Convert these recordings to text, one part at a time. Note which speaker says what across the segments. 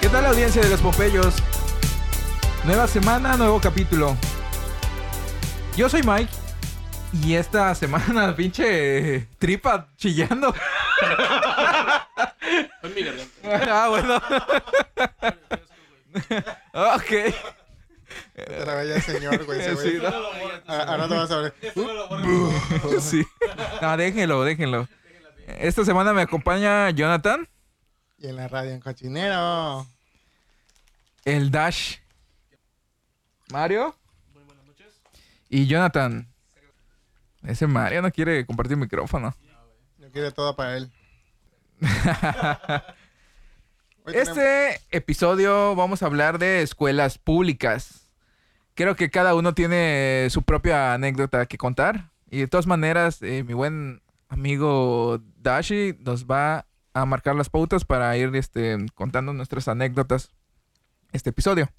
Speaker 1: ¿Qué tal la audiencia de los Popeyos? Nueva semana, nuevo capítulo. Yo soy Mike y esta semana, pinche tripa chillando.
Speaker 2: Fue mi garganta.
Speaker 1: ah, bueno. ok.
Speaker 3: Otra vez ya el señor, güey. ese
Speaker 1: Sí,
Speaker 3: güey.
Speaker 1: ¿no?
Speaker 3: A- Ahora te vas a ver.
Speaker 1: Sí. No, déjenlo, déjenlo. Esta semana me acompaña Jonathan,
Speaker 3: Y en la radio en cochinero.
Speaker 1: el Dash, Mario y Jonathan. Ese Mario no quiere compartir micrófono.
Speaker 3: Yo quiero todo para él. Hoy tenemos-
Speaker 1: Este episodio vamos a hablar de escuelas públicas. Creo que cada uno tiene su propia anécdota que contar. Y de todas maneras, eh, mi buen amigo Dashi nos va a marcar las pautas para ir este, contando nuestras anécdotas este episodio.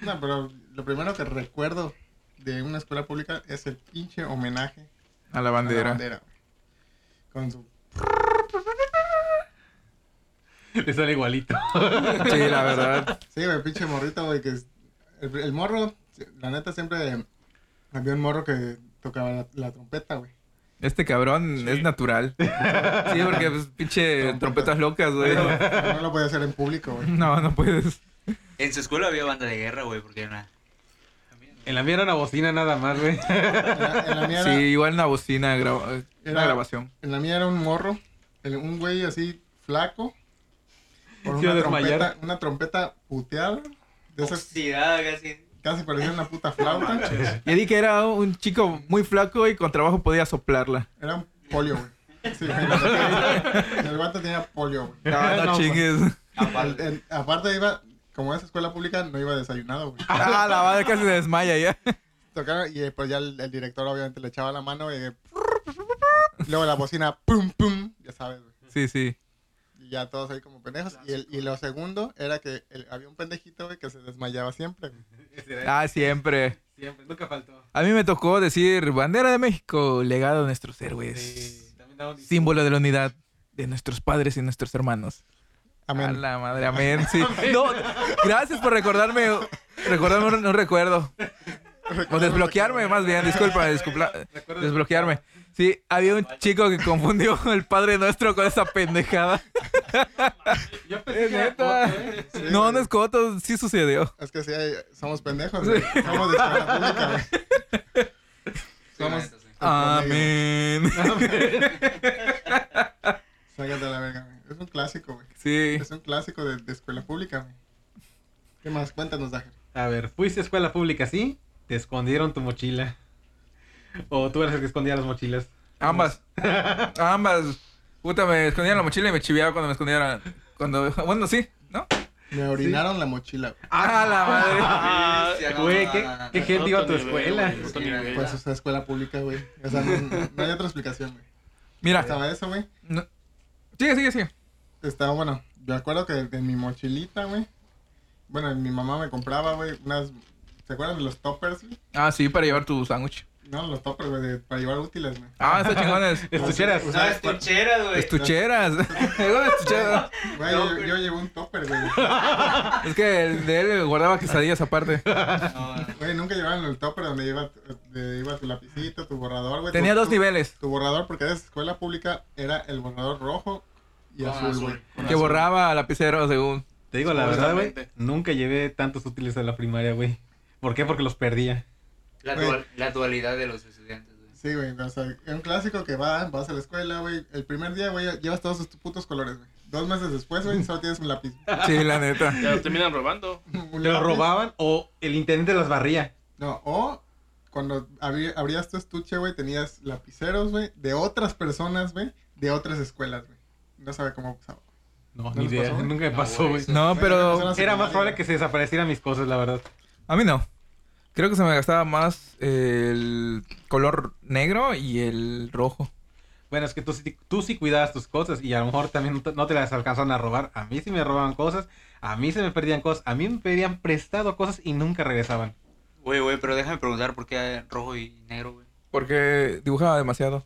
Speaker 3: No, pero lo primero que recuerdo de una escuela pública es el pinche homenaje
Speaker 1: A la
Speaker 3: a la
Speaker 1: bandera.
Speaker 3: bandera. Con su.
Speaker 2: Le sale igualito.
Speaker 1: Sí, la verdad.
Speaker 3: Sí, güey, pinche morrito, güey, que es- el, el morro, la neta siempre había un morro que tocaba la, la trompeta, güey.
Speaker 1: Este cabrón es natural. Sí, porque pues, pinche
Speaker 3: Trompeta.
Speaker 1: trompetas locas, güey.
Speaker 3: No lo podía hacer en público, güey.
Speaker 1: No, no puedes.
Speaker 4: En su escuela había banda de guerra, güey, porque era...
Speaker 2: En la mía era una bocina nada más, güey.
Speaker 3: En la, en la mía
Speaker 1: Sí,
Speaker 3: era-
Speaker 1: igual una bocina, gra- una
Speaker 3: Era-
Speaker 1: grabación.
Speaker 3: En la mía era un morro, el- un güey así flaco, con
Speaker 2: Se iba a
Speaker 3: una
Speaker 2: desmayar.
Speaker 3: trompeta, una trompeta puteada, de esas
Speaker 4: Oxidada casi.
Speaker 3: casi parecía una puta flauta.
Speaker 1: Ya di que era un chico muy flaco y con trabajo podía soplarla.
Speaker 3: Era un polio, güey. Sí, güey, el- el guante tenía polio, güey.
Speaker 1: Ah, No, no,
Speaker 3: No,
Speaker 1: chingues.
Speaker 3: El- el- aparte iba, como esa escuela pública, no iba desayunado, güey.
Speaker 1: Ah, la madre casi se desmaya ya.
Speaker 3: Tocaron y eh, pues ya el, el director obviamente le echaba la mano y eh, luego la bocina, pum, pum, ya sabes, güey.
Speaker 1: Sí, sí.
Speaker 3: Y ya todos ahí como pendejos. Y, el- y lo segundo era que el- había un pendejito, güey, que se desmayaba siempre, güey.
Speaker 1: Ah, siempre.
Speaker 2: Siempre, nunca faltó.
Speaker 1: A mí me tocó decir bandera de México, legado de nuestros héroes. Símbolo de la unidad de nuestros padres y nuestros hermanos.
Speaker 3: Amén.
Speaker 1: A la madre, amén. Sí. No, gracias por recordarme. Recordarme un, un recuerdo. O desbloquearme, más bien. Disculpa, disculpa. Desbloquearme. Sí, había un chico que confundió el Padre Nuestro con esa pendejada.
Speaker 2: Yo
Speaker 1: Es neta.
Speaker 2: ¿eh?
Speaker 3: Sí,
Speaker 1: No,
Speaker 3: güey.
Speaker 1: no es coto, sí sucedió.
Speaker 3: Es que sí, eh, somos pendejos, güey. Somos de escuela pública, güey. Somos.
Speaker 4: Sí, la neta, sí.
Speaker 1: Amén.
Speaker 3: Sácate la verga, güey. Es un clásico, güey.
Speaker 1: Sí.
Speaker 3: Es un clásico de, de escuela pública, güey. ¿Qué más? Cuéntanos, Dajer.
Speaker 2: A ver, fuiste a escuela pública, ¿sí? Te escondieron tu mochila. O tú eres el que escondía las mochilas.
Speaker 1: Ambas. Ambas. Puta, me escondían la mochila y me chiveaba cuando me escondían. la- Cuando... Bueno, sí, ¿no?
Speaker 3: Me orinaron la mochila, güey.
Speaker 1: ¡Ah, la madre!
Speaker 4: Ah, sí, no,
Speaker 2: Güey,
Speaker 4: no,
Speaker 2: ¿qué,
Speaker 4: no, no,
Speaker 2: qué
Speaker 4: no.
Speaker 2: gente iba a tu
Speaker 5: Otro nivel,
Speaker 2: escuela?
Speaker 5: güey, otro nivel.
Speaker 3: Pues es escuela pública, güey. O sea, no, no- no hay otra explicación, güey.
Speaker 1: Mira.
Speaker 3: Estaba eso, güey.
Speaker 1: no- Sigue, sigue, sigue.
Speaker 3: Estaba, bueno, yo acuerdo que en mi mochilita, güey. Bueno, mi mamá me compraba, güey, unas. ¿Se acuerdan de los toppers, güey?
Speaker 1: Ah, sí, para llevar tu sándwich.
Speaker 3: No, los toppers, güey, de- para llevar útiles, güey.
Speaker 1: Ah, está chingones.
Speaker 2: Estucheras.
Speaker 3: Pues,
Speaker 4: No, es tuchera, güey.
Speaker 1: Estucheras. Llevaba estucheras.
Speaker 3: Güey, yo, yo llevo un topper, güey.
Speaker 1: Es que el de él guardaba quesadillas aparte.
Speaker 4: No, no.
Speaker 3: Güey, nunca llevaban el topper donde iba, donde iba tu lapicito, tu borrador, güey.
Speaker 1: Tenía
Speaker 3: Tu-
Speaker 1: dos
Speaker 3: tu-
Speaker 1: niveles.
Speaker 3: Tu borrador, porque era escuela pública, era el borrador rojo y
Speaker 4: Ah,
Speaker 5: Con
Speaker 3: azul,
Speaker 5: azul.
Speaker 3: güey. Con
Speaker 1: Que
Speaker 3: azul.
Speaker 1: borraba lapicero según.
Speaker 2: Te digo la verdad, güey.
Speaker 5: Justamente.
Speaker 2: Nunca llevé tantos útiles a la primaria, güey. ¿Por qué? Porque los perdía.
Speaker 5: La,
Speaker 3: Güey.
Speaker 5: dual- la dualidad de los estudiantes, güey.
Speaker 3: Sí, Sí, güey, o sea, es un clásico que va, vas a la escuela, güey. El primer día, güey, llevas todos tus putos colores, güey. Dos meses después, güey, solo tienes un lápiz.
Speaker 1: Sí, la neta.
Speaker 5: Ya lo terminan robando.
Speaker 3: Un
Speaker 2: Te lo
Speaker 3: lápiz.
Speaker 2: robaban o el intendente las barría.
Speaker 3: No, o cuando abri- abrías tu estuche, güey, tenías lapiceros, güey, de otras personas, güey, de otras escuelas, güey. No sabe cómo pasaba.
Speaker 2: No,
Speaker 3: ¿No
Speaker 2: ni
Speaker 3: les
Speaker 2: idea.
Speaker 3: pasó, güey?
Speaker 2: Nunca me
Speaker 4: No,
Speaker 2: pasó,
Speaker 4: güey.
Speaker 2: güey.
Speaker 1: No, pero
Speaker 2: Era más probable que se desaparecieran mis cosas, la verdad.
Speaker 1: a mí no. Creo que se me gastaba más el color negro y el rojo.
Speaker 2: Bueno, es que tú, sí- tú sí cuidabas tus cosas y a lo mejor también no te, no te las alcanzaron a robar. A mí sí me robaban cosas, a mí se me perdían cosas, a mí me pedían prestado cosas y nunca regresaban.
Speaker 4: Güey, güey, pero déjame preguntar por qué rojo y negro, güey.
Speaker 1: Porque dibujaba demasiado.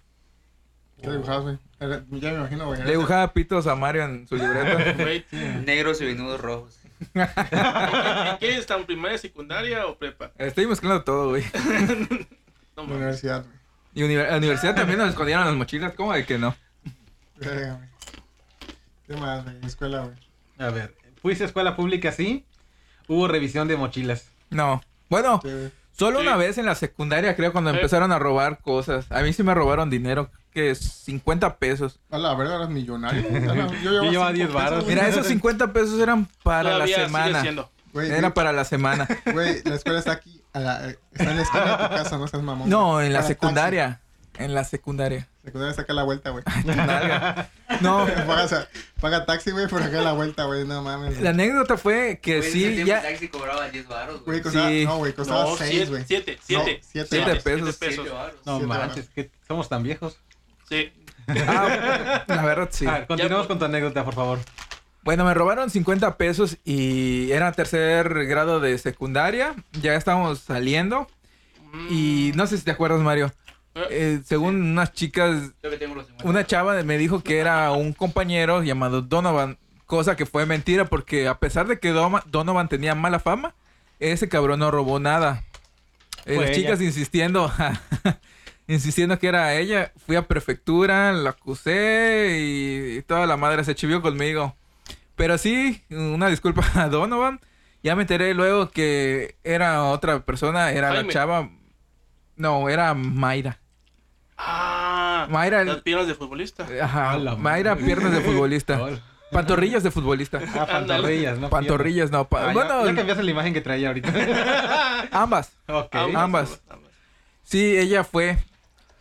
Speaker 3: ¿Qué dibujabas, güey? Era- Ya me imagino, güey.
Speaker 1: Le dibujaba pitos a Mario en su libreta.
Speaker 5: Güey,
Speaker 4: Negros y venudos rojos.
Speaker 5: ¿en qué están? ¿Primaria, secundaria o prepa?
Speaker 1: Estoy mezclando todo, güey.
Speaker 5: No
Speaker 3: En la
Speaker 5: mames.
Speaker 3: universidad, güey.
Speaker 1: Y uni- en la universidad también nos escondieron las mochilas. ¿Cómo de que no?
Speaker 3: Verga, güey. ¿Qué más, güey? Escuela, güey.
Speaker 2: A ver, fuiste a escuela pública, sí. Hubo revisión de mochilas.
Speaker 1: No. Bueno,
Speaker 3: Sí, güey.
Speaker 1: solo
Speaker 5: Sí.
Speaker 1: una vez en la secundaria, creo, cuando
Speaker 5: Eh.
Speaker 1: empezaron a robar cosas. A mí sí me robaron dinero, que es 50 pesos.
Speaker 3: A la verga, eras millonario. güey. A la- Yo
Speaker 2: Yo llevaba
Speaker 3: cinco
Speaker 2: 10 varos.
Speaker 3: pesos, güey.
Speaker 1: Mira, esos 50 pesos eran para
Speaker 5: Todavía
Speaker 1: la
Speaker 5: sigue
Speaker 1: semana.
Speaker 5: siendo.
Speaker 3: Güey,
Speaker 1: Era para la semana.
Speaker 3: Güey, la escuela está aquí. a la- eh, está en la esquina de tu casa, no seas mamón.
Speaker 1: No,
Speaker 3: güey.
Speaker 1: en la
Speaker 3: Para
Speaker 1: secundaria. En la secundaria.
Speaker 3: taxi. Secundaria saca la vuelta, güey.
Speaker 1: Tu nalga. No.
Speaker 3: paga, o sea, paga taxi, güey, por acá la vuelta, güey. No mames.
Speaker 1: La anécdota fue que
Speaker 4: Güey, en ese
Speaker 1: sí,
Speaker 4: tiempo
Speaker 1: ya.
Speaker 4: el taxi cobraba 10 baros,
Speaker 3: Güey,
Speaker 4: güey.
Speaker 3: costaba,
Speaker 1: Sí.
Speaker 3: no, güey, costaba
Speaker 5: No,
Speaker 3: 6,
Speaker 5: siete,
Speaker 3: güey.
Speaker 5: siete,
Speaker 3: No,
Speaker 5: siete.
Speaker 3: siete
Speaker 1: baros.
Speaker 5: siete
Speaker 1: Siete
Speaker 4: Siete
Speaker 5: pesos.
Speaker 4: baros.
Speaker 2: No
Speaker 3: Siete
Speaker 2: manches, que somos tan viejos.
Speaker 5: Sí.
Speaker 1: Ah, la verdad sí.
Speaker 2: A ver, continuamos
Speaker 5: Ya, pues.
Speaker 2: con tu anécdota, por favor.
Speaker 1: Bueno, me robaron 50 pesos y era tercer grado de secundaria. Ya estábamos saliendo. Y
Speaker 5: Mm.
Speaker 1: no sé si te acuerdas, Mario. eh, según unas chicas,
Speaker 4: Yo que tengo los 50.
Speaker 1: una chava me dijo que era un compañero llamado Donovan. Cosa que fue mentira porque a pesar de que Doma- Donovan tenía mala fama, ese cabrón no robó nada. Eh,
Speaker 2: Fue
Speaker 1: las chicas insistiendo, insistiendo que era ella. Fui a prefectura, la acusé y, y toda la madre se chivió conmigo. Pero sí, una disculpa a Donovan. Ya me enteré luego que era otra persona, era la
Speaker 5: Jaime.
Speaker 1: chava. No, era Mayra.
Speaker 5: Ah,
Speaker 1: Mayra,
Speaker 5: las piernas de futbolista.
Speaker 1: ajá,
Speaker 2: A la
Speaker 1: Mayra
Speaker 2: madre.
Speaker 1: piernas de futbolista.
Speaker 2: Lol.
Speaker 1: Pantorrillas de futbolista.
Speaker 2: Ah, pantorrillas, ¿no?
Speaker 1: Pantorrillas, no. pa-
Speaker 2: Ah, ya-
Speaker 1: bueno,
Speaker 2: ya, cambiaste la imagen que traía ahorita.
Speaker 1: ambas.
Speaker 2: ok.
Speaker 1: Ah, Ambas. Sí, ella fue.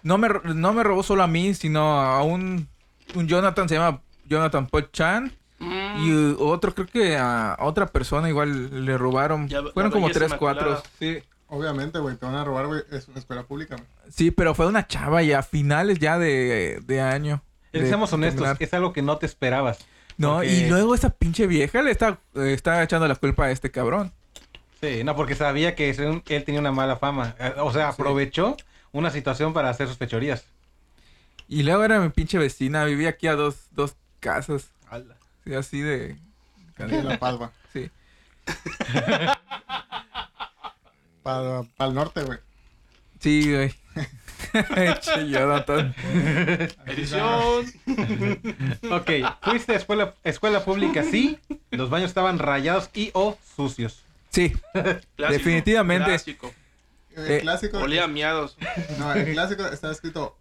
Speaker 1: No me, ro- no me robó solo a mí, sino a un, un Jonathan, se llama Jonathan Paul Chan. Y
Speaker 5: Mm,
Speaker 1: uh, otro, creo que a otra persona igual le robaron.
Speaker 5: Ya- la
Speaker 1: Fueron como
Speaker 5: belleza
Speaker 1: tres, cuatro.
Speaker 5: inmaculada.
Speaker 1: Sí.
Speaker 3: Obviamente, güey, te van a robar, güey. Es una escuela pública, güey.
Speaker 1: Sí, pero fue una chava ya a finales ya de, de año.
Speaker 2: Es que
Speaker 1: de
Speaker 2: Eh, seamos honestos,
Speaker 1: terminar.
Speaker 2: es algo que no te esperabas.
Speaker 1: No,
Speaker 2: porque-
Speaker 1: y luego esa pinche vieja le está, eh, está echando la culpa a este cabrón.
Speaker 2: Sí, no, porque sabía que ese- él tenía una mala fama. Eh, O sea, aprovechó una situación para hacer sus fechorías.
Speaker 1: Y luego era mi pinche vecina, vivía aquí a dos, dos casas. Sí, así de...
Speaker 3: Aquí en la Padua.
Speaker 1: Sí.
Speaker 3: Para, el norte, güey.
Speaker 1: Sí, güey. Che, Jonathan.
Speaker 5: edición.
Speaker 2: Ok, fuiste a escuela, escuela pública, sí. Los baños estaban rayados y o sucios.
Speaker 1: Sí,
Speaker 5: Clásico,
Speaker 1: Definitivamente.
Speaker 5: Clásico.
Speaker 3: El
Speaker 1: Eh,
Speaker 3: clásico.
Speaker 5: Olía a miados.
Speaker 3: No, el clásico está escrito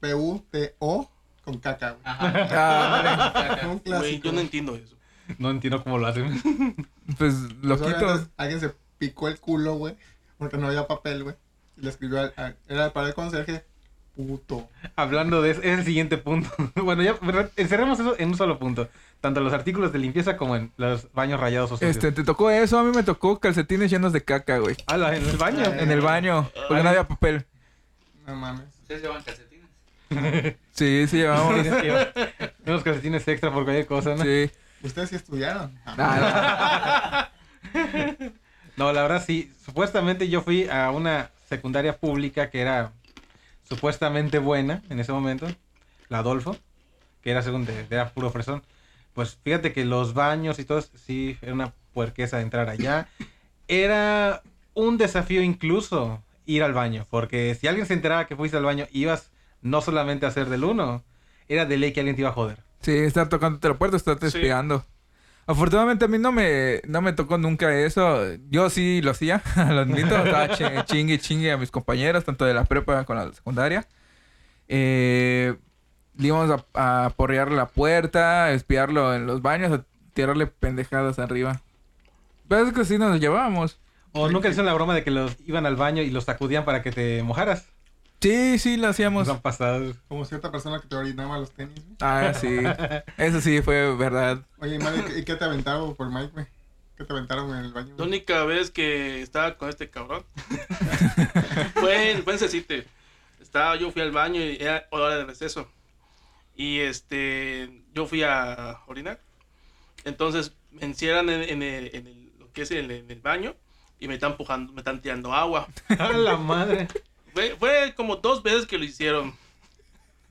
Speaker 3: P-U-T-O con caca, güey.
Speaker 4: Ajá.
Speaker 1: Ah,
Speaker 3: Un
Speaker 5: Güey,
Speaker 3: clásico.
Speaker 5: yo no entiendo eso.
Speaker 2: No entiendo cómo lo hacen.
Speaker 1: pues
Speaker 3: Pues,
Speaker 1: loquitos.
Speaker 3: obviamente, Alguien se picó el culo, güey. Porque no había papel, güey. Y le escribió al. al- era para el conserje. Puto.
Speaker 2: Hablando de eso, es el siguiente punto. Bueno, ya ¿verdad? encerremos eso en un solo punto. Tanto los artículos de limpieza como en los baños rayados o sucios.
Speaker 1: Este, te tocó eso, a mí me tocó calcetines llenos de caca, güey.
Speaker 2: Ala, en el baño.
Speaker 1: En el baño, porque no había papel.
Speaker 3: No mames.
Speaker 4: Ustedes llevan calcetines.
Speaker 1: Sí, sí, llevamos.
Speaker 2: Tienes Ah, que- Unos calcetines extra por cualquier cosa, ¿no?
Speaker 1: Sí.
Speaker 3: Ustedes sí estudiaron.
Speaker 1: Ah,
Speaker 2: No, la verdad sí. Supuestamente yo fui a una secundaria pública que era supuestamente buena en ese momento, la Adolfo, que era según de- era puro fresón. Pues fíjate que los baños y todo, sí, era una puerqueza entrar allá. Era un desafío incluso ir al baño, porque si alguien se enteraba que fuiste al baño, ibas no solamente a hacer del uno, era de ley que alguien te iba a joder.
Speaker 1: sí, está tocando la puerta, está te
Speaker 5: Sí.
Speaker 1: espiando. Afortunadamente a mí no me, no me tocó nunca eso. Yo sí lo hacía, lo admito. Estaba chi- chingue, y chingue a mis compañeros, tanto de la prepa como de la secundaria. Eh, le íbamos a, a porrear la puerta, a espiarlo en los baños, a tirarle pendejadas arriba. Pero es que sí nos llevábamos.
Speaker 2: O nunca hicieron la broma de que los iban al baño y los sacudían para que te mojaras.
Speaker 1: Sí, sí, lo hacíamos.
Speaker 2: Son pasados.
Speaker 3: Como cierta persona que te orinaba los tenis, güey.
Speaker 1: Ah, sí. Eso sí fue verdad.
Speaker 3: Oye, madre, ¿qué- ¿y qué te aventaron por Mike, güey? ¿Qué te aventaron en el baño?
Speaker 5: La
Speaker 3: güey?
Speaker 5: única vez que estaba con este cabrón fue en, fue en Cecite. Estaba, yo fui al baño y era hora de receso. Y este, yo fui a orinar. Entonces me encierran en, en el, en el- lo que es el, en el baño y me están empujando, me están tirando agua.
Speaker 2: A la madre.
Speaker 5: Fue, fue como dos veces que lo hicieron.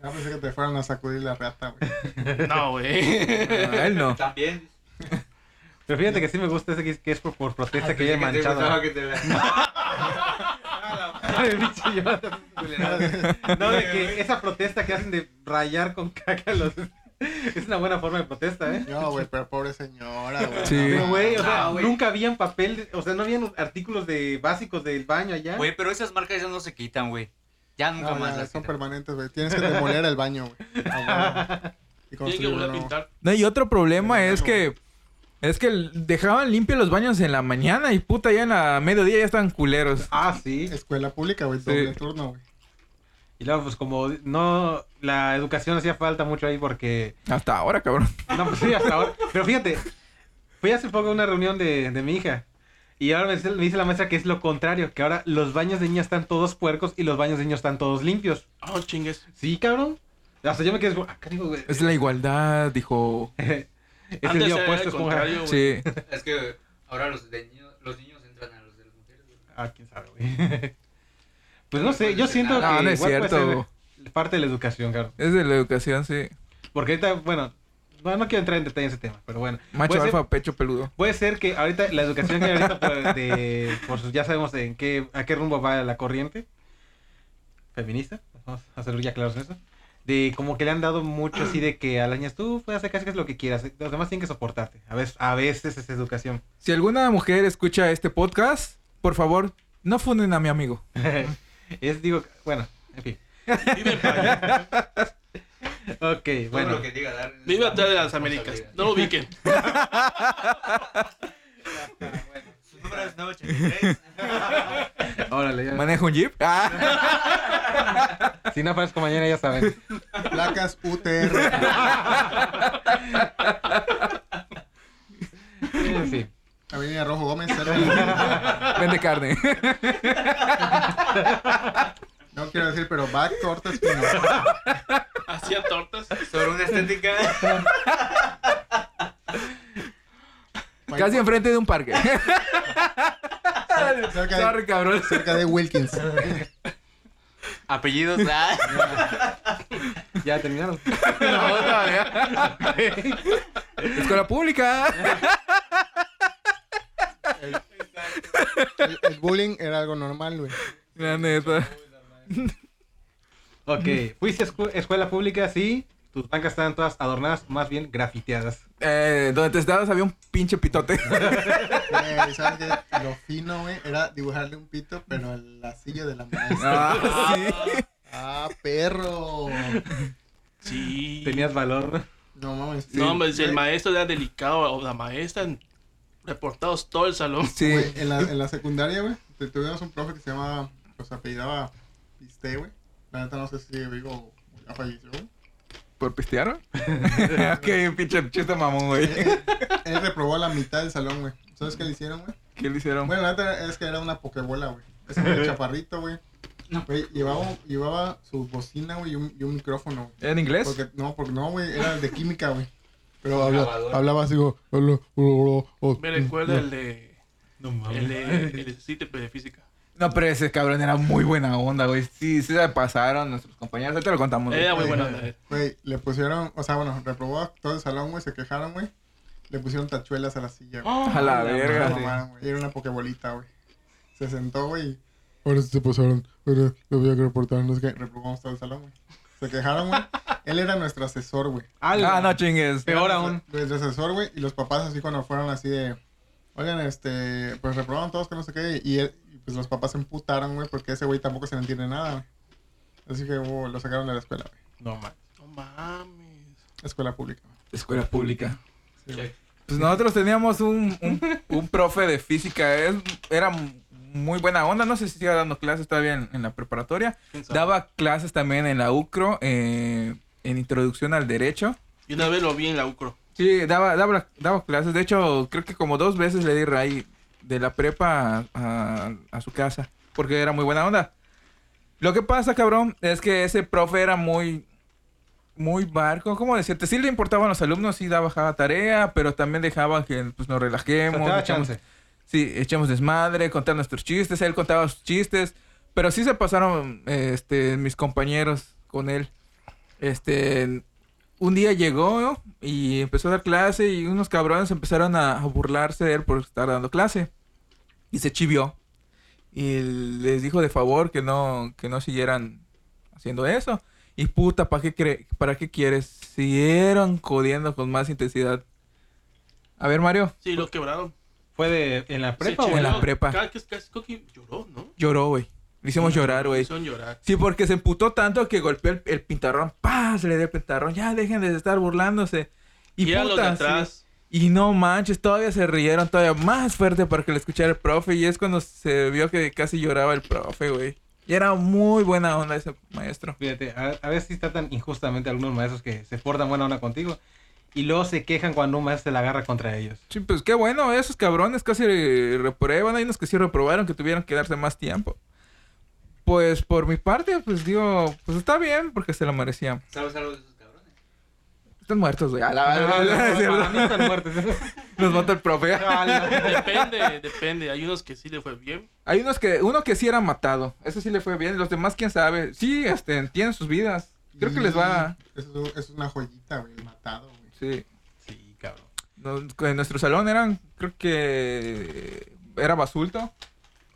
Speaker 3: Ah, pensé que te fueron a sacudir la reata, güey.
Speaker 5: No, güey.
Speaker 1: Ah, él no.
Speaker 4: También.
Speaker 2: Pero fíjate que sí me gusta ese que es- que es por, por protesta
Speaker 4: Hasta
Speaker 2: que haya manchado.
Speaker 4: Que te...
Speaker 2: Ay, pinche Jonathan. No, de que esa protesta que hacen de rayar con caca los... Es una buena forma de protesta, ¿eh?
Speaker 3: No, güey, pero pobre señora, güey.
Speaker 1: Sí.
Speaker 2: Pero, güey, o sea,
Speaker 4: Ah, güey.
Speaker 2: nunca habían papel, o sea, no habían artículos de básicos del baño allá.
Speaker 4: Güey, pero esas marcas ya no se quitan, güey. Ya
Speaker 3: No,
Speaker 4: nunca
Speaker 3: ya,
Speaker 4: más las
Speaker 3: son
Speaker 4: quitan.
Speaker 3: permanentes, güey. Tienes que demoler el baño, güey. Ah, bueno. Y
Speaker 5: Tiene que
Speaker 3: construir
Speaker 5: volver a
Speaker 3: uno.
Speaker 5: pintar.
Speaker 1: No, y otro problema
Speaker 3: Pero
Speaker 1: es
Speaker 3: bueno.
Speaker 1: que es que l- dejaban limpios los baños en la mañana y puta ya en la mediodía ya estaban culeros.
Speaker 2: Ah, sí.
Speaker 3: Escuela pública, güey,
Speaker 1: Sí.
Speaker 3: doble turno, güey.
Speaker 2: Y luego, pues como no, la educación hacía falta mucho ahí porque...
Speaker 1: Hasta ahora, cabrón.
Speaker 2: No, pues sí, hasta ahora. Pero fíjate, fui hace poco a una reunión de, de mi hija. Y ahora me dice, me dice la maestra que es lo contrario, que ahora los baños de niñas están todos puercos y los baños de niños están todos limpios.
Speaker 5: Oh, chingues.
Speaker 2: Sí, cabrón. Hasta yo me quedé como, ah, canijo, güey.
Speaker 1: Es la igualdad, dijo.
Speaker 2: Es el
Speaker 5: Antes
Speaker 2: día
Speaker 5: era
Speaker 2: opuesto,
Speaker 5: el
Speaker 2: esponja.
Speaker 5: contrario, güey.
Speaker 1: Sí.
Speaker 4: Es que ahora los, de niños, los niños entran a los de las mujeres, güey.
Speaker 2: Ah, quién sabe, güey. Pues no sé, yo siento
Speaker 4: No,
Speaker 2: que
Speaker 1: no es
Speaker 2: igual puede
Speaker 1: cierto.
Speaker 2: ser parte de la educación, claro.
Speaker 1: Es de la educación, sí.
Speaker 2: Porque ahorita, bueno, no, no quiero entrar en detalle en ese tema, pero bueno.
Speaker 1: Macho
Speaker 2: Puede ser-
Speaker 1: alfa, pecho peludo.
Speaker 2: Puede ser que ahorita la educación que hay ahorita, por, de, por sus- ya sabemos en qué, a qué rumbo va la corriente feminista, vamos a hacer ya claros en eso, de como que le han dado mucho así de que a las niñas tú puedes hacer casi que es lo que quieras, los demás tienen que soportarte, a veces, a veces es educación.
Speaker 1: Si alguna mujer escucha este podcast, por favor, no funden a mi amigo.
Speaker 2: es digo, bueno, en fin.
Speaker 5: Vive en París.
Speaker 2: Ok,
Speaker 4: Todo
Speaker 2: bueno.
Speaker 4: lo que diga dar. es
Speaker 5: Vive atrás de las
Speaker 4: responsabilidad.
Speaker 5: Américas. No lo ubiquen.
Speaker 4: Ah, bueno. Su número es 983.
Speaker 2: Órale, ya.
Speaker 1: ¿Maneja un jeep? Ah,
Speaker 2: Si no aparezco mañana ya saben.
Speaker 3: Placas UTR.
Speaker 2: En fin.
Speaker 3: Avenida Rojo Gómez, cerca.
Speaker 1: vende carne.
Speaker 3: No quiero decir, pero back torta espinosa.
Speaker 5: Hacía tortas.
Speaker 4: Sobre una estética.
Speaker 1: Casi enfrente de un parque.
Speaker 3: cerca de,
Speaker 1: Sorry, cabrón.
Speaker 3: cerca de Wilkins.
Speaker 4: Apellidos.
Speaker 2: Ya terminaron.
Speaker 1: No, todavía. Escuela pública.
Speaker 3: El, el bullying era algo normal, güey.
Speaker 1: La neta.
Speaker 2: Ok, fuiste a escu- escuela pública, sí. Tus bancas estaban todas adornadas, más bien grafiteadas.
Speaker 1: Eh, donde te estabas había un pinche pitote.
Speaker 3: Güey, Eh, ¿Sabes qué? Lo fino, güey, era dibujarle un pito, pero a la silla de la maestra.
Speaker 1: Ah, sí.
Speaker 3: Ah, perro.
Speaker 5: Sí.
Speaker 2: Tenías valor.
Speaker 3: No mames.
Speaker 5: No, hombre, si el
Speaker 3: Güey,
Speaker 5: maestro era delicado o la maestra, reportados todo el salón.
Speaker 1: Sí.
Speaker 3: Güey, en, la, en la secundaria, güey, te- tuvimos un profe que se llamaba, pues apellidaba Piste, güey. La neta no sé si vivo o ya falleció, güey.
Speaker 1: ¿Por pistear? ok, pinche chiste mamón, güey.
Speaker 3: Él, él- él reprobó a la mitad del salón, güey. ¿Sabes qué le hicieron, güey?
Speaker 1: ¿Qué le hicieron?
Speaker 3: Bueno, la neta es que era una pokebola, güey. Es un chaparrito, güey.
Speaker 4: No.
Speaker 3: Güey, llevaba, llevaba su bocina, güey, y un, y un micrófono, güey.
Speaker 1: ¿En inglés?
Speaker 3: Porque, no, porque no, güey, era el de química, güey. Pero habla-
Speaker 4: Grabador.
Speaker 3: hablaba así, güey. "Hola, hola, hola".
Speaker 5: Me recuerda el de.
Speaker 2: No
Speaker 5: El de. El de CITE, pero de física.
Speaker 1: No, pero ese cabrón era muy buena onda, güey. Sí, sí se pasaron nuestros compañeros. Ahorita lo contamos. güey.
Speaker 5: Era muy buena onda. eh.
Speaker 3: Güey, le pusieron, o sea, bueno, reprobó a todo el salón, güey, se quejaron, güey. Le pusieron tachuelas a la silla, güey.
Speaker 1: A la verga.
Speaker 3: No,
Speaker 1: sí.
Speaker 3: mamaron, güey, Era una pokebolita, güey. Se sentó, güey. Ahora sí se pasaron. Ahora lo voy a reportar. No sé qué. Reprobamos todo el salón, güey. se quejaron, güey. Él era nuestro asesor, güey.
Speaker 1: Ah, no
Speaker 2: no,
Speaker 1: chingues.
Speaker 2: Peor aún.
Speaker 3: Nuestro asesor, güey. Y los papás así cuando fueron así de... Oigan, este... Pues reprobaron todos que no sé qué. Y él- y, pues los papás se emputaron, güey. Porque ese güey tampoco se le entiende nada, güey. Así que güey, lo sacaron de la escuela, güey.
Speaker 2: No, man.
Speaker 5: No mames.
Speaker 3: Escuela pública. güey.
Speaker 1: Escuela pública.
Speaker 3: Sí, güey.
Speaker 1: Pues nosotros teníamos un, un, un profe de física. Él era muy buena onda. No sé si sigue dando clases todavía en, en la preparatoria.
Speaker 5: ¿Quién sabe?
Speaker 1: Daba clases también en la UCRO, eh, en introducción al derecho.
Speaker 5: Y una vez lo vi en la UCRO.
Speaker 1: Sí, daba, daba, daba clases. De hecho, creo que como dos veces le di ray de la prepa a, a- a su casa. Porque era muy buena onda. Lo que pasa, cabrón, es que ese profe era muy... Muy barco, ¿cómo decirte? Sí le importaban los alumnos, sí daba bajaba tarea, pero también dejaba que pues, nos
Speaker 2: O sea,
Speaker 1: relajemos.
Speaker 2: te daba
Speaker 1: echamos-
Speaker 2: chance.
Speaker 1: Sí, echamos desmadre, contar nuestros chistes, él contaba sus chistes, pero sí se pasaron eh, este, mis compañeros con él. Este, un día llegó ¿no? y empezó a dar clase y unos cabrones empezaron a a burlarse de él por estar dando clase y se chivió y les dijo de favor que no que no siguieran haciendo eso y puta para qué cre- para qué quieres siguieron codiendo con más intensidad. A ver Mario,
Speaker 5: Sí, lo quebraron.
Speaker 2: ¿Fue de, en la prepa
Speaker 5: Se
Speaker 2: o en
Speaker 1: en la
Speaker 5: chingó.
Speaker 2: la
Speaker 1: prepa?
Speaker 5: Cada que casi creo que lloró, ¿no?
Speaker 1: lloró güey, le hicimos llorar güey.
Speaker 5: Hicieron llorar.
Speaker 1: Sí, porque se emputó tanto que golpeó el, el pintarrón. ¡Pah! Se le dio el pintarrón. Ya, dejen de estar burlándose. Y,
Speaker 5: Y, eran los de
Speaker 1: puta, sí.
Speaker 5: atrás.
Speaker 1: Y no manches, todavía se rieron todavía más fuerte para que le escuchara el profe. Y es cuando se vio que casi lloraba el profe, güey. Y era muy buena onda ese maestro.
Speaker 2: Fíjate, a, a veces sí tratan injustamente a algunos maestros que se portan buena onda contigo y luego se quejan cuando un maestro se la agarra contra ellos.
Speaker 1: Sí, pues qué bueno, esos cabrones casi reprueban. Hay unos que sí reprobaron, que tuvieron que darse más tiempo. Pues por mi parte, pues digo, pues está bien, porque se lo merecían.
Speaker 4: ¿Sabes algo de esos cabrones?
Speaker 1: Están muertos, güey. A
Speaker 2: No,
Speaker 1: la-
Speaker 2: Ah, no, no,
Speaker 1: Es cierto.
Speaker 2: para mí están muertos.
Speaker 1: Los mató el profe.
Speaker 5: Depende, depende. Hay unos que sí le fue bien.
Speaker 1: Hay unos que, uno que sí era matado. Ese sí le fue bien. Los demás, quién sabe. Sí, este, tienen sus vidas. Creo que les
Speaker 2: Mm.
Speaker 1: va.
Speaker 3: Mm. Es, un- es una joyita, güey. Matado, güey.
Speaker 1: Sí.
Speaker 2: Sí, cabrón.
Speaker 1: No- en nuestro salón eran, creo que era Basulto.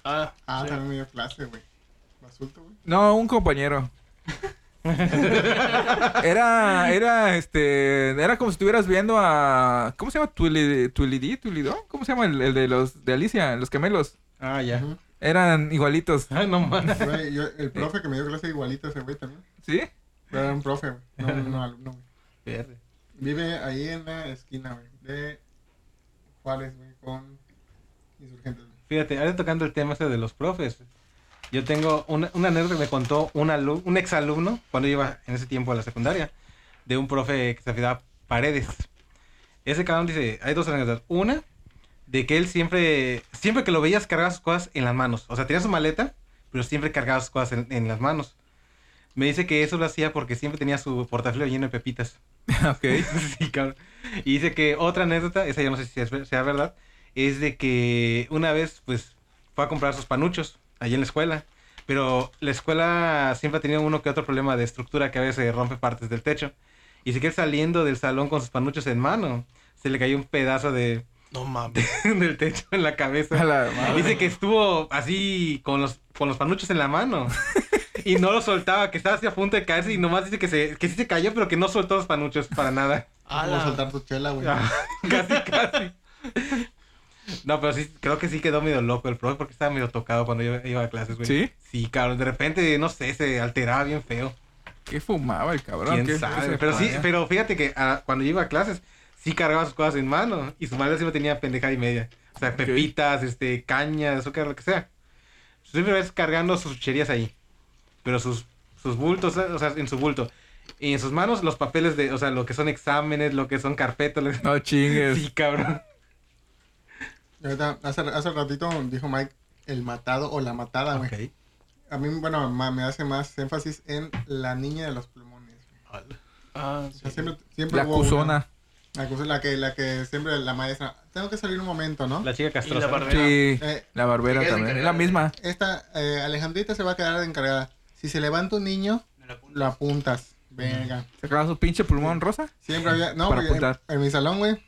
Speaker 5: Ah,
Speaker 3: Ah,
Speaker 5: sí.
Speaker 3: también me dio clase, güey. Basulto, güey.
Speaker 1: No, un compañero. era, era, este, era como si estuvieras viendo a, ¿cómo se llama? Tulidi, Tulidí, Tulidó, ¿cómo se llama el, el de los, de Alicia, los gemelos?
Speaker 2: Ah, ya.
Speaker 3: Ujú.
Speaker 1: Eran igualitos,
Speaker 2: Ay, no mames.
Speaker 3: Güey, yo- el profe que me dio clase igualito ese güey también.
Speaker 1: ¿sí?
Speaker 3: Pero era un profe, güey. No, no, no, alumno, güey.
Speaker 2: Verde.
Speaker 3: Vive ahí en la esquina, güey. De Juárez, güey, con insurgentes, güey.
Speaker 2: Fíjate, ahora tocando el tema ese de los profes. Yo tengo una, una anécdota que me contó un, alu- un exalumno cuando iba en ese tiempo a la secundaria, de un profe que se llamaba Paredes. Ese cabrón dice, hay dos anécdotas. Una, de que él siempre, siempre que lo veías cargaba sus cosas en las manos. O sea, tenía su maleta, pero siempre cargaba sus cosas en, en las manos. Me dice que eso lo hacía porque siempre tenía su portafolio lleno de pepitas.
Speaker 1: ok.
Speaker 2: sí, cabrón. Y dice que otra anécdota, esa yo no sé si es ver- sea verdad, es de que una vez, pues, fue a comprar sus panuchos allí en la escuela. Pero la escuela siempre ha tenido uno que otro problema de estructura que a veces rompe partes del techo. Y se quedó saliendo del salón con sus panuchos en mano. Se le cayó un pedazo de,
Speaker 5: No mames.
Speaker 2: del techo en la cabeza.
Speaker 1: A la madre.
Speaker 2: Dice que estuvo así con los, con los panuchos en la mano. Y no lo soltaba, que estaba así a punto de caerse y nomás dice que, se, que sí se cayó, pero que no soltó los panuchos para nada.
Speaker 3: Como
Speaker 5: Ala.
Speaker 3: soltar tu chela, güey.
Speaker 2: Ah, casi, casi. No, pero sí, creo que sí quedó medio loco el profe porque estaba medio tocado cuando yo iba a clases, güey.
Speaker 1: ¿Sí?
Speaker 2: Sí, cabrón. De repente, no sé, se alteraba bien feo.
Speaker 1: ¿Qué fumaba el cabrón?
Speaker 2: ¿Quién
Speaker 1: ¿Qué-
Speaker 2: sabe?
Speaker 1: Ah, ese
Speaker 2: Pero sí,
Speaker 1: paña?
Speaker 2: pero fíjate que ah, cuando yo iba a clases, sí cargaba sus cosas en mano. Y su madre siempre tenía pendejada y media. O sea, pepitas, este, caña, azúcar, lo que sea. Siempre ves cargando sus chucherías ahí. Pero sus, sus bultos, eh, o sea, en su bulto. Y en sus manos los papeles de, o sea, lo que son exámenes, lo que son carpetas. lo que-
Speaker 1: No chingues.
Speaker 2: Sí, cabrón.
Speaker 3: Y ahorita, hace, hace ratito dijo Mike el matado o la matada, güey.
Speaker 2: Ok.
Speaker 3: A mí, bueno, ma- me hace más énfasis en la niña de los plumones. güey.
Speaker 5: Ah,
Speaker 3: O
Speaker 5: sí.
Speaker 3: sea, siempre, siempre
Speaker 1: La
Speaker 3: hubo una-
Speaker 1: cuzona.
Speaker 3: La cuzona, la que, la que siempre la maestra. Tengo que salir un momento, ¿no?
Speaker 2: La chica
Speaker 5: Y la
Speaker 2: castrosa.
Speaker 5: barbera.
Speaker 1: Sí,
Speaker 3: Eh,
Speaker 1: la barbera
Speaker 4: Ella se
Speaker 1: también. Es la
Speaker 4: encargaba de-
Speaker 1: misma.
Speaker 3: esta eh, Alejandrita se va a quedar encargada. Si se levanta un niño,
Speaker 4: No la apunto.
Speaker 3: lo apuntas. Venga.
Speaker 2: Mm.
Speaker 1: Sacaba su pinche pulmón rosa.
Speaker 3: Siempre había. No,
Speaker 1: Para
Speaker 3: porque en,
Speaker 1: apuntar.
Speaker 3: en mi salón, güey.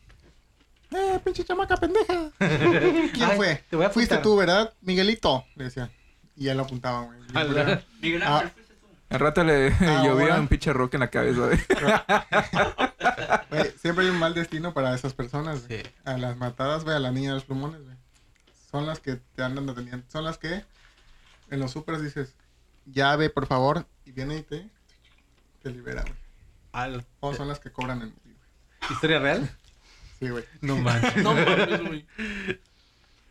Speaker 3: Eh, pinche chamaca pendeja. ¿Quién
Speaker 2: Ay,
Speaker 3: fue?
Speaker 2: te voy a
Speaker 3: Fuiste
Speaker 2: apuntar.
Speaker 3: tú, ¿verdad? Miguelito, le decía. Y ya lo apuntaba, güey.
Speaker 2: Ala.
Speaker 4: Miguel
Speaker 3: Ah.
Speaker 4: Ángel, fuiste tú.
Speaker 1: Al rato le
Speaker 3: Ah,
Speaker 1: llovía
Speaker 3: ahora.
Speaker 1: un pinche rock en la cabeza. güey.
Speaker 3: Güey, siempre hay un mal destino para esas personas. güey.
Speaker 2: Sí.
Speaker 3: A las matadas, güey, a la niña de los plumones, güey. Son las que te andan deteniendo. Son las que en los supers dices, llave, por favor, y viene y te, te libera, güey.
Speaker 2: Al-
Speaker 3: O son las que cobran en medio, güey.
Speaker 2: ¿Historia real?
Speaker 3: Sí, güey.
Speaker 2: No manches.
Speaker 5: No mames, güey.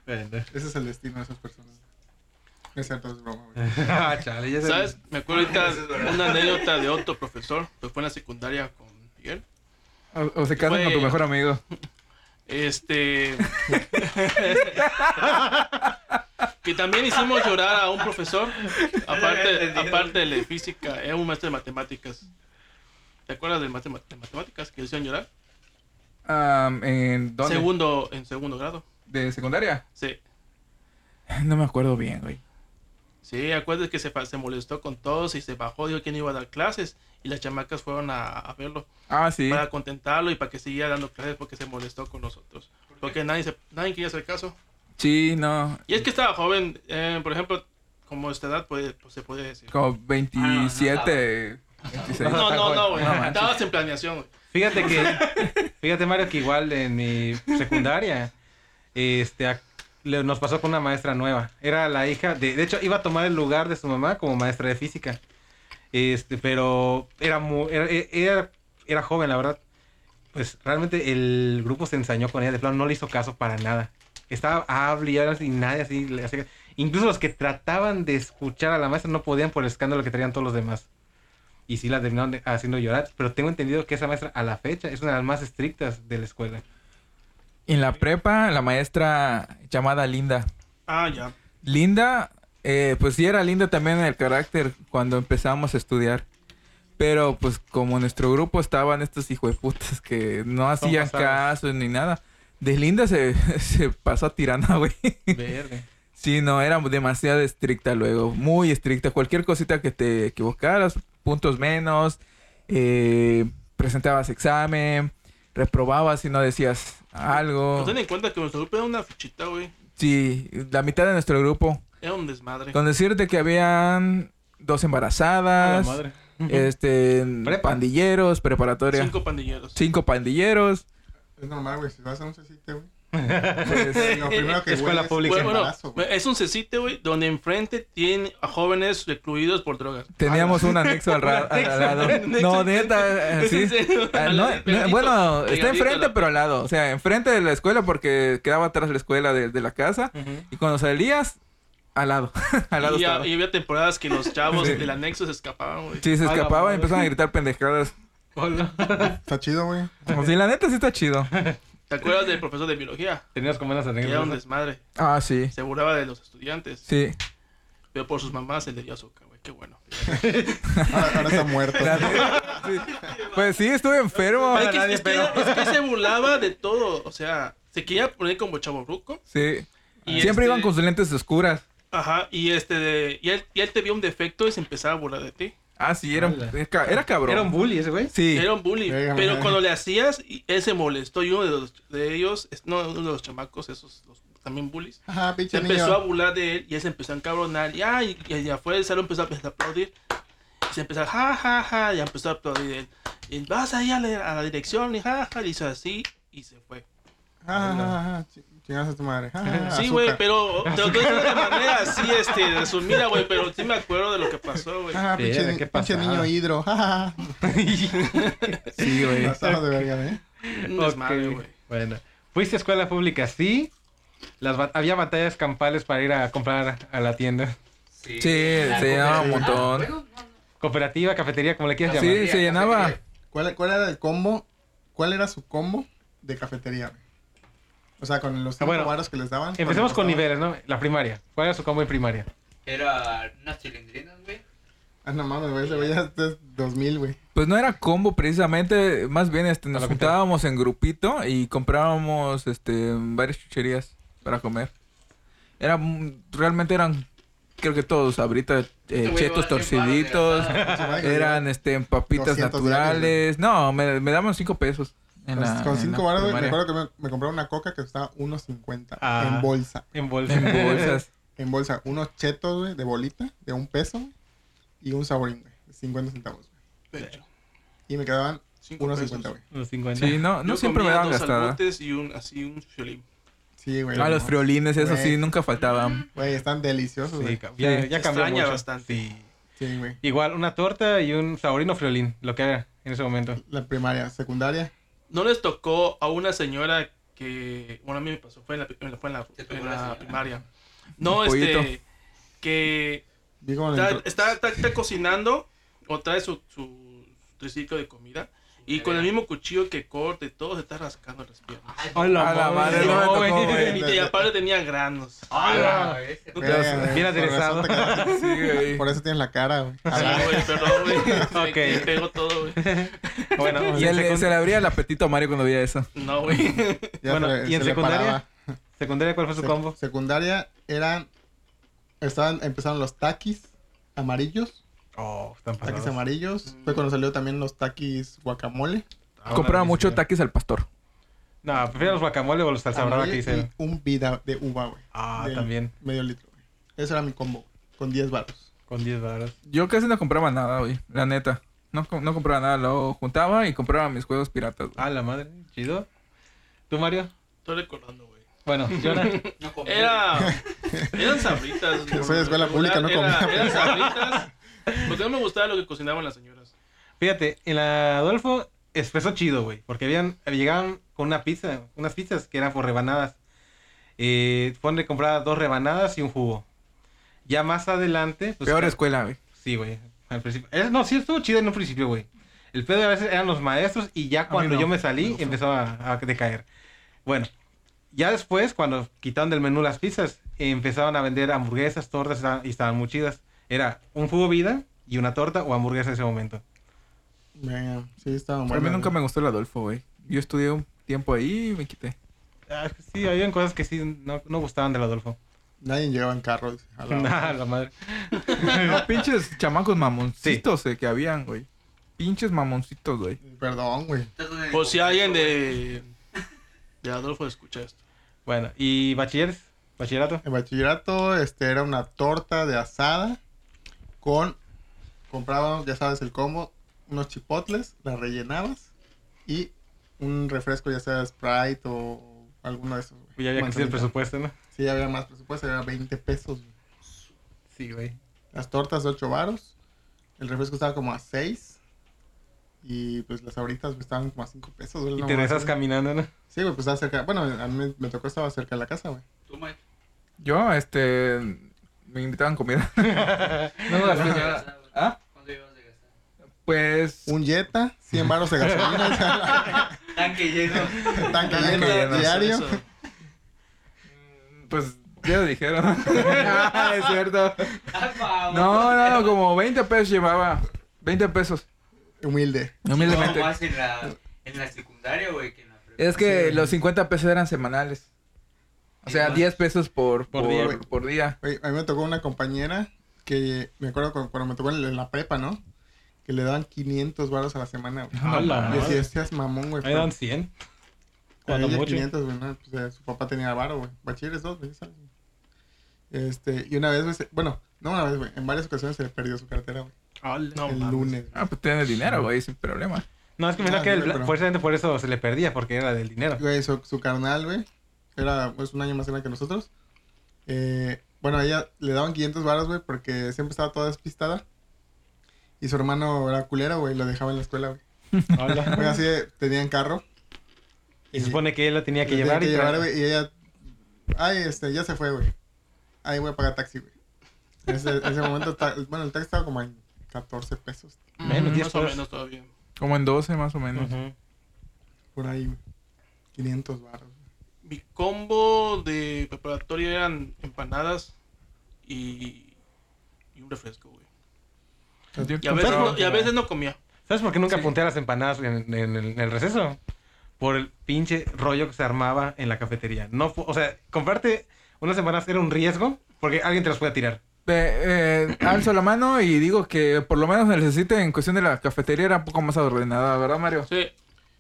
Speaker 2: Bueno.
Speaker 3: Ese es el destino de esas personas. No es cierto, es broma, güey.
Speaker 2: Ah, chale, ya se-
Speaker 5: ¿Sabes? Me acuerdo ahorita de una anécdota de otro profesor, pues fue en la secundaria con Miguel.
Speaker 1: O, o se casan con tu
Speaker 5: Güey.
Speaker 1: mejor amigo.
Speaker 5: Este. que también hicimos llorar a un profesor, aparte, aparte de física, es un maestro de matemáticas. ¿Te acuerdas del maestro de mate- matemáticas que le hicieron llorar?
Speaker 1: Am, ¿En dónde?
Speaker 5: Segundo, en segundo grado.
Speaker 1: ¿De secundaria?
Speaker 5: Sí.
Speaker 1: No me acuerdo bien, güey.
Speaker 5: Sí, acuérdate que se, fa- se molestó con todos y se bajó, dijo que no iba a dar clases y las chamacas fueron a, a verlo
Speaker 1: Ah, sí.
Speaker 5: para contentarlo y para que siguiera dando clases porque se molestó con nosotros. Porque nadie, se, nadie quería hacer caso.
Speaker 1: Sí, no.
Speaker 5: Y es que estaba joven, eh, por ejemplo, como esta edad pues, pues se puede decir.
Speaker 1: Como 27, 26.
Speaker 5: Ah, No, no, no, güey.
Speaker 1: No manches.
Speaker 5: Estabas en planeación, güey.
Speaker 2: Fíjate que, fíjate Mario, que igual en mi secundaria, este, ac- le- nos pasó con una maestra nueva. Era la hija de, de hecho, iba a tomar el lugar de su mamá como maestra de física. Este, pero era mu- era, e, era, era joven, la verdad. Pues realmente el grupo se ensañó con ella, de plano no le hizo caso para nada. Estaba hable y hable y nadie así. le hacía- Incluso los que trataban de escuchar a la maestra no podían por el escándalo que traían todos los demás y sí la terminaron de- haciendo llorar, pero tengo entendido que esa maestra a la fecha es una de las más estrictas de la escuela.
Speaker 1: En la prepa, la maestra llamada Linda.
Speaker 5: Ah, ya.
Speaker 1: Linda, eh, pues sí era linda también en el carácter cuando empezamos a estudiar. Pero pues como nuestro grupo estaban estos hijos de putas que no
Speaker 2: Son
Speaker 1: hacían
Speaker 2: pasados.
Speaker 1: caso ni nada. De Linda se, se pasó a tirana, güey.
Speaker 2: Verde.
Speaker 1: Sí, no, era demasiado estricta luego, muy estricta. Cualquier cosita que te equivocaras, puntos menos, eh, presentabas examen, reprobabas si no decías algo.
Speaker 5: No
Speaker 2: Pues,
Speaker 5: ten en cuenta que nuestro grupo era una fichita, güey.
Speaker 1: Sí, la mitad de nuestro grupo.
Speaker 5: Era un desmadre.
Speaker 1: Con decirte que habían dos
Speaker 2: A la
Speaker 1: embarazadas,
Speaker 2: madre.
Speaker 1: este,
Speaker 2: Prepa.
Speaker 1: pandilleros, preparatoria. Cinco,
Speaker 5: Cinco pandilleros.
Speaker 1: pandilleros.
Speaker 3: Es normal, güey. Si vas a un cecite, güey.
Speaker 1: pues,
Speaker 3: Lo primero que huele
Speaker 2: Escuela
Speaker 3: es
Speaker 2: pública.
Speaker 5: Bueno, bueno,
Speaker 3: embarazo, güey.
Speaker 5: es un cecite, güey, donde enfrente tienen a jóvenes recluidos por drogas.
Speaker 1: teníamos un anexo al, ra- al- al lado.
Speaker 5: anexo
Speaker 1: No,
Speaker 5: enfrente.
Speaker 1: neta,
Speaker 5: Es
Speaker 1: sí.
Speaker 5: en serio.
Speaker 1: Ah,
Speaker 5: Al
Speaker 1: no,
Speaker 5: lado,
Speaker 1: no,
Speaker 5: pegadito,
Speaker 1: bueno,
Speaker 5: pegadito
Speaker 1: está
Speaker 5: a
Speaker 1: enfrente,
Speaker 5: la-
Speaker 1: pero al lado. O sea, enfrente de la escuela porque quedaba atrás la escuela de, de la casa. Y cuando salías, al lado. al lado
Speaker 5: Y,
Speaker 1: estaba.
Speaker 5: a- y había temporadas que los chavos
Speaker 1: Sí.
Speaker 5: del anexo se escapaban, güey. Ah,
Speaker 1: Sí, se
Speaker 2: A la
Speaker 1: escapaba y
Speaker 2: madre.
Speaker 1: empezaban a gritar pendejadas.
Speaker 2: Hola.
Speaker 3: Está chido, güey.
Speaker 1: Como si la neta sí está chido.
Speaker 5: ¿Te acuerdas del profesor de biología?
Speaker 2: Tenías con buenas
Speaker 5: Que era un
Speaker 2: anécdotas.
Speaker 5: desmadre.
Speaker 1: Ah, sí.
Speaker 5: Se burlaba de los estudiantes.
Speaker 1: Sí.
Speaker 5: Pero por sus mamás se le dio azúcar, güey. Qué bueno.
Speaker 3: Ahora, ahora está muerto.
Speaker 1: La- sí. Pues sí, estuve enfermo.
Speaker 5: es, que, es que era- es que se burlaba de todo. O sea, se quería poner como chavo ruco.
Speaker 1: Sí.
Speaker 5: Y
Speaker 1: Siempre
Speaker 5: este-
Speaker 1: iban con sus lentes oscuras.
Speaker 5: Ajá. Y este de- y él, y él te vio un defecto y se empezaba a burlar de ti.
Speaker 1: Ah, sí, era,
Speaker 2: Hola.
Speaker 1: era ca- era cabrón.
Speaker 2: Era un bully ese güey.
Speaker 1: Sí.
Speaker 5: Era un bully.
Speaker 3: Venga,
Speaker 5: pero
Speaker 3: madre.
Speaker 5: cuando le hacías, y él se molestó. Y uno de, los- de ellos, es- no, uno de los chamacos, esos los- también bullies,
Speaker 3: Ajá,
Speaker 5: se
Speaker 3: pinche
Speaker 5: empezó a
Speaker 3: niño.
Speaker 5: burlar de él. Y él se empezó a encabronar. Y, ay, y allá afuera del salón empezó a aplaudir. Y se empezó a ja, ja, ja. Y empezó a aplaudir él. Y vas ahí a la, a la dirección. Y ja, ja. Y hizo así. Y se fue.
Speaker 3: Ajá, ajá, ajá. Chi- Chingas a tu madre. Ajá,
Speaker 2: Ah,
Speaker 3: ajá,
Speaker 5: Sí,
Speaker 3: azúcar.
Speaker 5: güey, pero te lo estoy diciendo de manera así, este, resumida, güey, pero sí me acuerdo de lo que pasó, güey.
Speaker 3: Ajá, pinche,
Speaker 2: Verga,
Speaker 3: ni-
Speaker 2: qué
Speaker 3: pinche
Speaker 2: pasada.
Speaker 3: niño hidro. Ajá,
Speaker 1: Sí, güey.
Speaker 3: Pasado de verga, ¿eh?
Speaker 5: Un
Speaker 2: Ok.
Speaker 5: desmadre, güey.
Speaker 2: Bueno. Fuiste a escuela pública, sí. Las ba- había batallas campales para ir a comprar a la tienda.
Speaker 4: Sí,
Speaker 1: se
Speaker 4: la
Speaker 1: llenaba un
Speaker 4: cooperativa.
Speaker 1: montón.
Speaker 4: Ah, bueno,
Speaker 2: Cooperativa, cafetería, como le quieras
Speaker 4: no,
Speaker 1: Sí,
Speaker 2: llamar.
Speaker 4: cafetería,
Speaker 1: se llenaba.
Speaker 4: cafetería.
Speaker 3: ¿Cuál, ¿Cuál era el combo? ¿Cuál era su combo de cafetería? güey? O sea, con los
Speaker 2: Ah,
Speaker 3: cinco
Speaker 2: bueno.
Speaker 3: varos que les daban.
Speaker 2: Empecemos con
Speaker 3: cuando costaban.
Speaker 2: niveles, ¿no? La primaria. ¿Cuál era su combo en primaria?
Speaker 4: Era unas cilindrinas, güey.
Speaker 3: Ah, no mames, güey. Ese güey ya es 2000, güey.
Speaker 1: Pues no era combo precisamente, más bien este,
Speaker 2: A
Speaker 1: nos
Speaker 2: lo que te-
Speaker 1: juntábamos en grupito y comprábamos este, varias chucherías para comer. Era, mm, realmente eran, creo que todos, ahorita, eh,
Speaker 4: Este güey
Speaker 1: chetos
Speaker 4: llevaba cien varos de
Speaker 1: torciditos,
Speaker 3: asada.
Speaker 1: eran este, papitas
Speaker 3: 200
Speaker 1: naturales. no, me, me daban cinco pesos. en
Speaker 3: Con-
Speaker 1: la-
Speaker 3: con
Speaker 1: en la
Speaker 3: 5 varos, güey. Me
Speaker 1: primaria.
Speaker 3: acuerdo que me, me compraba una coca que costaba 1.50
Speaker 2: Ah.
Speaker 3: en bolsa.
Speaker 2: En bolsa.
Speaker 1: En bolsas.
Speaker 3: En bolsa, unos chetos, güey, de bolita, de un peso, güey, y un saborín, güey. 50 centavos. güey.
Speaker 5: De hecho.
Speaker 3: Y me quedaban
Speaker 5: Cinco pesos.
Speaker 3: 1.50, güey.
Speaker 2: Los 50.
Speaker 1: Sí, no, no
Speaker 5: Yo
Speaker 1: siempre me
Speaker 5: comía
Speaker 1: daban
Speaker 5: dos
Speaker 1: gastada.
Speaker 5: albutes y un, así un friolín.
Speaker 3: Sí, güey.
Speaker 1: Ah,
Speaker 3: no.
Speaker 1: los friolines, eso sí,
Speaker 3: Güey.
Speaker 1: nunca faltaban.
Speaker 3: Güey, están deliciosos,
Speaker 2: Sí,
Speaker 3: güey.
Speaker 2: ca- ya,
Speaker 1: Sí.
Speaker 2: ya
Speaker 5: Se
Speaker 2: cambió
Speaker 5: extraña
Speaker 2: mucho.
Speaker 5: bastante.
Speaker 2: Sí.
Speaker 3: Sí, güey.
Speaker 2: Igual una torta y un saborino friolín, lo que era en ese momento.
Speaker 3: La primaria, secundaria.
Speaker 5: ¿No les tocó a una señora que, bueno, a mí me pasó, fue en la, en la- fue en la-
Speaker 4: Te tocó
Speaker 5: en
Speaker 4: la
Speaker 5: la
Speaker 4: señora.
Speaker 5: primaria? No,
Speaker 1: Un pollito.
Speaker 5: este, que
Speaker 3: Digo, en el-
Speaker 5: está, está- está- está cocinando o trae su, su triciclo de comida y con el mismo cuchillo que corte y todo se está rascando las piernas.
Speaker 1: A la madre, no me
Speaker 2: No,
Speaker 1: tocó,
Speaker 2: güey.
Speaker 1: güey.
Speaker 5: Y, te- y aparte tenía granos.
Speaker 4: ¡Hala!
Speaker 5: No
Speaker 3: Güey,
Speaker 5: te-
Speaker 3: güey, por
Speaker 2: bien
Speaker 3: razón
Speaker 2: aderezado.
Speaker 3: te quedaste-
Speaker 1: Sí, güey.
Speaker 3: Por eso tienes la cara, güey. A
Speaker 5: Sí,
Speaker 3: la-
Speaker 5: güey, perdón, güey.
Speaker 2: Ok.
Speaker 5: Se me pegó todo, güey.
Speaker 2: Bueno,
Speaker 1: Y
Speaker 2: en
Speaker 1: él-
Speaker 2: secund-
Speaker 1: se le abría el apetito a Mario cuando veía eso.
Speaker 5: No, güey.
Speaker 3: ya
Speaker 2: Bueno,
Speaker 3: se le-
Speaker 2: ¿y en
Speaker 3: se le
Speaker 2: secundaria?
Speaker 3: paraba.
Speaker 2: secundaria, ¿cuál fue su
Speaker 3: Sec-
Speaker 2: combo?
Speaker 3: Secundaria eran. Estaban, empezaron los taquis amarillos.
Speaker 2: Oh, están
Speaker 3: Taquis
Speaker 2: pasados.
Speaker 3: amarillos. Fue cuando salió también los taquis guacamole.
Speaker 2: Ah,
Speaker 1: Compraba
Speaker 2: una
Speaker 1: mucho
Speaker 2: delicia.
Speaker 1: taquis al pastor.
Speaker 2: No, prefiero los guacamole o los salsa brava que
Speaker 3: Amarillo
Speaker 2: dicen.
Speaker 3: y un vida de uva, güey.
Speaker 2: Ah,
Speaker 3: Del
Speaker 2: también.
Speaker 3: Medio litro, güey. Ese era mi combo, güey, con 10 baros.
Speaker 2: Con 10 baros.
Speaker 1: Yo casi no compraba nada, güey. La neta. No, co- no compraba nada. Lo juntaba y compraba mis juegos piratas, güey.
Speaker 2: Ah, la madre. Chido. ¿Tú, Mario?
Speaker 5: Estoy recordando, güey.
Speaker 2: Bueno, Jonah.
Speaker 4: No comía.
Speaker 5: Era. Eran sabritas.
Speaker 3: Soy de
Speaker 5: por lo
Speaker 3: escuela
Speaker 5: regular,
Speaker 3: pública, no
Speaker 5: era-
Speaker 3: comía.
Speaker 5: Eran sabritas. Porque no me gustaba lo que cocinaban las señoras.
Speaker 2: Fíjate, en la Adolfo expresó chido, güey. Porque habían, llegaban con una pizza, unas pizzas que eran por rebanadas. Eh, ponle compraba dos rebanadas y un jugo. Ya más adelante. pues,
Speaker 1: Peor escuela, güey.
Speaker 2: Sí, güey. Al principio. es- no, sí estuvo chido en un principio, güey. El pedo a veces eran los maestros y ya cuando
Speaker 1: no,
Speaker 2: yo me
Speaker 1: me
Speaker 2: salí
Speaker 1: gustó.
Speaker 2: empezó a, a decaer. Bueno, ya después, cuando quitaron del menú las pizzas, empezaban a vender hamburguesas, tortas estaban- y estaban muy chidas. Era un jugo vida y una torta o hamburguesa en ese momento.
Speaker 3: Vean, sí, estaban
Speaker 1: a
Speaker 3: buenos.
Speaker 1: mí nunca
Speaker 3: güey.
Speaker 1: me gustó el Adolfo, güey. Yo estudié un tiempo ahí y me quité.
Speaker 2: Ah, es que sí, habían cosas que sí no, no gustaban del Adolfo.
Speaker 3: Nadie llegaba en carro. dice, a la-
Speaker 2: Nah, la madre.
Speaker 1: No, pinches chamacos mamoncitos eh, que habían, güey. Pinches mamoncitos, güey.
Speaker 3: Perdón, güey.
Speaker 4: Entonces,
Speaker 5: Por Pues si alguien de. De Adolfo escucha esto.
Speaker 2: Bueno, ¿y bachilleres? ¿Bachillerato?
Speaker 3: En bachillerato, este, era una torta de asada con... Comprábamos, ya sabes, el combo, unos chipotles, las rellenabas y un refresco, ya sea Sprite o alguno de esos, güey.
Speaker 2: Pues Ya había crecido
Speaker 3: Manzanita.
Speaker 2: el presupuesto, ¿no?
Speaker 3: Sí, había más presupuesto, era 20 pesos, güey.
Speaker 2: Sí, güey.
Speaker 3: Las tortas de 8 varos. El refresco estaba como a 6. Y pues las ahoritas pues, estaban como a 5 pesos. güey,
Speaker 2: Y
Speaker 3: no
Speaker 2: te
Speaker 3: mames,
Speaker 2: regresas
Speaker 3: güey.
Speaker 2: caminando, ¿no?
Speaker 3: Sí, güey, pues estaba cerca. Bueno, a mí me tocó estaba cerca de la casa, güey.
Speaker 4: Tú, Mike.
Speaker 1: Yo, este. Me invitaban comida. no, no,
Speaker 4: ¿Cuánto llevas
Speaker 1: no.
Speaker 4: de gastar?
Speaker 1: ¿Ah?
Speaker 4: ¿Cuánto llevas de gastar?
Speaker 1: Pues.
Speaker 3: Un Jetta, 100 varos de gasolina, o sea,
Speaker 4: Tanque lleno.
Speaker 3: tanque
Speaker 1: Tanque
Speaker 3: lleno
Speaker 1: lleno,
Speaker 3: Ah, diario.
Speaker 5: Eso, eso.
Speaker 1: Pues ya lo dijeron. Ah, es cierto.
Speaker 4: Al favor.
Speaker 1: No, no, no, como 20 pesos llevaba. 20 pesos.
Speaker 3: Humilde.
Speaker 1: Humildemente.
Speaker 4: No, más en la, en la secundaria, güey, que en la prepa.
Speaker 1: Es que los 50 pesos eran semanales. O sea,
Speaker 4: Igual.
Speaker 1: 10 pesos por,
Speaker 2: Por
Speaker 1: por, por
Speaker 2: día,
Speaker 1: día,
Speaker 3: güey. Güey, a mí me tocó una compañera que me acuerdo cuando, cuando me tocó en la- en la prepa, ¿no? Que le daban 500 varos a la semana, güey.
Speaker 2: A la
Speaker 3: Y decía,
Speaker 2: madre.
Speaker 3: "Seas mamón, güey. pues,
Speaker 2: Ahí dan 100.
Speaker 3: Cuando
Speaker 2: Cuando mucho.
Speaker 3: 500, güey, ¿no? Pues, eh, su papá tenía varo, güey. Bachilleres dos, güey, ¿sabes? Este, y una vez, güey, se- bueno, no una vez, güey, en varias ocasiones se le perdió su cartera, güey.
Speaker 5: No,
Speaker 3: el
Speaker 5: mames.
Speaker 3: lunes.
Speaker 1: Ah, pues tiene dinero, güey, sin problema.
Speaker 2: No, es que me da
Speaker 3: Ah,
Speaker 2: que el
Speaker 3: sí, pero-
Speaker 2: pla- precisamente por eso se le perdía, porque era del dinero.
Speaker 3: Güey, su, su carnal, güey, era, pues, un año más grande que nosotros. Eh, bueno, a ella le daban 500 varos, güey, porque siempre estaba toda despistada. Y su hermano era culero, güey, lo dejaba en la escuela, güey. Güey,
Speaker 2: Hola.
Speaker 3: así de- tenían carro.
Speaker 2: Y se supone que él lo tenía que
Speaker 3: Lo
Speaker 2: llevar.
Speaker 3: tenía
Speaker 2: y
Speaker 3: que
Speaker 2: traer-
Speaker 3: llevar, güey, y ella. Ay, este, ya se fue, güey. Ahí voy a pagar taxi, güey. En ese, en ese momento, ta- bueno, el taxi estaba como en 14 pesos,
Speaker 2: Menos,
Speaker 5: Mm,
Speaker 2: 10
Speaker 5: Más o
Speaker 2: pesos.
Speaker 5: menos todavía.
Speaker 1: Como en 12 más o menos.
Speaker 2: Ujú.
Speaker 3: por ahí, güey. 500 baros.
Speaker 5: Mi combo de preparatoria eran empanadas y. y un refresco, güey.
Speaker 1: Yo
Speaker 5: Y a veces
Speaker 1: compraba-
Speaker 5: no- y a veces no comía.
Speaker 2: ¿Sabes por qué nunca
Speaker 1: Sí.
Speaker 2: apunté a las empanadas en, en el, en el receso? Por el pinche rollo que se armaba en la cafetería. No, fu- o sea, comprarte unas empanadas era un riesgo porque alguien te las podía tirar.
Speaker 1: Eh, eh, alzo la mano y digo que por lo menos necesite en cuestión de la cafetería era un poco más ordenada, ¿verdad, Mario?
Speaker 5: Sí,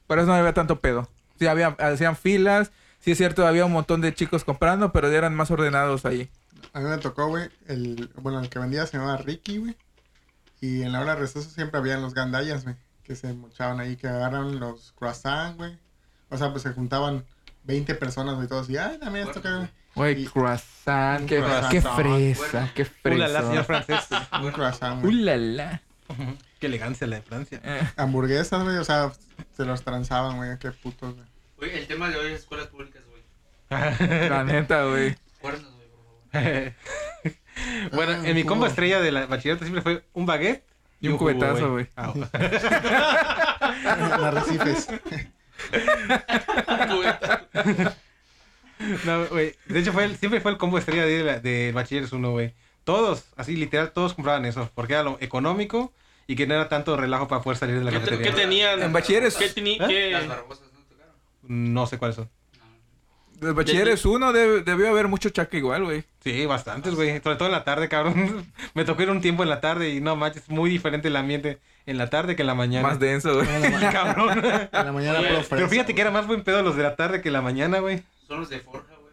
Speaker 1: Por eso no había tanto pedo. Sí, había, hacían filas. Sí, es cierto, había un montón de chicos comprando, pero eran más ordenados ahí.
Speaker 3: A mí me tocó, güey, el, bueno, el que vendía se llamaba Ricky, güey. Y en la hora de receso siempre habían los gandallas, güey, que se mochaban ahí, que agarran los croissants, güey. O sea, pues se juntaban 20 personas, güey, todos. Y, ay, dame esto, que...
Speaker 1: Güey,
Speaker 3: Y-
Speaker 1: croissant,
Speaker 3: Un
Speaker 1: qué,
Speaker 3: croissant.
Speaker 1: qué fresa, qué
Speaker 2: Ulala, señor
Speaker 1: fresa.
Speaker 2: francés.
Speaker 3: Un croissant, güey.
Speaker 1: Ulala.
Speaker 2: Qué elegancia la de Francia.
Speaker 1: Eh,
Speaker 3: Hamburguesas, güey, o sea, se los tranzaban, güey, qué putos, güey.
Speaker 4: Oye, el tema de hoy es escuelas públicas, güey.
Speaker 1: La neta, güey.
Speaker 4: Cuernos, güey, por favor.
Speaker 2: bueno, en mi combo estrella de la bachillerato siempre fue un baguette
Speaker 1: Y un cubetazo, güey.
Speaker 2: Ah, bueno.
Speaker 3: Ah, En Arrecifes.
Speaker 2: No, güey. De hecho, fue el- siempre fue el combo estrella de, la- de Bachilleres 1, güey. Todos, así literal, todos compraban eso. Porque era lo económico y que no era tanto relajo para poder salir de la
Speaker 5: ¿Qué, te-
Speaker 2: cafetería.
Speaker 5: qué tenían?
Speaker 1: En bachilleres.
Speaker 5: ¿Qué teni-
Speaker 2: ¿Eh?
Speaker 5: qué-
Speaker 4: Las barbosas no tocaron.
Speaker 2: No sé cuáles son.
Speaker 1: Los bachilleres uno debe- debió haber mucho chaca igual, güey.
Speaker 2: Sí, bastantes, güey. Sobre todo en la tarde, cabrón. Me tocó ir un tiempo en la tarde y no manches, muy diferente el ambiente en la tarde que en la mañana.
Speaker 1: Más denso, güey.
Speaker 3: En la ma-
Speaker 2: cabrón.
Speaker 3: en la mañana,
Speaker 5: Oye,
Speaker 3: puro
Speaker 2: Pero
Speaker 3: fresco,
Speaker 2: fíjate que era más buen pedo los de la tarde que la mañana, güey.
Speaker 4: Son los de Forja, güey.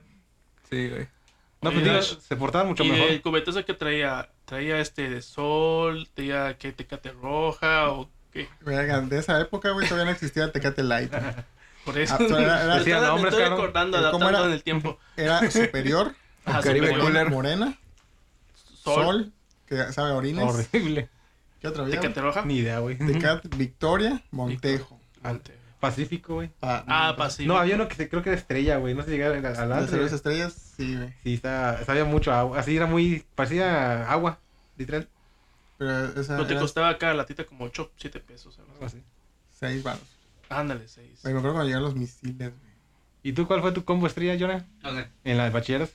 Speaker 1: Sí, güey.
Speaker 2: No, pues
Speaker 5: Oye,
Speaker 2: digo,
Speaker 5: Nash.
Speaker 2: se portaban mucho
Speaker 5: y
Speaker 2: mejor.
Speaker 5: el cubetazo que traía, traía este de sol, traía que tecate roja o qué.
Speaker 3: Verga, de esa época, güey, todavía no existía Tecate Light. güey.
Speaker 5: Por eso.
Speaker 3: Ah, pero era- era-
Speaker 5: Me
Speaker 2: Hacían
Speaker 5: estoy- me
Speaker 2: hombres,
Speaker 5: estoy
Speaker 2: cabrón.
Speaker 5: recordando,
Speaker 3: ¿Cómo
Speaker 5: adaptando
Speaker 3: era?
Speaker 5: en el tiempo.
Speaker 3: Era superior,
Speaker 5: Ajá,
Speaker 1: Caribe
Speaker 5: superior.
Speaker 1: Cooler.
Speaker 3: morena, sol,
Speaker 5: Sol,
Speaker 3: que sabe a orines.
Speaker 2: Horrible.
Speaker 3: ¿Qué otra había?
Speaker 5: tecate roja.
Speaker 2: Ni idea, güey.
Speaker 3: Tecate, Victoria, Montejo.
Speaker 2: Pacífico, güey.
Speaker 3: Pa-
Speaker 5: Ah, pasivo.
Speaker 2: Ah, No, había uno que se- creo que era estrella, güey. No se llegaba al, al
Speaker 3: Las
Speaker 2: antro,
Speaker 3: cervezas
Speaker 2: güey.
Speaker 3: estrellas, sí, güey.
Speaker 2: Sí, estaba- sabía mucho a agua. Así era muy. Parecía agua, literal.
Speaker 3: Pero esa
Speaker 5: Pero te
Speaker 3: era
Speaker 5: costaba cada latita como 8, 7 pesos. algo
Speaker 2: Algo
Speaker 5: así.
Speaker 2: así.
Speaker 3: seis baros.
Speaker 2: Ah.
Speaker 5: Ándale, 6.
Speaker 3: Me acuerdo cuando llegaron los misiles, güey.
Speaker 2: ¿Y tú cuál fue tu combo estrella, Jonah?
Speaker 4: ¿Dónde?
Speaker 2: En las bachilleras.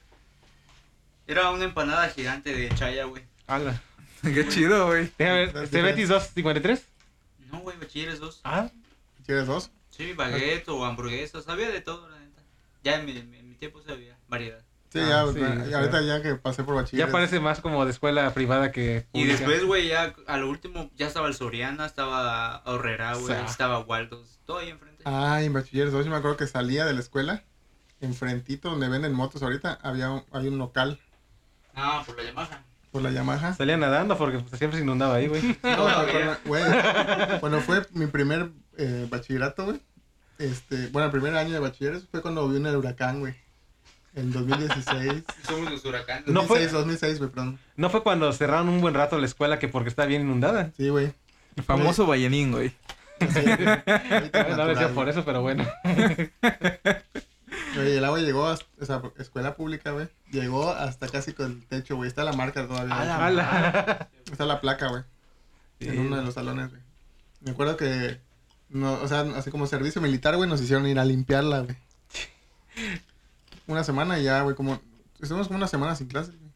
Speaker 4: Era una empanada gigante de chaya, güey.
Speaker 2: Ala.
Speaker 1: Qué chido, güey.
Speaker 2: Déjame ver. este,
Speaker 3: Estás
Speaker 2: ¿Cebetis 253?
Speaker 4: No, güey, bachilleres dos.
Speaker 2: Ah.
Speaker 3: ¿Quieres dos?
Speaker 4: Sí, baguette o hamburguesas. Sabía de todo, la neta. Ya en mi, en mi tiempo sabía. Variedad.
Speaker 3: Sí,
Speaker 2: Ah,
Speaker 3: ya,
Speaker 2: sí,
Speaker 3: güey,
Speaker 2: sí.
Speaker 3: ahorita ya que pasé por bachiller.
Speaker 2: Ya parece más como de escuela privada que.
Speaker 4: Y
Speaker 2: pública.
Speaker 4: después, güey, ya a lo último, ya estaba el Soriana, estaba Horrera, güey,
Speaker 2: Sa.
Speaker 4: estaba Waldos, todo ahí enfrente.
Speaker 3: Ay, en bachiller dos, yo me acuerdo que salía de la escuela, enfrentito donde venden motos ahorita, había un, hay un local
Speaker 4: No, por la Yamaha.
Speaker 3: por la Yamaha.
Speaker 2: Salía nadando porque pues, siempre se inundaba ahí, güey.
Speaker 3: No,
Speaker 4: No,
Speaker 3: pero cuando-
Speaker 4: ya.
Speaker 3: güey, cuando fue mi primer eh, bachillerato, güey. Este, bueno, el primer año de bachilleres fue cuando vino el huracán, güey. En 2016.
Speaker 4: Somos los huracanes.
Speaker 2: No fue-
Speaker 3: 2006, 2006, güey, perdón.
Speaker 2: No fue cuando cerraron un buen rato la escuela que porque está bien inundada.
Speaker 3: Sí, güey.
Speaker 1: El famoso ballenín, güey.
Speaker 3: Así, güey. Ahorita
Speaker 2: No lo decía
Speaker 3: natural,
Speaker 2: por eso, pero bueno.
Speaker 3: Güey, el agua llegó hasta, o sea, escuela pública, güey. Llegó hasta casi con el techo, güey. Está la marca todavía. güey.
Speaker 2: Ala.
Speaker 3: Está la placa, güey.
Speaker 2: Sí.
Speaker 3: En uno de los salones, güey. Me acuerdo que, no, o sea, así como servicio militar, güey, nos hicieron ir a limpiarla, güey. Una semana y ya, güey, como... Estuvimos como una semana sin clases, güey.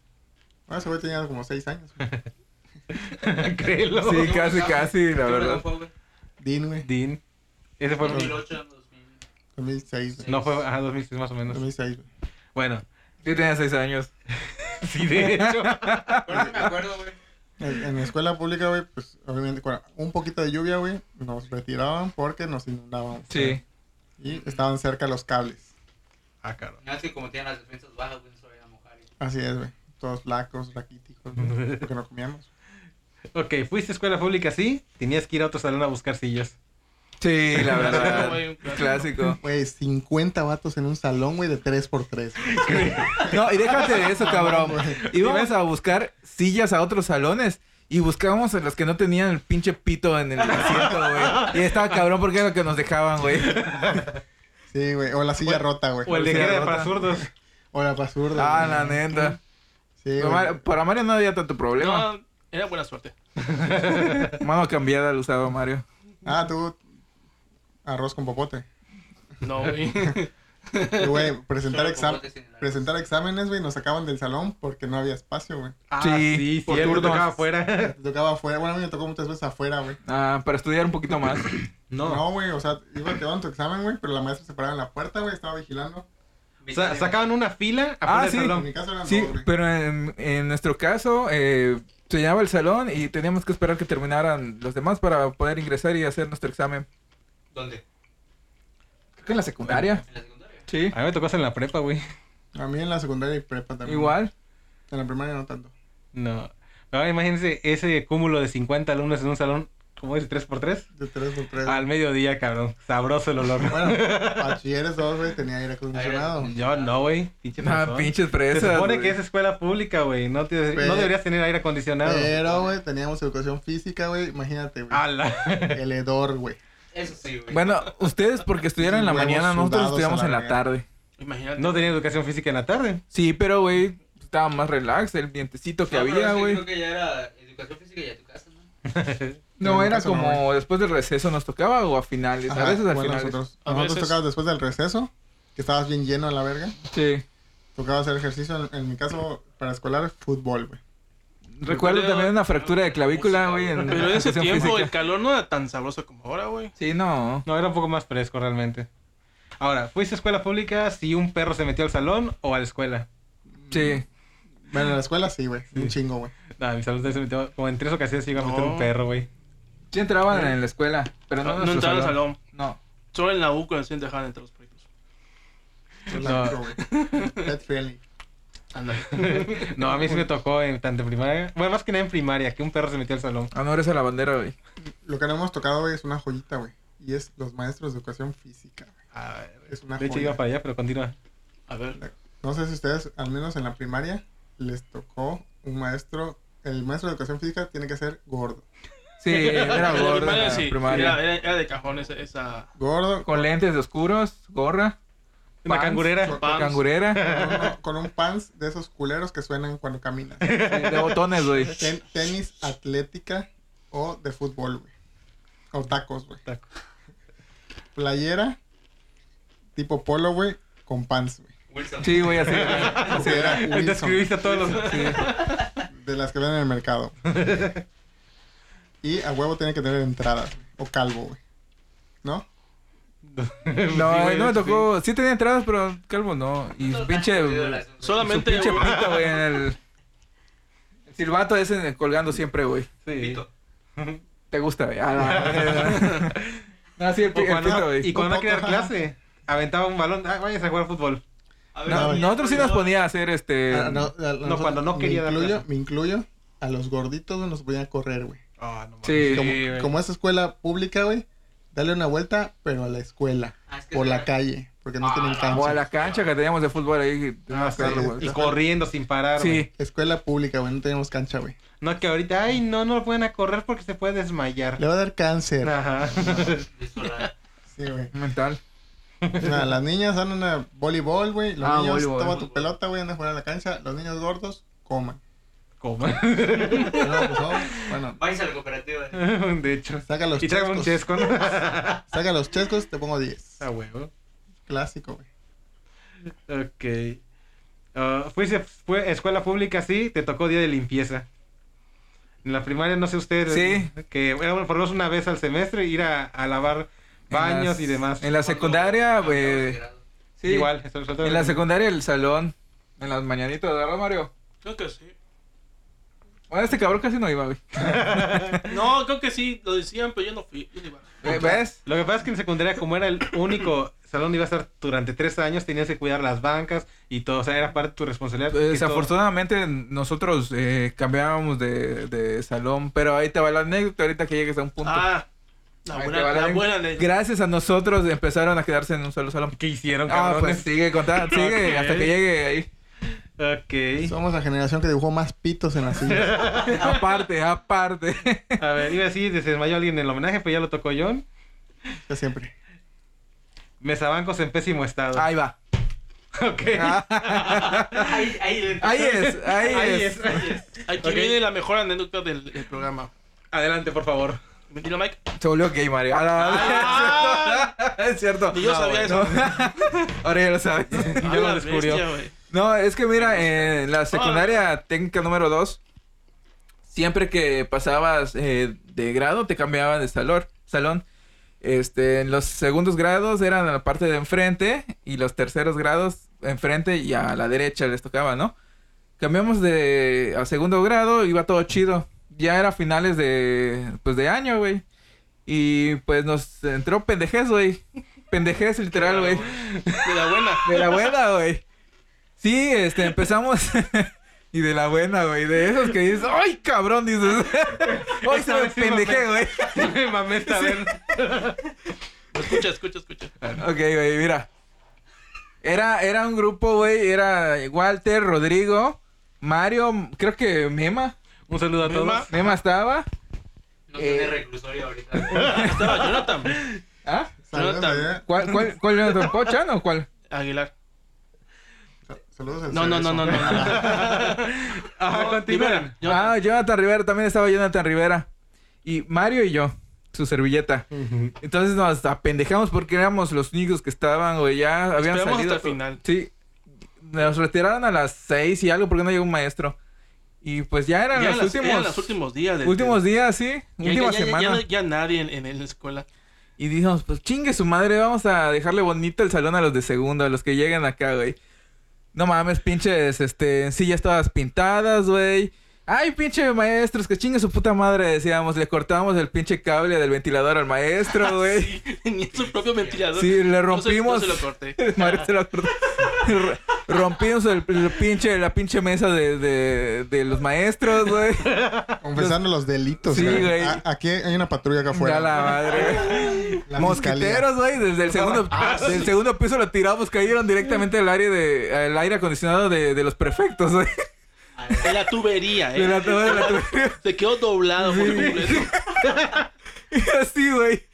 Speaker 3: Ahora ese güey tenía como seis años. güey.
Speaker 2: Créelo.
Speaker 1: Sí, casi, casi, la verdad.
Speaker 3: Din, güey.
Speaker 2: Dean. Ese fue.
Speaker 4: 2008, 2000.
Speaker 3: 2006, güey.
Speaker 2: No fue a 2006 más o menos.
Speaker 3: 2006, güey.
Speaker 2: Bueno,
Speaker 1: Yo tenía seis años.
Speaker 2: sí, de hecho.
Speaker 4: Pero no me acuerdo, güey.
Speaker 3: En, en la escuela pública, güey, pues, obviamente, con un poquito de lluvia, güey, nos retiraban porque nos inundaban.
Speaker 1: Sí.
Speaker 3: Y estaban cerca los cables.
Speaker 2: Ah, caro.
Speaker 4: No, es que como tienen las defensas bajas, güey, no se vayan a mojar. y-
Speaker 3: Así es, güey. Todos flacos, raquíticos, güey, porque no comíamos.
Speaker 2: Ok, fuiste a escuela pública, sí. Tenías que ir a otro salón a buscar sillas.
Speaker 1: Sí, la
Speaker 5: Clásico,
Speaker 1: verdad.
Speaker 5: güey, un
Speaker 1: Clásico.
Speaker 3: Güey, 50 vatos en un salón, güey, de 3x3.
Speaker 1: No, y déjate de eso, cabrón. Íbamos a buscar sillas a otros salones y buscábamos a los que no tenían el pinche pito en el asiento, güey. Y estaba cabrón porque era lo que nos dejaban, güey.
Speaker 3: Sí, güey. O la silla rota, güey.
Speaker 2: O el de
Speaker 1: Sí,
Speaker 2: que era
Speaker 1: rota.
Speaker 2: para zurdos.
Speaker 3: O la pasurda.
Speaker 1: Ah, la neta.
Speaker 3: Sí,
Speaker 1: No,
Speaker 3: güey.
Speaker 1: Mar- para Mario no había tanto problema.
Speaker 5: No, era buena suerte.
Speaker 1: Mano cambiada lo usaba Mario.
Speaker 3: Ah, tú. Arroz con popote.
Speaker 5: No, güey.
Speaker 3: Y, Güey, presentar,
Speaker 4: Solo
Speaker 3: exam-
Speaker 4: popotes en el arroz.
Speaker 3: presentar exámenes, güey, nos sacaban del salón porque no había espacio, güey.
Speaker 2: Ah,
Speaker 1: Sí,
Speaker 2: sí,
Speaker 1: por
Speaker 2: él me
Speaker 1: turnos.
Speaker 2: tocaba afuera.
Speaker 3: Te tocaba afuera. Bueno, a mí me tocó muchas veces afuera, güey.
Speaker 1: Ah, para estudiar un poquito más.
Speaker 3: No, güey, o sea, iba a tu examen, güey, pero la maestra se paraba en la puerta, güey, estaba vigilando.
Speaker 2: Sa- sacaban una fila afuera
Speaker 1: Ah,
Speaker 2: del
Speaker 1: sí.
Speaker 3: En mi
Speaker 2: salón.
Speaker 3: caso eran
Speaker 1: Sí,
Speaker 3: dos, güey.
Speaker 1: pero en, en nuestro caso, eh, se llenaba el salón y teníamos que esperar que terminaran los demás para poder ingresar y hacer nuestro examen.
Speaker 4: ¿Dónde?
Speaker 1: Creo que en la secundaria.
Speaker 4: En la secundaria.
Speaker 1: Sí.
Speaker 2: A mí me tocó hacer en la prepa, güey.
Speaker 3: A mí en la secundaria y prepa también.
Speaker 1: Igual.
Speaker 3: En la primaria no tanto.
Speaker 2: No. Ahora imagínense ese cúmulo de 50 alumnos en un salón, ¿cómo es? ¿3x3?
Speaker 3: De 3 por 3.
Speaker 2: Al mediodía, cabrón. Sabroso el olor.
Speaker 3: Bueno, bachilleres 2, güey, tenía aire acondicionado.
Speaker 2: Yo no, güey. Pinche
Speaker 1: Ah,
Speaker 2: fresón.
Speaker 1: pinches
Speaker 2: Se
Speaker 1: presas.
Speaker 2: supone
Speaker 1: güey.
Speaker 2: que es escuela pública, güey. No, te-
Speaker 3: Pero-
Speaker 2: no deberías tener aire acondicionado.
Speaker 3: Pero, güey, teníamos educación física, güey. Imagínate, güey.
Speaker 2: Ala.
Speaker 3: El hedor, güey.
Speaker 4: Eso sí, güey.
Speaker 1: Bueno, ustedes porque estudiaron en la
Speaker 3: Huevos
Speaker 1: mañana, nosotros
Speaker 3: sudados
Speaker 1: estudiamos
Speaker 3: a
Speaker 1: en
Speaker 3: la
Speaker 1: la
Speaker 3: verga.
Speaker 1: tarde.
Speaker 5: Imagínate.
Speaker 2: No tenía educación física en la tarde.
Speaker 1: Sí, pero, güey, estaba más relax, el vientecito que
Speaker 4: No, pero es
Speaker 1: había,
Speaker 4: que
Speaker 1: güey.
Speaker 4: Creo que ya era educación física y a tu casa, ¿no?
Speaker 1: No,
Speaker 3: No,
Speaker 1: era
Speaker 3: eso no,
Speaker 1: como después del receso nos tocaba o a finales.
Speaker 3: Ajá,
Speaker 1: a veces al
Speaker 3: bueno,
Speaker 1: final.
Speaker 3: nosotros,
Speaker 5: A
Speaker 3: a nosotros
Speaker 5: veces.
Speaker 3: tocabas después del receso, que estabas bien lleno a la verga.
Speaker 1: Sí.
Speaker 3: Tocaba hacer ejercicio, en, en mi caso, para escolar, fútbol, güey.
Speaker 1: Recuerdo
Speaker 5: Pero-
Speaker 1: también una fractura de clavícula, güey. en
Speaker 5: Pero en ese
Speaker 1: educación
Speaker 5: tiempo
Speaker 1: física.
Speaker 5: el calor no era tan sabroso como ahora, güey.
Speaker 1: Sí, no.
Speaker 2: No, era un poco más fresco realmente. Ahora, ¿fuiste a escuela pública si un perro se metió al salón o a la escuela?
Speaker 1: Sí.
Speaker 3: Bueno, en la escuela sí, güey. Un chingo, güey.
Speaker 2: No, en mi salón se metió, como en tres ocasiones llegó a meter
Speaker 5: No.
Speaker 2: un perro, güey.
Speaker 1: Sí entraban en la escuela, pero no, en
Speaker 5: No,
Speaker 1: nuestro
Speaker 5: entraba al
Speaker 1: salón.
Speaker 5: salón.
Speaker 1: No.
Speaker 5: Solo en la U cuando dejaban entre los proyectos.
Speaker 3: Es la neta, güey. Pet friendly.
Speaker 2: No, a mí sí me tocó en tanto en primaria. Bueno, más que nada en primaria, que un perro se metió al salón.
Speaker 1: Honores a la bandera, güey.
Speaker 3: Lo que no hemos tocado, güey, es una joyita, güey. Y es los maestros de educación física, güey.
Speaker 5: A ver,
Speaker 3: Es
Speaker 1: Ah,
Speaker 3: una
Speaker 2: De hecho,
Speaker 3: joya.
Speaker 2: iba para allá, pero continúa.
Speaker 5: a ver.
Speaker 3: No sé si ustedes, al menos en la primaria, les tocó un maestro. El maestro de educación física tiene que ser gordo.
Speaker 1: Sí, era
Speaker 5: En la
Speaker 1: gordo en
Speaker 5: primaria
Speaker 1: la
Speaker 5: sí,
Speaker 1: primaria.
Speaker 5: Era, era- era de cajón esa. esa
Speaker 3: Gordo.
Speaker 1: Con lentes de oscuros, gorra,
Speaker 2: Una
Speaker 1: Pants.
Speaker 2: cangurera.
Speaker 5: Pams.
Speaker 1: cangurera,
Speaker 3: con uno- con un pants de esos culeros que suenan cuando caminas.
Speaker 1: de botones, güey.
Speaker 3: Ten- tenis atlética o de fútbol, güey. O tacos, güey.
Speaker 2: Tacos.
Speaker 3: Playera tipo polo, güey, con pants, güey.
Speaker 4: Wilson.
Speaker 1: Sí, güey, así. güey.
Speaker 3: Porque era
Speaker 2: Ahí te
Speaker 3: Wilson,
Speaker 2: escribiste a todos los.
Speaker 3: de las que ven en el mercado. Y a huevo tiene que tener entradas, güey, O calvo, güey. ¿No?
Speaker 1: No,
Speaker 2: Sí, güey,
Speaker 1: no me
Speaker 2: sí.
Speaker 1: tocó. Sí tenía entradas, pero calvo no. Y su pinche. su
Speaker 5: solamente.
Speaker 1: pinche pito, güey, en el. El silbato ese colgando siempre, güey.
Speaker 2: Sí.
Speaker 1: Te gusta, güey. Ah, no, no, sí, el, pi-
Speaker 2: O
Speaker 1: el
Speaker 2: cuando-
Speaker 1: pito, güey.
Speaker 2: y cuando
Speaker 3: Un
Speaker 2: no
Speaker 3: poco,
Speaker 2: quería dar
Speaker 3: ajá.
Speaker 2: clase, aventaba un balón. Ah, váyanse a jugar fútbol.
Speaker 1: No, nosotros sí nos ponía a hacer este.
Speaker 3: Ah, no, a- a
Speaker 2: no,
Speaker 3: nosotros-
Speaker 2: cuando no quería
Speaker 3: me
Speaker 2: dar
Speaker 3: incluyo,
Speaker 2: clase.
Speaker 3: me incluyo. A los gorditos güey, nos podían correr, güey.
Speaker 2: Ah, no mames.
Speaker 1: Sí.
Speaker 3: Como,
Speaker 2: güey.
Speaker 3: como es escuela pública, güey, dale una vuelta, pero a la escuela.
Speaker 4: Ah, es que
Speaker 3: Por
Speaker 4: sí.
Speaker 3: la calle, porque no
Speaker 4: Ah,
Speaker 3: tienen
Speaker 1: O a
Speaker 3: cancha.
Speaker 1: la cancha que teníamos de fútbol ahí.
Speaker 2: Ah, sí.
Speaker 1: Claro, güey.
Speaker 2: Y corriendo sin parar. güey.
Speaker 1: Sí,
Speaker 3: Escuela pública, güey, no tenemos cancha, güey.
Speaker 2: No, que ahorita, ay, no, no lo pueden a correr porque se puede desmayar.
Speaker 3: Le va a dar cáncer.
Speaker 2: Ajá.
Speaker 4: Disfrutar.
Speaker 3: Sí, güey.
Speaker 1: mental.
Speaker 3: Nah, las niñas andan a voleibol, güey. Los
Speaker 1: Ah,
Speaker 3: niños
Speaker 1: voleibol.
Speaker 3: toma tu pelota, güey, andan a jugar a la cancha. Los niños gordos, coman.
Speaker 2: ¿Cómo?
Speaker 3: No, pues, oh, bueno,
Speaker 4: Vais a la cooperativa. eh.
Speaker 2: De hecho.
Speaker 3: saca los
Speaker 2: Y trae un
Speaker 3: chescos.
Speaker 2: chesco, Ah, ¿no?
Speaker 3: Saca los chescos, te pongo 10.
Speaker 2: A huevo.
Speaker 3: Clásico, güey.
Speaker 2: Ok. Ah, fuiste fue escuela pública, sí, te tocó día de limpieza. En la primaria, no sé ustedes.
Speaker 1: Sí.
Speaker 2: Que era bueno, por lo menos una vez al semestre ir a, a lavar
Speaker 1: En
Speaker 2: baños
Speaker 1: las-
Speaker 2: y demás.
Speaker 1: En la secundaria,
Speaker 4: Cuando-
Speaker 1: güey. Sí,
Speaker 2: Igual. eso- eso-
Speaker 1: En la secundaria, el salón. En las mañanitas, ¿verdad, Mario?
Speaker 5: Creo que sí.
Speaker 1: Bueno, este cabrón casi no iba, güey.
Speaker 5: No, creo que sí, lo decían, pero yo no fui. Yo no iba.
Speaker 1: Eh, ¿Ves?
Speaker 2: Lo que pasa es que en secundaria, como era el único salón donde iba a estar durante tres años, tenías que cuidar las bancas y todo. O sea, era parte de tu responsabilidad. que todo-
Speaker 1: Pues, Desafortunadamente nosotros eh, cambiábamos de, de salón, pero ahí te va la anécdota ahorita que llegues a un punto.
Speaker 5: Ah, la
Speaker 1: Ahí te va la
Speaker 5: buena, la
Speaker 1: anécdota.
Speaker 5: buena ley.
Speaker 1: Gracias a nosotros empezaron a quedarse en un solo salón.
Speaker 2: ¿Qué ¿eh? hicieron,
Speaker 1: Ah,
Speaker 2: cabrones?
Speaker 1: pues sigue contando, sigue
Speaker 5: Ok.
Speaker 1: hasta que llegue ahí.
Speaker 2: Ok.
Speaker 3: Somos la generación que dibujó más pitos en las sillas.
Speaker 1: Aparte, aparte.
Speaker 2: A ver, iba a decir, se desmayó alguien en el homenaje, pero ya lo tocó John.
Speaker 3: Ya siempre.
Speaker 2: Mesabancos en pésimo estado.
Speaker 1: Ahí va.
Speaker 2: ok.
Speaker 1: Ah.
Speaker 4: Ahí, ahí, le-
Speaker 1: Ahí es, ahí,
Speaker 2: Ahí
Speaker 1: es.
Speaker 2: es, ahí es.
Speaker 5: Aquí
Speaker 2: Ok.
Speaker 5: viene la mejor anécdota del, del programa.
Speaker 2: Adelante, por favor.
Speaker 5: Mentira, Mike.
Speaker 1: Se volvió gay, Mario. Ah, no, es cierto.
Speaker 5: Ni yo
Speaker 1: No, güey,
Speaker 5: sabía eso.
Speaker 1: no. Ahora ya lo sabes.
Speaker 5: Ah,
Speaker 2: lo
Speaker 5: la
Speaker 2: descubrió.
Speaker 5: bestia, güey.
Speaker 1: No, es que mira, en la secundaria técnica número 2, siempre que pasabas eh, de grado, te cambiaban de salón. salón. Este, en los segundos grados eran a la parte de enfrente y los terceros grados enfrente y a la derecha les tocaba, ¿no? Cambiamos de a segundo grado, iba todo chido. Ya era finales de pues de año, güey. Y pues nos entró pendejez, güey. Pendejez literal, güey.
Speaker 5: De la buena.
Speaker 1: De la buena, güey. Sí, este, empezamos. Y de la buena, güey. De esos que dices, ¡ay, cabrón! Dices, ¡ay, se
Speaker 2: Esta
Speaker 1: me
Speaker 2: vez sí me
Speaker 1: pendejé,
Speaker 2: pe-
Speaker 1: güey!
Speaker 2: Me mamé esta vez.
Speaker 5: Escucha, escucha, escucha.
Speaker 1: Ok, güey, mira. Era, era un grupo, güey. Era Walter, Rodrigo, Mario, creo que Mema.
Speaker 2: Un saludo a
Speaker 5: Mema.
Speaker 2: todos.
Speaker 1: Mema estaba.
Speaker 4: No
Speaker 1: Eh.
Speaker 4: tiene reclusorio ahorita.
Speaker 5: Estaba Jonathan
Speaker 1: ¿Ah?
Speaker 3: Saludos
Speaker 5: Jonathan.
Speaker 3: allá.
Speaker 1: ¿Cuál, cuál, cuál era tu pochan o cuál?
Speaker 5: Aguilar.
Speaker 3: Saludos al
Speaker 5: No, no, no, no, no.
Speaker 2: Ajá, continúen.
Speaker 5: Rivera, Jonathan.
Speaker 1: Ah, Jonathan Rivera, también estaba Jonathan Rivera. Y Mario y yo, su servilleta. Entonces nos apendejamos porque éramos los únicos que estaban, güey, ya habían
Speaker 5: Esperamos
Speaker 1: salido.
Speaker 5: hasta el final.
Speaker 1: Sí. Nos retiraron a las seis y algo porque no llegó un maestro. Y pues ya eran
Speaker 5: Ya
Speaker 1: los
Speaker 5: las-
Speaker 1: últimos...
Speaker 5: eran los últimos días. del-
Speaker 1: Últimos días, sí.
Speaker 5: Ya- ya-
Speaker 1: última
Speaker 5: ya- ya-
Speaker 1: semana.
Speaker 5: Ya, ya nadie en, en la escuela.
Speaker 1: Y dijimos, pues chingue su madre, vamos a dejarle bonito el salón a los de segundo, a los que lleguen acá, güey. No mames, pinches, este, sillas todas pintadas, güey. Ay, pinche maestros, que chingue su puta madre, decíamos. Le cortábamos el pinche cable del ventilador al maestro, güey.
Speaker 5: Sí, ni su propio ventilador.
Speaker 1: Sí, le
Speaker 5: No se-
Speaker 1: rompimos.
Speaker 5: No se, lo corté.
Speaker 1: Madre, se lo cortó. R- Rompimos el, el pinche, la pinche mesa de, de, de los maestros, güey.
Speaker 3: Confesando los delitos.
Speaker 1: Sí,
Speaker 3: güey.
Speaker 1: güey.
Speaker 3: A- Aquí hay una patrulla acá afuera.
Speaker 1: Ya la madre.
Speaker 3: La
Speaker 1: Mosquiteros, güey, desde el segundo, del segundo piso lo tiramos, cayeron directamente al área de, al aire acondicionado de, de los prefectos, güey.
Speaker 5: En la tubería, eh.
Speaker 1: De la- de la tubería.
Speaker 5: Se quedó doblado por completo.
Speaker 1: Y así, güey.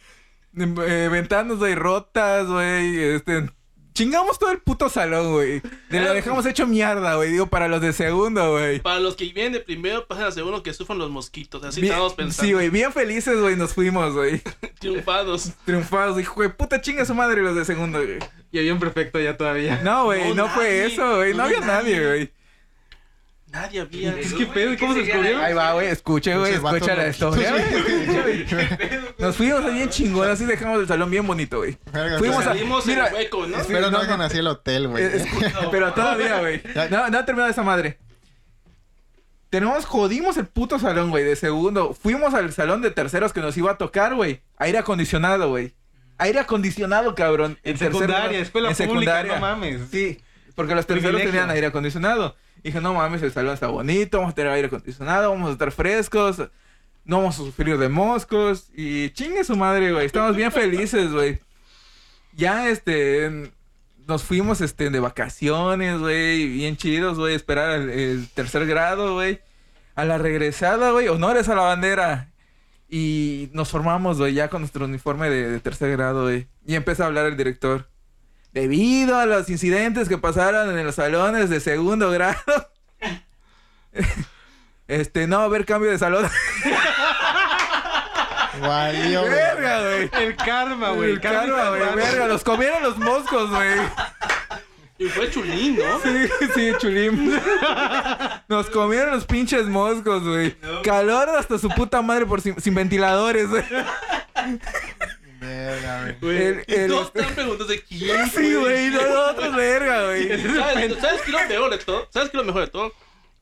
Speaker 1: Eh, ventanas, güey, rotas, güey. Este, chingamos todo el puto salón, güey. De lo dejamos hecho mierda, güey. Digo, para los de segundo, güey.
Speaker 5: Para los que vienen de primero, pasan a segundo que sufren los mosquitos. Así
Speaker 1: Bien-
Speaker 5: estábamos pensando.
Speaker 1: Sí, güey, bien felices, güey, nos fuimos, güey.
Speaker 5: Triunfados.
Speaker 1: Triunfados, hijo de puta chinga su madre los de segundo, güey.
Speaker 2: Y había un perfecto ya todavía.
Speaker 1: No, güey, no,
Speaker 5: No,
Speaker 1: fue
Speaker 5: nadie.
Speaker 1: eso, güey. No,
Speaker 5: No
Speaker 1: había
Speaker 5: había
Speaker 1: nadie,
Speaker 5: nadie.
Speaker 1: güey.
Speaker 5: Nadie había.
Speaker 4: Es
Speaker 2: ¿Qué pedo? ¿Cómo se
Speaker 4: ¿Qué sería
Speaker 2: descubrió?
Speaker 4: la-
Speaker 1: Ahí va, güey, escuche, güey,
Speaker 3: Pinches vatos
Speaker 1: escucha la
Speaker 3: loquitos,
Speaker 1: historia,
Speaker 3: güey.
Speaker 1: güey. Nos fuimos ahí bien chingón, así dejamos el salón bien bonito, güey.
Speaker 3: Verga,
Speaker 1: Fuimos a-
Speaker 5: Salimos
Speaker 1: Mira,
Speaker 5: en el hueco, ¿no?
Speaker 1: es-
Speaker 3: Pero
Speaker 1: no,
Speaker 3: no hagan
Speaker 1: no.
Speaker 3: así el hotel, güey.
Speaker 1: Eh, escu- Pero todavía, güey.
Speaker 3: Ya.
Speaker 1: No, no ha terminado esa madre. Tenemos, jodimos el puto salón, güey, de segundo. Fuimos al salón de terceros que nos iba a tocar, güey. Aire acondicionado, güey. Aire acondicionado, cabrón. En tercero,
Speaker 2: secundaria,
Speaker 1: ¿no?
Speaker 2: escuela
Speaker 1: En
Speaker 2: pública,
Speaker 1: secundaria.
Speaker 2: no mames.
Speaker 1: Sí, porque los terceros
Speaker 2: Privilegio.
Speaker 1: tenían aire acondicionado. Dije, no mames, el salón está bonito, vamos a tener aire acondicionado, vamos a estar frescos, no vamos a sufrir de moscos. Y chingue su madre, güey. Estamos bien felices, güey. Ya, este, nos fuimos, este, de vacaciones, güey, bien chidos, güey, esperar el, el tercer grado, güey. A la regresada, güey, honores a la bandera. Y nos formamos, güey, ya con nuestro uniforme de, de tercer grado, güey. Y empieza a hablar el director. Debido a los incidentes que pasaron en los salones de segundo grado. este, no va a haber cambio de salón.
Speaker 3: Valió, güey.
Speaker 1: Verga, güey.
Speaker 2: El karma, güey.
Speaker 1: El karma, güey. Verga, los comieron los moscos, güey.
Speaker 5: Y fue chulín, ¿no?
Speaker 1: Sí, sí, chulim. Nos comieron los pinches moscos, güey. Calor hasta su puta madre por sin, sin ventiladores, güey.
Speaker 3: Verga, güey.
Speaker 5: Güey,
Speaker 1: El-
Speaker 5: y
Speaker 1: el- este-
Speaker 5: todos estaban preguntando de quién.
Speaker 1: Sí, güey, no, no, otros verga, güey.
Speaker 5: ¿Sabes, ¿Sabes qué es lo peor de todo? ¿Sabes qué es lo mejor de todo?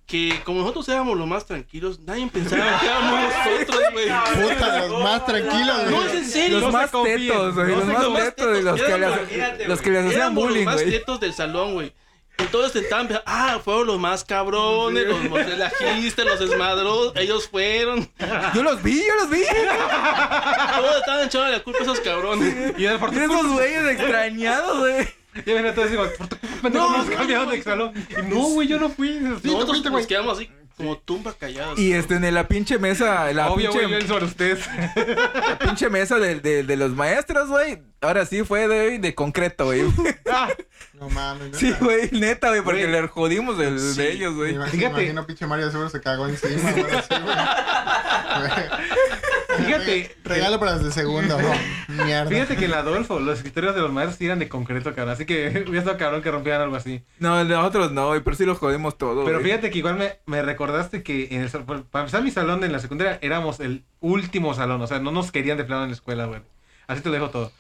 Speaker 5: Que como nosotros éramos los más tranquilos, nadie pensaba que éramos nosotros, güey.
Speaker 3: Puta, los más tranquilos,
Speaker 5: No, es
Speaker 3: güey.
Speaker 5: en serio.
Speaker 1: Los
Speaker 2: No se
Speaker 1: más
Speaker 2: confíen,
Speaker 1: tetos, güey.
Speaker 5: no
Speaker 1: Los
Speaker 5: se
Speaker 1: más
Speaker 5: confíen.
Speaker 1: tetos y los que
Speaker 4: Imagínate,
Speaker 1: les, los que les hacían
Speaker 5: éramos
Speaker 1: bullying,
Speaker 5: los más
Speaker 1: güey.
Speaker 5: quietos del salón, güey. Entonces sentaban, pensando, ah, fueron los más cabrones, los los relajistas, los esmadros, ellos fueron.
Speaker 1: Yo los vi, yo los vi.
Speaker 5: Todos estaban echando la culpa a esos cabrones.
Speaker 2: Y era por tu
Speaker 1: Esos
Speaker 2: culpa.
Speaker 1: güeyes extrañados, güey.
Speaker 2: Ya ven a todos digo, por tu culpa, pendejo,
Speaker 5: No,
Speaker 2: nos
Speaker 5: no,
Speaker 2: cambiaron
Speaker 5: no,
Speaker 2: de
Speaker 5: no.
Speaker 2: salón. Y No, güey, yo no fui. Sí, tú
Speaker 5: Nosotros
Speaker 3: fuiste,
Speaker 5: nos
Speaker 3: güey.
Speaker 5: quedamos así, como tumba callados.
Speaker 1: Y este, en la pinche mesa, la
Speaker 2: Obvio,
Speaker 1: pinche,
Speaker 2: güey, yo sobre ustedes.
Speaker 1: la pinche mesa de, de- de los maestros, güey. Ahora sí fue de, de concreto, güey.
Speaker 2: Ah,
Speaker 3: No mames.
Speaker 1: Sí,
Speaker 3: neta.
Speaker 1: güey, neta, güey, porque
Speaker 2: Güey.
Speaker 1: le jodimos el- de ellos,
Speaker 3: Me
Speaker 1: güey.
Speaker 3: imagino-
Speaker 2: Fíjate.
Speaker 3: me imagino pinche Mario seguro se cagó encima, güey. así, güey.
Speaker 2: Fíjate.
Speaker 3: Regalo para los de segundo, no. Mierda.
Speaker 2: Fíjate que el Adolfo, los escritorios de los maestros sí eran de concreto, cabrón. Así que hubiera estado cabrón que rompieran algo así.
Speaker 1: No, nosotros no, güey, pero sí los jodimos todo.
Speaker 2: Pero
Speaker 1: güey.
Speaker 2: fíjate que igual me, me recordaste que en el sal- para empezar mi salón en la secundaria éramos el último salón, o sea, no nos querían de plano en la escuela, güey. Así te lo dejo todo.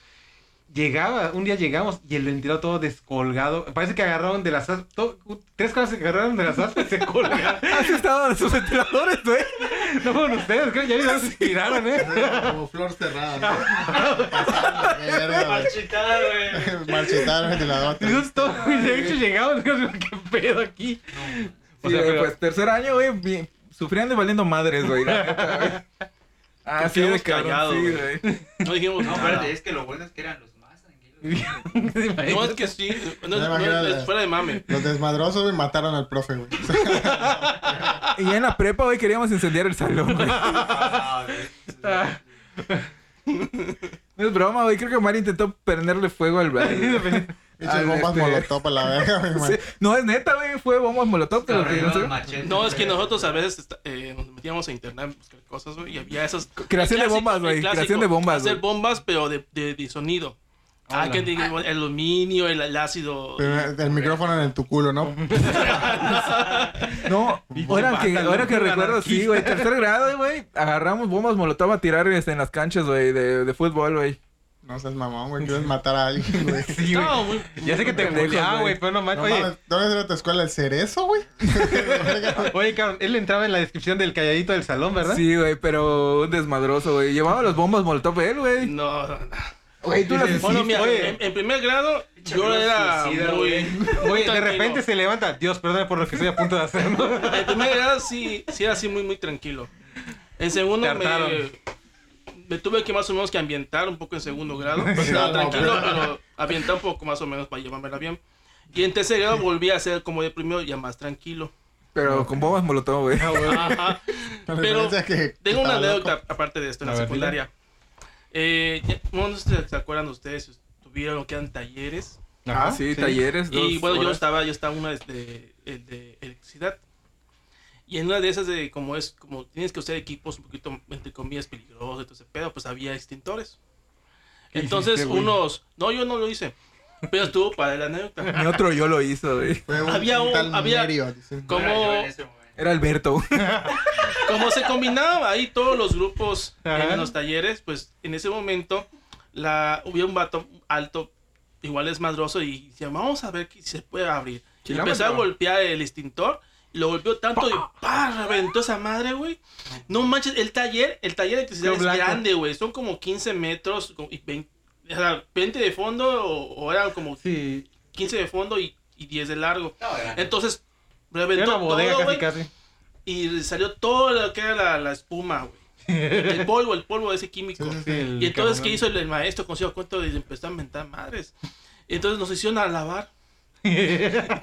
Speaker 2: Llegaba, un día llegamos y el ventilador todo descolgado. Parece que agarraron de las aspas, todo- tres cosas que agarraron de las aspas y se colgaron.
Speaker 1: Así estaban sus ventiladores, güey.
Speaker 2: No fueron ustedes, creo que ya ellos se inspiraron,
Speaker 3: pues.
Speaker 2: ¿eh?
Speaker 3: Como flor cerrada. ¿no? Pasando de verga, güey.
Speaker 4: Marchitada, güey.
Speaker 3: Marchitaron el ventilador.
Speaker 2: Nosotros todos, güey, de hecho llegamos, y dijimos, ¿qué pedo aquí? O
Speaker 1: Sí,
Speaker 2: sea,
Speaker 1: güey,
Speaker 2: pero-
Speaker 1: pues tercer año, güey, bien- sufriendo y valiendo madres, güey. la neta, güey. Ah,
Speaker 5: Nos
Speaker 1: sí, de
Speaker 5: quedamos
Speaker 1: cabrón,
Speaker 5: callados,
Speaker 1: sí,
Speaker 5: güey.
Speaker 1: güey.
Speaker 5: No dijimos "Ah,
Speaker 4: No,
Speaker 5: nada.
Speaker 4: espérate, es que lo bueno es que eran los más tranquilos.
Speaker 5: No, es que sí.
Speaker 3: Ya
Speaker 5: No, no,
Speaker 3: imagino
Speaker 5: es-
Speaker 3: la-
Speaker 5: fuera de mame.
Speaker 3: Los desmadrosos güey, mataron al profe, güey.
Speaker 1: Y ya en la prepa, güey, queríamos incendiar el salón, güey.
Speaker 4: Ah, güey.
Speaker 1: No es broma, güey. Creo que Mario intentó prenderle fuego al
Speaker 3: Hechos
Speaker 1: al,
Speaker 3: bombas
Speaker 1: este,
Speaker 3: molotov a la verga, güey. man.
Speaker 1: sí. No, es neta, güey. Fue bombas molotov. te lo digo,
Speaker 4: Corrieron
Speaker 1: no sé.
Speaker 4: machetes,
Speaker 5: No, es que
Speaker 4: güey.
Speaker 5: nosotros a veces esta- eh, nos metíamos a internet a buscar cosas, güey, y había esas...
Speaker 1: Creación de
Speaker 5: el clásico,
Speaker 1: bombas,
Speaker 5: el
Speaker 1: güey,
Speaker 5: clásico,
Speaker 1: creación de bombas,
Speaker 5: Hacer
Speaker 1: güey.
Speaker 5: bombas, pero de, de, de sonido. Ah,
Speaker 2: Hola.
Speaker 5: que digamos, el aluminio, el, el ácido...
Speaker 3: Pero El micrófono en tu culo, ¿no?
Speaker 1: No, ahora que,
Speaker 2: vándalo,
Speaker 1: ahora que
Speaker 2: un
Speaker 1: recuerdo, sí, güey. Tercer grado, güey. Agarramos bombas molotov a tirar este, en las canchas, güey, de, de fútbol, güey.
Speaker 3: No seas mamón, güey. Quieres matar a alguien, güey.
Speaker 2: Sí, güey.
Speaker 5: No, muy...
Speaker 2: Ya sé que te
Speaker 1: Pendejos,
Speaker 2: bulleaba,
Speaker 1: güey.
Speaker 2: güey, pero no
Speaker 3: No
Speaker 2: manches. Oye,
Speaker 3: mames, ¿Dónde era tu escuela? ¿El cerezo, güey?
Speaker 2: oye, cabrón, él entraba en la descripción del calladito del salón, ¿verdad?
Speaker 1: Sí, güey, pero un desmadroso, güey. Llevaba los bombas molotov él, güey.
Speaker 5: No, no, no.
Speaker 1: Güey, tú las
Speaker 5: Bueno,
Speaker 1: hiciste.
Speaker 5: mira,
Speaker 2: oye.
Speaker 5: en, en primer grado yo
Speaker 4: Chabuelo
Speaker 5: era
Speaker 4: suicida,
Speaker 5: muy...
Speaker 4: güey.
Speaker 5: muy
Speaker 2: Oye, de
Speaker 5: tranquilo.
Speaker 2: repente se levanta. Dios, perdóname por lo que estoy a punto de hacer, ¿no?
Speaker 5: En primer grado sí, sí era así muy, muy tranquilo. En
Speaker 2: Te
Speaker 5: segundo me,
Speaker 2: hartaron.
Speaker 5: me tuve que más o menos que ambientar un poco en segundo grado.
Speaker 3: no,
Speaker 5: Estaba tranquilo,
Speaker 3: pero-
Speaker 5: pero ambientar un poco más o menos para llevármela bien. Y en tercer grado volví a ser como de primero ya más tranquilo.
Speaker 1: Pero con bombas molotov, güey.
Speaker 2: Ah,
Speaker 5: Ajá.
Speaker 3: Con
Speaker 5: Pero
Speaker 3: referencia que-
Speaker 5: Tengo una
Speaker 3: estaba loco.
Speaker 5: anécdota aparte de esto en
Speaker 2: A
Speaker 5: la
Speaker 2: ver,
Speaker 5: secundaria. Eh, ya- no sé si se acuerdan ustedes, si tuvieron lo que eran talleres.
Speaker 1: Ah, sí, talleres.
Speaker 5: Y
Speaker 1: dos
Speaker 5: bueno, yo
Speaker 1: horas.
Speaker 5: estaba, yo estaba en una de, de- de electricidad. Y en una de esas de como es, como tienes que usar equipos un poquito, entre comillas, peligrosos, entonces, pero pues había extintores.
Speaker 1: ¿Qué
Speaker 5: Entonces,
Speaker 1: hiciste, güey?
Speaker 5: unos, no, yo no lo hice, pero estuvo para la anécdota.
Speaker 1: Ni otro yo lo hizo, güey.
Speaker 3: Fue un,
Speaker 5: Había un-
Speaker 3: tal
Speaker 5: había-
Speaker 3: Nerio, dicen.
Speaker 5: ¿Cómo?
Speaker 4: Era yo en ese momento.
Speaker 1: Era Alberto, güey.
Speaker 5: como se combinaba ahí todos los grupos
Speaker 2: Ajá.
Speaker 5: en los talleres, pues en ese momento la, hubo un vato alto, igual es madroso, y decía, vamos a ver si se puede abrir. Y empezó a
Speaker 1: Kilómetro.
Speaker 5: golpear el extintor, y lo golpeó tanto y ¡pah! reventó esa madre, güey. No manches, el taller, el taller de electricidad
Speaker 2: Qué
Speaker 5: es
Speaker 2: blanco.
Speaker 5: grande, güey. Son como 15 metros como- y 20, o sea, 20 de fondo, o, o eran como
Speaker 2: Sí.
Speaker 5: 15 de fondo y, y 10 de largo.
Speaker 4: No, era-
Speaker 5: Entonces,
Speaker 2: Era
Speaker 5: reventó
Speaker 2: una bodega
Speaker 5: todo,
Speaker 2: casi,
Speaker 5: güey.
Speaker 2: casi.
Speaker 5: Y salió todo lo que era la, la espuma, güey. El polvo, el polvo de ese químico.
Speaker 3: Sí, sí, sí.
Speaker 2: el
Speaker 5: Y entonces, ¿qué
Speaker 2: cabrón.
Speaker 5: hizo el, el maestro? Con su cuento y empezó a inventar madres. Entonces nos hicieron a lavar.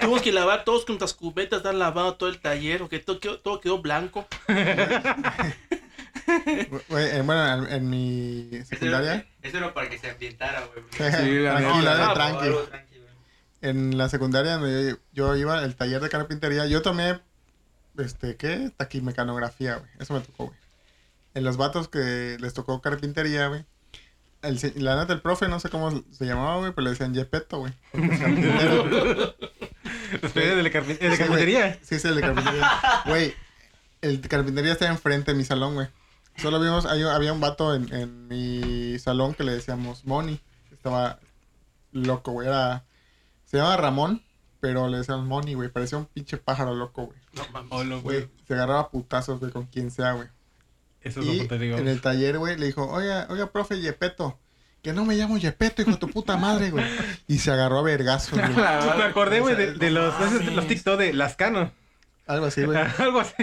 Speaker 5: Tuvimos que lavar todos con las cubetas, dar lavado todo el taller, porque todo quedó, todo quedó blanco.
Speaker 3: Güey, eh, bueno, en, en mi
Speaker 4: Eso era,
Speaker 3: secundaria.
Speaker 4: eso era para que se ambientara, güey. porque-
Speaker 1: Sí, la
Speaker 3: tranquilo,
Speaker 1: neta.
Speaker 3: era
Speaker 4: Ah,
Speaker 3: tranqui.
Speaker 4: algo tranqui, güey.
Speaker 3: En la secundaria donde yo, yo iba al taller de carpintería, yo tomé, este, ¿qué? Taquimecanografía, güey. Eso me tocó, güey. En los vatos que les tocó carpintería, güey. El, se- la neta, el profe, no sé cómo se llamaba, güey, pero le decían Yepeto, güey. porque es carpintero.
Speaker 2: Los talleres de la carpi- de la
Speaker 3: Sí, güey.
Speaker 2: carpintería.
Speaker 3: Sí, sí, el de carpintería. Güey, el de carpintería está enfrente de mi salón, güey. Solo vimos, hay- había un vato en, en mi salón que le decíamos Money. Estaba loco, güey. Era, se llamaba Ramón, pero le decíamos Money, güey. Parecía un pinche pájaro loco, güey.
Speaker 5: No mames.
Speaker 3: Güey, se agarraba a putazos, güey, con quien sea, güey.
Speaker 2: Eso es lo
Speaker 3: Y
Speaker 2: que te digo.
Speaker 3: en el taller, güey, le dijo, oiga, oiga, profe, Yepeto. Que no me llamo Yepeto, hijo de tu puta madre, güey. Y se agarró a vergazos, güey.
Speaker 2: Pues Me acordé, güey, de, de los, de esos- los TikTok de Lascano.
Speaker 3: Algo así, güey. ¿Eh?
Speaker 2: Algo así.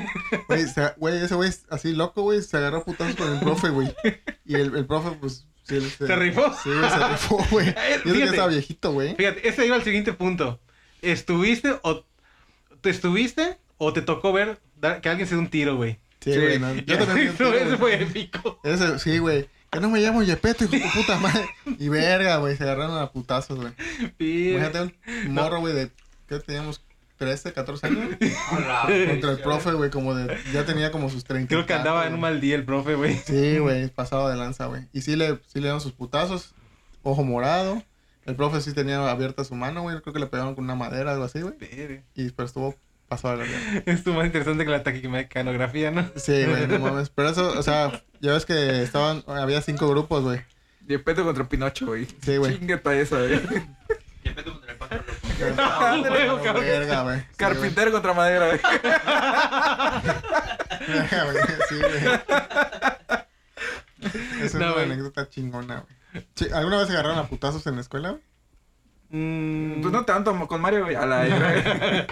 Speaker 3: Güey, se- güey, ese güey es así loco, güey, se agarró a putazos con el profe, güey. Y el, el profe, pues, sí, él
Speaker 2: ¿Se rifó?
Speaker 3: Sí, güey, se rifó, güey. Yo creo que
Speaker 2: fíjate.
Speaker 3: estaba viejito, güey.
Speaker 2: Fíjate, ese iba al siguiente punto. ¿Estuviste o te estuviste o te tocó ver dar- que alguien se dio un tiro, güey?
Speaker 3: Sí,
Speaker 1: Sí.
Speaker 3: güey. no, yo también.
Speaker 2: Eso, ese fue épico.
Speaker 3: Ese, sí, güey. Que no me llamo Yepeto, hijo de tu puta madre. Y verga, güey, se agarraron a putazos, güey. Fíjate,
Speaker 2: Fíjate.
Speaker 3: un morro, güey, de. ¿Qué teníamos? ¿13, 14 años?
Speaker 4: Hola,
Speaker 3: Contra el
Speaker 4: güey.
Speaker 3: profe, güey, como de. Ya tenía como sus 30. y
Speaker 2: Ah, Creo que
Speaker 3: tanto,
Speaker 2: andaba en
Speaker 3: güey.
Speaker 2: un mal día el profe, güey.
Speaker 3: Sí, güey, pasado de lanza, güey. Y sí le, sí le dieron sus putazos, ojo morado. El profe sí tenía abierta su mano, güey. Creo que le pegaron con una madera, algo así, güey. Y pero estuvo pasado de lanza.
Speaker 2: Estuvo más interesante que la taquimecanografía, ¿no?
Speaker 3: Sí, güey, no mames. Pero eso, o sea, ya ves que estaban, había cinco grupos, güey.
Speaker 1: Yepeto contra Pinocho, güey.
Speaker 3: Sí, güey.
Speaker 1: Chingata esa, güey.
Speaker 4: Yepeto contra el pájaro loco.
Speaker 3: Verga, güey. Sí, güey.
Speaker 1: Carpintero contra madera, güey.
Speaker 3: Verga, güey. Sí, güey. Esa es
Speaker 2: No,
Speaker 3: una
Speaker 2: güey.
Speaker 3: anécdota chingona, güey. Sí, ¿Alguna vez se agarraron a putazos en la escuela, güey?
Speaker 2: Mm,
Speaker 1: Pues no tanto mo- con Mario, güey. A la era, güey.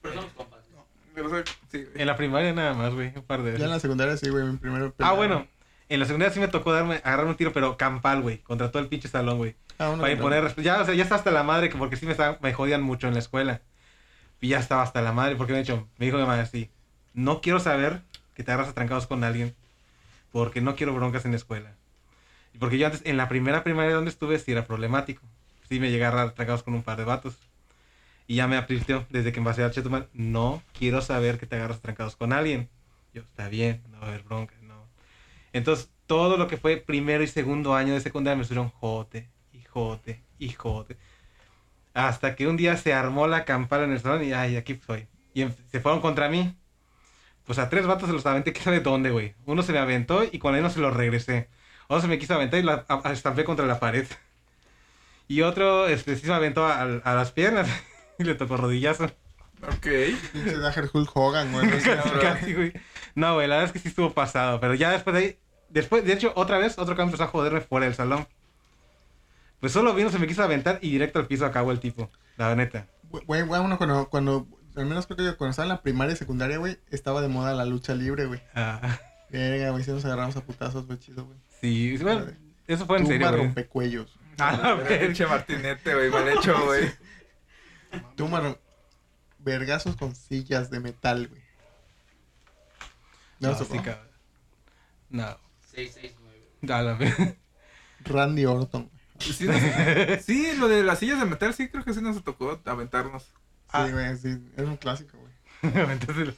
Speaker 4: Pero somos compas. ¿no?
Speaker 5: Pero, o sea, sí, güey.
Speaker 2: En la primaria nada más, güey. Un par de
Speaker 3: Ya en la secundaria sí, güey, mi primero.
Speaker 2: Ah, bueno. En la secundaria sí me tocó darme, agarrarme un tiro, pero campal, güey. Contra todo el pinche salón, güey.
Speaker 3: Ah, uno
Speaker 2: Para
Speaker 3: que-
Speaker 2: imponer respeto. Ya, o sea, ya está hasta la madre, que porque sí me, estaba- me jodían mucho en la escuela. Y ya estaba hasta la madre, porque de hecho, me dijo mi mamá así: No quiero saber que te agarras a trancados con alguien, porque no quiero broncas en la escuela. Y Porque yo antes, en la primera primaria donde estuve, sí era problemático. Sí me llegué a agarrar a trancados con un par de vatos. Y ya me advirtió, desde que empecé a chetumar, no quiero saber que te agarras a trancados con alguien. Yo, está bien, no va a haber broncas, no. Entonces, todo lo que fue primero y segundo año de secundaria me estuvieron jote, y jote, y jote. Hasta que un día se armó la campana en el salón y ay, aquí estoy. Y em- se fueron contra mí. Pues a tres vatos se los aventé, que sabe dónde, güey. Uno se me aventó y con él no se lo regresé. Otro se me quiso aventar y la a- a- estampé contra la pared. Y otro este, sí se me aventó a, a las piernas y le tocó rodillazo.
Speaker 1: Ok.
Speaker 3: Pinche Dagger Hulk Hogan, güey. no sé,
Speaker 1: Cabrón.
Speaker 2: Casi, güey. No, güey, la verdad es que sí estuvo pasado. Pero ya después de ahí. Después, de hecho, otra vez, otro cabrón empezó a joderme fuera del salón. Pues solo vino, se me quiso aventar y directo al piso acabó el tipo. La neta.
Speaker 3: Güey, güey, uno cuando, cuando, al menos creo que yo cuando estaba en la primaria y secundaria, güey, estaba de moda la lucha libre, güey.
Speaker 2: Ah,
Speaker 3: Verga, güey, si nos agarramos a putazos, güey, chido, güey.
Speaker 2: sí, bueno, eso fue en
Speaker 3: Tumba
Speaker 2: serio. güey.
Speaker 3: rompecuellos.
Speaker 2: A la
Speaker 1: Pinche
Speaker 2: verga.
Speaker 1: martinete, güey. Mal hecho, güey.
Speaker 3: Tumba rom- vergazos con sillas de metal, güey. No,
Speaker 2: No,
Speaker 3: eso
Speaker 2: sí,
Speaker 3: fue-
Speaker 2: cabrón. No,
Speaker 4: 669.
Speaker 2: a la verga.
Speaker 3: Randy Orton, güey.
Speaker 1: Sí, no- sí, lo de las sillas de metal, sí, creo que sí nos tocó aventarnos.
Speaker 2: Ah.
Speaker 3: Sí, güey, sí, era un clásico, güey.
Speaker 2: Entonces,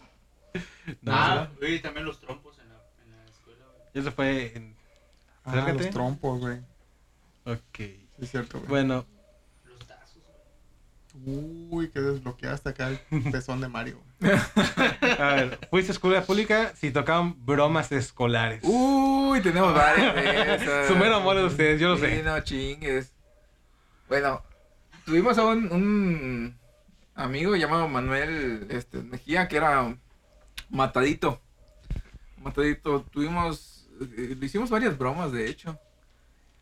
Speaker 2: no,
Speaker 4: Ah, güey, también los trompos en la, en la escuela, güey.
Speaker 2: eso fue en.
Speaker 3: Ah,
Speaker 2: Acércate.
Speaker 3: los trompos, güey.
Speaker 2: Ok.
Speaker 3: Sí, es cierto, güey.
Speaker 2: Bueno,
Speaker 4: Los tazos, güey.
Speaker 3: Uy, que desbloqueaste acá el pezón de Mario. güey.
Speaker 2: a ver, fuiste a escuela pública si tocaban bromas escolares.
Speaker 1: Uh, Uy, tenemos varias de esas.
Speaker 2: Su mero amor de ustedes, yo lo
Speaker 1: Sí,
Speaker 2: sé.
Speaker 1: no chingues. Bueno, tuvimos a un, un amigo llamado Manuel este, Mejía, que era matadito. Matadito, tuvimos, eh, le hicimos varias bromas, de hecho.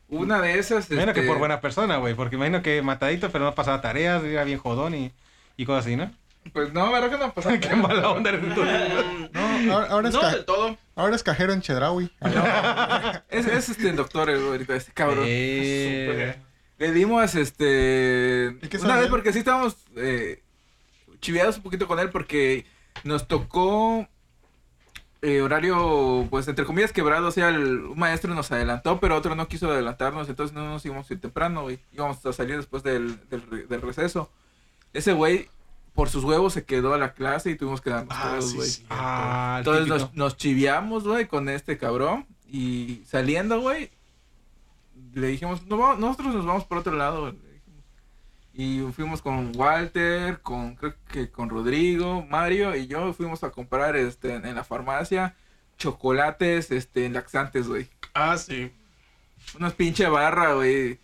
Speaker 1: Una de esas...
Speaker 2: Menos que
Speaker 1: este,
Speaker 2: por buena persona, güey, porque imagino que matadito, pero no pasaba tareas, era bien jodón y, y cosas así, ¿no?
Speaker 1: Pues no, la verdad que no pasa
Speaker 2: Qué mala onda eres tú.
Speaker 5: Mm,
Speaker 3: No, ahora, ahora es,
Speaker 5: no
Speaker 3: ca-
Speaker 5: del todo.
Speaker 3: ahora es cajero en Chedraui.
Speaker 1: Es, es este, el doctor, el- ahorita, este cabrón.
Speaker 2: Eh,
Speaker 1: Le dimos este.
Speaker 3: que
Speaker 1: una
Speaker 3: saber.
Speaker 1: vez porque sí estábamos eh, chiveados un poquito con él porque nos tocó eh, horario, pues entre comillas quebrado. O sea, el- un maestro nos adelantó, pero otro no quiso adelantarnos, entonces no nos íbamos a ir temprano, güey. Íbamos a salir después del, del, re- del receso. Ese güey, por sus huevos, se quedó a la clase y tuvimos que darnos
Speaker 5: Ah,
Speaker 1: todos,
Speaker 5: sí,
Speaker 1: güey.
Speaker 5: sí.
Speaker 2: ah, el
Speaker 1: Entonces nos,
Speaker 2: típico.
Speaker 1: nos chiviamos, güey, con este cabrón. Y saliendo, güey, le dijimos, no, va- nosotros nos vamos por otro lado. güey", le dijimos. Y fuimos con Walter, con creo que con Rodrigo, Mario y yo fuimos a comprar este en, en la farmacia chocolates, este, laxantes, güey.
Speaker 5: Ah, sí.
Speaker 1: Unas pinche barra, güey.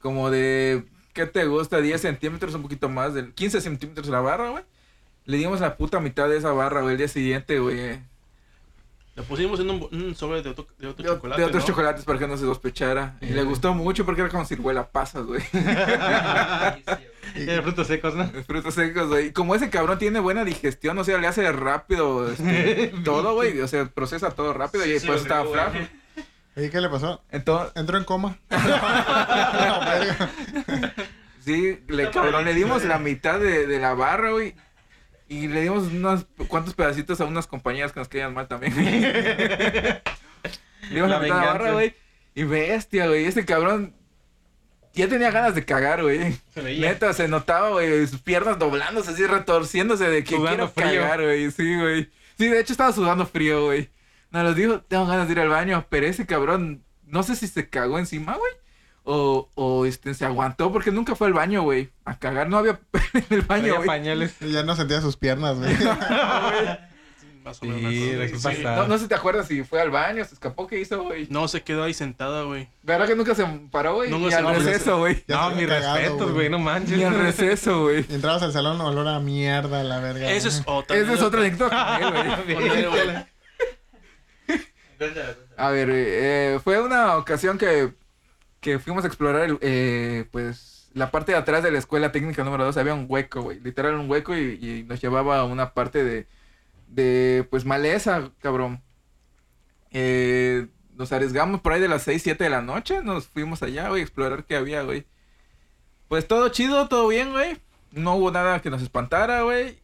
Speaker 1: Como de, ¿qué te gusta? 10 centímetros, un poquito más, de 15 centímetros la barra, güey. Le dimos la puta mitad de esa barra, güey, el día siguiente, güey.
Speaker 5: Lo pusimos en un, bo- un sobre de otro, de otro
Speaker 1: De,
Speaker 5: chocolate.
Speaker 1: de otros
Speaker 5: ¿no? Eh.
Speaker 1: chocolates para que no se sospechara. Y le gustó mucho porque era con ciruela pasas, güey.
Speaker 4: Sí, sí, güey.
Speaker 3: Y-
Speaker 2: Eh, frutos secos, ¿no?
Speaker 1: Frutos secos, güey. Y como ese cabrón tiene buena digestión, o sea, le hace rápido este, todo, güey. O sea, procesa todo rápido y
Speaker 5: Sí, sí,
Speaker 1: después
Speaker 5: lo
Speaker 1: estaba
Speaker 5: digo, güey.
Speaker 1: flaco.
Speaker 3: ¿Y qué le pasó?
Speaker 1: Entonces,
Speaker 3: Entró en coma. No, verga.
Speaker 1: sí, le, cabrón, le dimos la mitad de, de la barra, güey. Y le dimos unos cuantos pedacitos a unas compañías que nos querían mal también. Le dimos la,
Speaker 2: La
Speaker 1: mitad de la barra,
Speaker 2: venganza.
Speaker 1: güey. Y bestia, güey. Este cabrón ya tenía ganas de cagar, güey.
Speaker 2: Se veía.
Speaker 1: Neta, se notaba, güey, sus piernas doblándose así, retorciéndose de que
Speaker 2: Sudando
Speaker 1: quiero
Speaker 2: frío.
Speaker 1: cagar, güey. Sí, güey. Sí, de hecho estaba sudando frío, güey. Nos los dijo, tengo ganas de ir al baño, pero ese cabrón, no sé si se cagó encima, güey. O, o este, se aguantó porque nunca fue al baño, güey. A cagar no había en el baño,
Speaker 2: Traía
Speaker 1: güey.
Speaker 2: pañales.
Speaker 3: Y ya no sentía sus piernas, güey.
Speaker 5: Más
Speaker 2: Sí,
Speaker 5: o menos.
Speaker 2: era que
Speaker 5: sí.
Speaker 2: pasaba.
Speaker 1: No, no sé si te acuerdas si fue al baño, se escapó, ¿qué hizo, güey?
Speaker 5: No, se quedó ahí sentada, güey.
Speaker 1: ¿Verdad que nunca se paró, güey?
Speaker 5: Nunca
Speaker 1: Ni
Speaker 5: se
Speaker 1: al
Speaker 5: paró.
Speaker 1: receso, güey.
Speaker 3: Ya
Speaker 2: No,
Speaker 3: se
Speaker 2: mis
Speaker 3: había cagado,
Speaker 2: respetos,
Speaker 3: güey.
Speaker 2: güey, no manches.
Speaker 1: Ni al receso, güey.
Speaker 3: Y entrabas al salón, olor a mierda, la verga.
Speaker 5: Eso es
Speaker 3: güey.
Speaker 5: otra.
Speaker 1: Esa es otra anécdota, con él, güey.
Speaker 5: Ponele, güey.
Speaker 4: Cuéntala, cuéntala.
Speaker 1: A ver, eh, eh, fue una ocasión que, que fuimos a explorar el, eh, pues la parte de atrás de la escuela técnica número 2. Había un hueco, güey. Literal un hueco y, y nos llevaba a una parte de, de pues maleza, cabrón. Eh, nos arriesgamos por ahí de las 6, 7 de la noche, nos fuimos allá, güey, a explorar qué había, güey. Pues todo chido, todo bien, güey. No hubo nada que nos espantara, güey.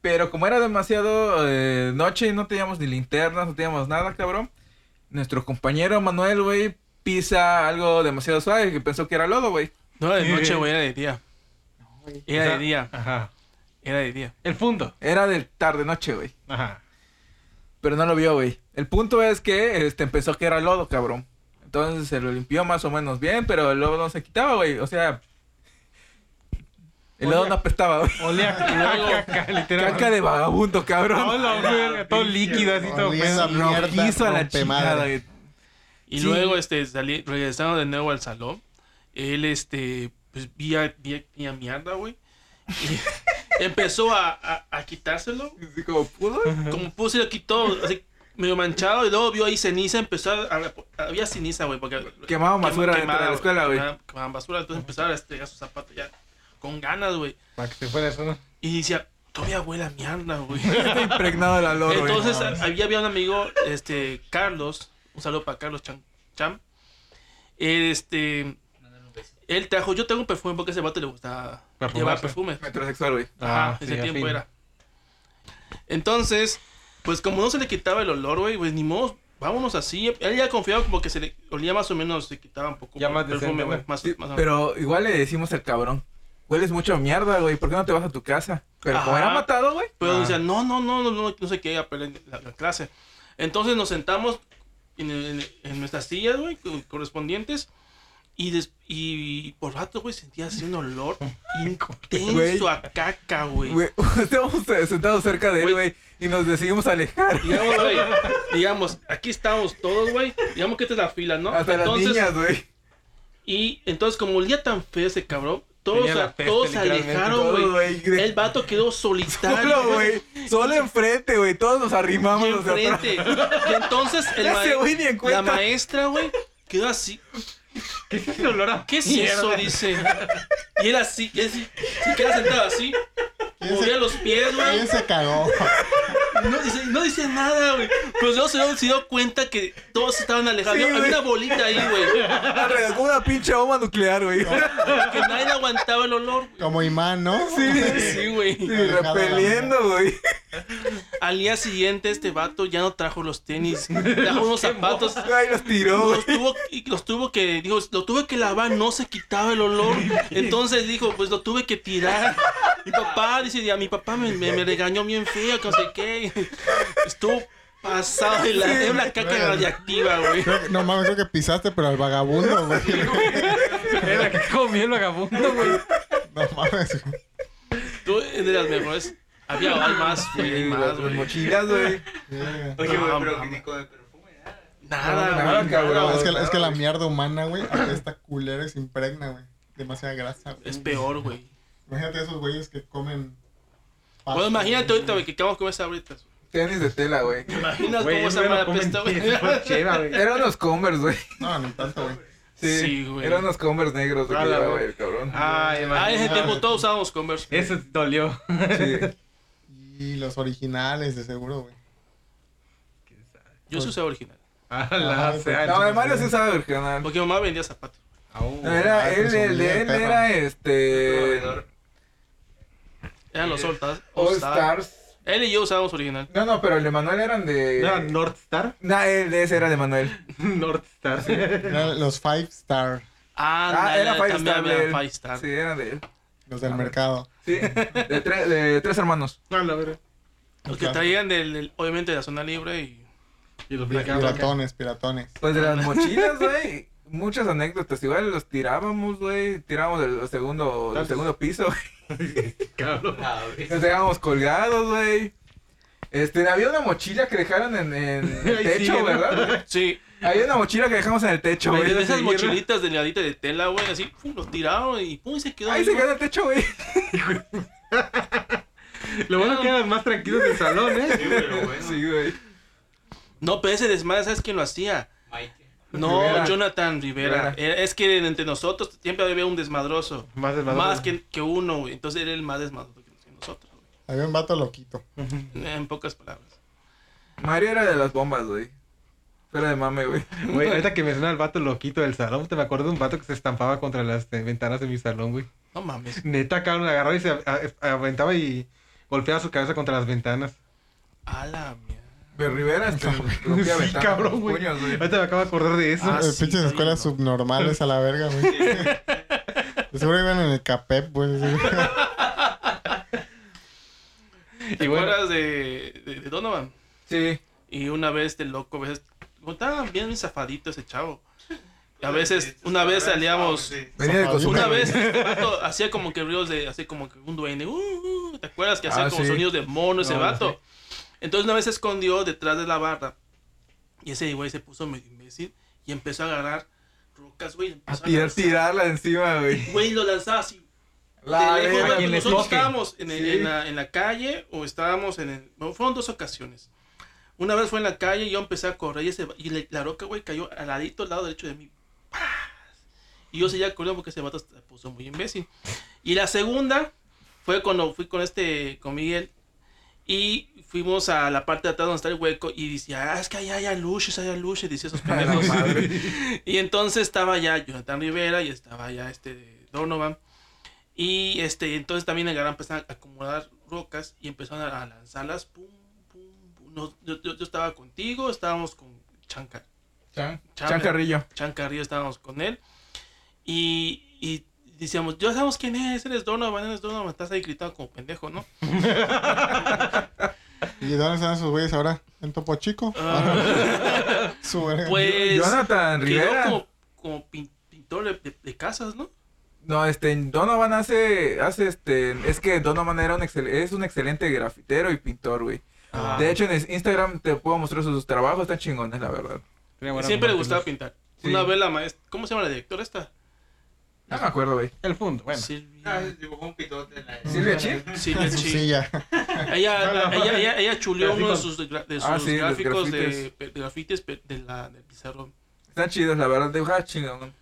Speaker 1: Pero como era demasiado eh, noche y no teníamos ni linternas, no teníamos nada, cabrón. Nuestro compañero Manuel, güey, pisa algo demasiado suave que pensó que era lodo, güey.
Speaker 5: No era de noche, güey, era de día. Era de
Speaker 2: Ajá.
Speaker 5: día,
Speaker 2: Ajá.
Speaker 5: era de día.
Speaker 2: El punto.
Speaker 1: Era de tarde-noche, güey.
Speaker 2: Ajá.
Speaker 1: Pero no lo vio, güey. El punto es que este, empezó que era lodo, cabrón. Entonces se lo limpió más o menos bien, pero el lodo no se quitaba, güey. O sea, el lodo
Speaker 2: Olía-
Speaker 1: no apestaba, güey.
Speaker 2: Olía a caca, literalmente.
Speaker 1: Caca de vagabundo,
Speaker 2: No,
Speaker 1: cabrón.
Speaker 2: la verga, todo líquido, así todo
Speaker 3: Olía
Speaker 2: pedo.
Speaker 3: esa mierda,
Speaker 1: Rojizo a la
Speaker 3: rompe
Speaker 1: chingada,
Speaker 3: madre.
Speaker 1: güey.
Speaker 5: Y
Speaker 1: Sí.
Speaker 5: luego, este, salí, regresando de nuevo al salón, él, este, pues, vía, vía, vía mierda, güey. Y empezó a, a, a quitárselo.
Speaker 1: Así como pudo.
Speaker 5: Como pudo, se lo quitó, así, medio manchado. Y luego vio ahí ceniza, empezó a... a- había ceniza, güey, porque...
Speaker 1: Quemaban basura dentro
Speaker 5: quemada,
Speaker 1: de la escuela, güey.
Speaker 5: Quemaban- Quemaban basura, entonces empezaron a estrellar sus zapatos ya con ganas, güey.
Speaker 2: Para que se fuera eso, ¿no?
Speaker 5: Y decía, todavía huele a mierda, güey.
Speaker 1: Está impregnado el olor, güey.
Speaker 5: Entonces a- había, había un amigo, este, Carlos, un saludo para Carlos Chan- Cham. Él, este,
Speaker 4: Mándale un beso.
Speaker 5: él trajo, yo tengo un perfume porque a ese vato le gustaba
Speaker 2: Perfumarse. Ah,
Speaker 5: llevar perfume.
Speaker 1: Metrosexual, güey.
Speaker 5: Ajá, ese
Speaker 2: sí,
Speaker 5: tiempo
Speaker 2: afín.
Speaker 5: era. Entonces, pues como no se le quitaba el olor, güey, pues ni modo, vámonos así. Él ya confiaba como que se le olía más o menos, se quitaba un poco
Speaker 2: Ya
Speaker 5: el
Speaker 2: más decente,
Speaker 5: perfume, güey,
Speaker 2: ¿no?
Speaker 5: más,
Speaker 1: Sí,
Speaker 5: más-
Speaker 1: pero igual le decimos al cabrón, hueles mucho a mierda, güey, ¿por qué no te vas a tu casa? Pero como
Speaker 5: Ajá.
Speaker 1: era matado, güey.
Speaker 5: Pero
Speaker 2: Ah.
Speaker 5: decía, no, no, no, no, no, no sé qué, ya peleé la, la clase. Entonces nos sentamos en, en- en nuestras sillas, güey, co- correspondientes. Y, des- y por rato, güey, sentía así un olor intenso a caca, güey.
Speaker 1: Güey, Estábamos eh, sentados cerca de él,
Speaker 5: Güey.
Speaker 1: güey, y nos decidimos alejar.
Speaker 5: Digamos, güey, digamos, aquí estamos todos, güey. Digamos que esta es la fila, ¿no?
Speaker 1: Hasta las niñas, güey.
Speaker 5: Y entonces, como olía tan feo ese cabrón, todos,
Speaker 2: Tenía la
Speaker 5: a-
Speaker 2: peste,
Speaker 5: todos se
Speaker 2: literalmente,
Speaker 5: alejaron,
Speaker 1: todo,
Speaker 5: güey.
Speaker 1: güey.
Speaker 5: El vato quedó solitario.
Speaker 1: Solo, güey. Solo enfrente, güey. Todos nos arrimamos los de atrás.
Speaker 5: enfrente. Y entonces el
Speaker 1: Ya
Speaker 5: ma-
Speaker 1: ese güey ni en
Speaker 5: la
Speaker 1: cuenta.
Speaker 5: maestra, güey, quedó así.
Speaker 2: ¿Qué es el olor a
Speaker 5: ¿Qué es eso? Dice. Y él así, y él así, se queda sentado así,
Speaker 3: ¿Quién
Speaker 5: movía
Speaker 3: se,
Speaker 5: los pies,
Speaker 3: quién
Speaker 5: güey.
Speaker 3: se cagó?
Speaker 5: No dice, no dice nada, güey. Pero luego se dio, se dio cuenta que todos estaban alejados.
Speaker 1: Sí,
Speaker 5: Había
Speaker 1: güey.
Speaker 5: una bolita ahí, güey.
Speaker 1: Alrededor, Como una pinche bomba nuclear, güey.
Speaker 5: Que nadie aguantaba el olor.
Speaker 3: Como imán, ¿no?
Speaker 5: Sí, güey.
Speaker 1: Sí, repeliendo, güey.
Speaker 5: Al día siguiente, este vato ya no trajo los tenis, trajo unos zapatos.
Speaker 1: Ay, los tiró, güey.
Speaker 5: Los tuvo, y los tuvo que, dijo, lo tuve que lavar, no se quitaba el olor. Entonces dijo, pues lo tuve que tirar. Mi papá, dice, y a mi papá me, me, me regañó bien feo, que no sé qué. Estuvo pasado de la, era una caca
Speaker 3: Bueno.
Speaker 5: radiactiva, güey.
Speaker 3: Creo que- no mames, creo que pisaste, pero al vagabundo, güey.
Speaker 2: Era que comió el vagabundo, güey.
Speaker 3: No mames.
Speaker 5: Tú, de las mejores. Había hay más, güey, hay más,
Speaker 1: Las
Speaker 5: güey.
Speaker 1: mochilas, güey.
Speaker 3: Yeah.
Speaker 4: Oye,
Speaker 5: No,
Speaker 4: güey, pero
Speaker 5: mamá.
Speaker 4: que ni come perfume, nada.
Speaker 5: Nada,
Speaker 1: Nada,
Speaker 5: güey.
Speaker 1: cabrón.
Speaker 5: nada.
Speaker 3: Es que, es que la mierda humana, güey, esta culera y se impregna, güey. Demasiada grasa, güey.
Speaker 5: Es peor, güey.
Speaker 3: Imagínate esos güeyes que comen. pasto,
Speaker 5: Bueno, imagínate
Speaker 3: güey.
Speaker 5: ahorita, güey, que acabamos con esa ahorita.
Speaker 1: Tenis de tela, güey.
Speaker 5: Imaginas
Speaker 2: Güey,
Speaker 5: cómo esa
Speaker 2: eso
Speaker 5: mala
Speaker 2: no comen
Speaker 5: pesta, güey.
Speaker 2: queso, fue cheva, güey.
Speaker 1: Eran unos Converse, güey.
Speaker 3: No, ni tanto, güey.
Speaker 5: Sí, güey.
Speaker 1: Eran unos Converse negros, güey, que
Speaker 2: A la
Speaker 1: llevaba,
Speaker 2: verga.
Speaker 1: güey, el cabrón.
Speaker 2: Ay,
Speaker 5: Ah, en
Speaker 2: imagínate.
Speaker 5: ese tiempo todos usábamos Converse.
Speaker 2: Eso dolió.
Speaker 1: Sí.
Speaker 3: Y los originales, de seguro, güey.
Speaker 5: Yo sí usaba original.
Speaker 2: A Ah, la
Speaker 3: Ay,
Speaker 2: sea.
Speaker 1: No, el Mario sí sabe original.
Speaker 5: Porque mi mamá vendía zapatos.
Speaker 1: Eh,
Speaker 2: Au.
Speaker 1: No, era,
Speaker 3: Ay,
Speaker 1: él,
Speaker 3: consumía
Speaker 1: el de él
Speaker 3: perro.
Speaker 1: era este.
Speaker 4: Proveedor.
Speaker 5: Eran
Speaker 1: eh,
Speaker 5: los All Stars.
Speaker 1: All
Speaker 5: All Star.
Speaker 1: Stars.
Speaker 5: Él y yo usábamos original.
Speaker 1: No, no, pero el de Manuel eran de.
Speaker 2: ¿No era North Star?
Speaker 1: No, el de ese era de Manuel.
Speaker 2: North Star.
Speaker 3: Eran los Five Star,
Speaker 5: Ah,
Speaker 1: Ah,
Speaker 5: no,
Speaker 1: era Five
Speaker 5: también
Speaker 1: Star.
Speaker 5: había
Speaker 1: de él.
Speaker 5: Five Star.
Speaker 1: Sí, era de él.
Speaker 3: los del mercado.
Speaker 1: Sí, de, tres- de tres hermanos.
Speaker 2: A la verga.
Speaker 5: Los que traían, del, del- obviamente, de la zona libre. Y...
Speaker 2: Y los brincaban acá.
Speaker 3: Piratones, piratones.
Speaker 1: Pues de las mochilas, güey. Muchas anécdotas. Igual los tirábamos, güey. Tirábamos del segundo, del segundo piso. güey.
Speaker 2: Cabrón.
Speaker 4: Ah, güey.
Speaker 1: Nos dejábamos colgados, güey. Este, había una mochila que dejaron en, en el
Speaker 2: Ahí
Speaker 1: techo,
Speaker 2: sigue, ¿no?
Speaker 1: ¿verdad? güey?
Speaker 5: Sí,
Speaker 1: Había una mochila que dejamos en el techo,
Speaker 5: de
Speaker 1: güey.
Speaker 5: esas mochilitas delgaditas de tela, güey, así, pum, los tiraron y pum, se quedó
Speaker 1: Ahí se
Speaker 5: ¿no?
Speaker 1: quedó en el techo, güey.
Speaker 2: Lo bueno que eran más tranquilos del salón,
Speaker 4: Sí,
Speaker 2: ¿eh?
Speaker 4: güey, lo bueno.
Speaker 1: Sí, güey.
Speaker 5: No, pero ese desmadre, ¿sabes quién lo hacía?
Speaker 4: Mike.
Speaker 5: No,
Speaker 1: Rivera.
Speaker 5: Jonathan Rivera. Era- Es que entre nosotros siempre había un desmadroso.
Speaker 2: Más del
Speaker 5: Más que, que uno, güey. Entonces era el más desmadroso que nosotros, güey.
Speaker 3: Había un vato loquito.
Speaker 5: En pocas palabras.
Speaker 1: Mario era de las bombas, güey. Fuera de mame, güey.
Speaker 2: Güey, ahorita que mencionas al vato loquito del salón, te me acuerdo de un vato que se estampaba contra las eh, ventanas de mi salón, güey.
Speaker 5: No mames.
Speaker 2: Neta, cabrón, agarraba y se a- a- aventaba y golpeaba su cabeza contra las ventanas.
Speaker 5: A la mierda.
Speaker 1: De Rivera hasta
Speaker 2: Sí, cabrón, güey.
Speaker 1: Puños, güey.
Speaker 2: Ahorita me acabo de acordar de eso.
Speaker 5: Ah,
Speaker 3: Eh,
Speaker 5: sí,
Speaker 3: pinches
Speaker 5: oye,
Speaker 3: escuelas
Speaker 5: no.
Speaker 3: subnormales a la verga, güey. De Seguro iban en el CAPEP, güey. así.
Speaker 5: ¿Te
Speaker 2: Y bueno.
Speaker 5: acuerdas de, de- de Donovan?
Speaker 1: Sí.
Speaker 5: Y una vez este loco, a veces. como Estaba bien zafadito ese chavo. Y a veces, una vez salíamos.
Speaker 1: Venía de costura.
Speaker 5: Una
Speaker 1: güey.
Speaker 5: vez este vato hacía como que ríos de, así como que un duende, uh, uh, ¿te acuerdas que hacía
Speaker 1: Ah,
Speaker 5: como
Speaker 1: sí.
Speaker 5: sonidos de mono ese
Speaker 2: No,
Speaker 5: vato? Entonces una vez se escondió detrás de la barra y ese güey se puso medio imbécil y empezó a agarrar rocas, güey.
Speaker 1: A
Speaker 5: empezó
Speaker 1: tirar,
Speaker 5: lanzar.
Speaker 1: tirarla encima, güey.
Speaker 5: Güey, lo lanzaba así.
Speaker 1: La
Speaker 5: de lejos,
Speaker 1: verga.
Speaker 5: güey,
Speaker 2: quien le
Speaker 5: nosotros
Speaker 2: toque.
Speaker 5: estábamos en, el-
Speaker 1: Sí.
Speaker 5: en la, en la calle o estábamos en el... bueno, fueron dos ocasiones. Una vez fue en la calle y yo empecé a correr y, ese, y le- la roca, güey, cayó al ladito, al lado derecho de mí. ¡Paz! Y yo seguía corriendo porque ese vato se puso muy imbécil. Y la segunda fue cuando fui con este, con Miguel. Y fuimos a la parte de atrás donde está el hueco y decía, ah, es que allá hay luces, allá hay luces, dice esos
Speaker 1: A la
Speaker 5: pendejos.
Speaker 1: madre.
Speaker 5: Y entonces estaba ya Jonathan Rivera y estaba ya este Donovan. Y este, entonces también agarraron, empezaron a acumular rocas y empezaron a, a lanzarlas. Pum, pum, pum. Nos- yo, yo- yo estaba contigo, estábamos con Chanca,
Speaker 1: Chan,
Speaker 5: Chan-
Speaker 1: Chan Carrillo.
Speaker 5: Chancarrillo, estábamos con él. Y, y decíamos, ya sabemos quién es, eres Donovan, eres Donovan, estás ahí gritando como pendejo, ¿no?
Speaker 3: ¿Y dónde están esos güeyes ahora? ¿En Topo Chico?
Speaker 5: Ah,
Speaker 3: Su verga.
Speaker 5: pues
Speaker 1: Jonathan
Speaker 5: quedó
Speaker 1: Rivera.
Speaker 5: como, como pin- pintor de- de- de casas, ¿no?
Speaker 1: No, este, Donovan hace, hace este, es que Donovan era un excel- es un excelente grafitero y pintor, güey.
Speaker 2: Ah.
Speaker 1: De hecho, en es- Instagram te puedo mostrar sus trabajos, están chingones, la verdad.
Speaker 2: Tenía buena
Speaker 5: Siempre le
Speaker 2: memoria.
Speaker 5: gustaba pintar.
Speaker 1: Sí.
Speaker 5: Una vez la maestra. ¿Cómo se llama la directora esta?
Speaker 1: No me acuerdo, güey.
Speaker 2: El fondo, bueno.
Speaker 4: Ah,
Speaker 5: Silvia.
Speaker 4: dibujó un pitote en la...
Speaker 1: Silvia Chip.
Speaker 5: Silvia
Speaker 3: Su
Speaker 5: Chi.
Speaker 3: silla.
Speaker 5: Ella,
Speaker 2: No, no,
Speaker 5: ella,
Speaker 2: no.
Speaker 5: ella, ella chuleó uno de sus, gra- de sus
Speaker 1: Ah, sí, los
Speaker 5: gráficos de,
Speaker 1: grafites.
Speaker 5: de grafites pe- de la, del pizarrón.
Speaker 1: Están chidos, la verdad, dibujadas chingón.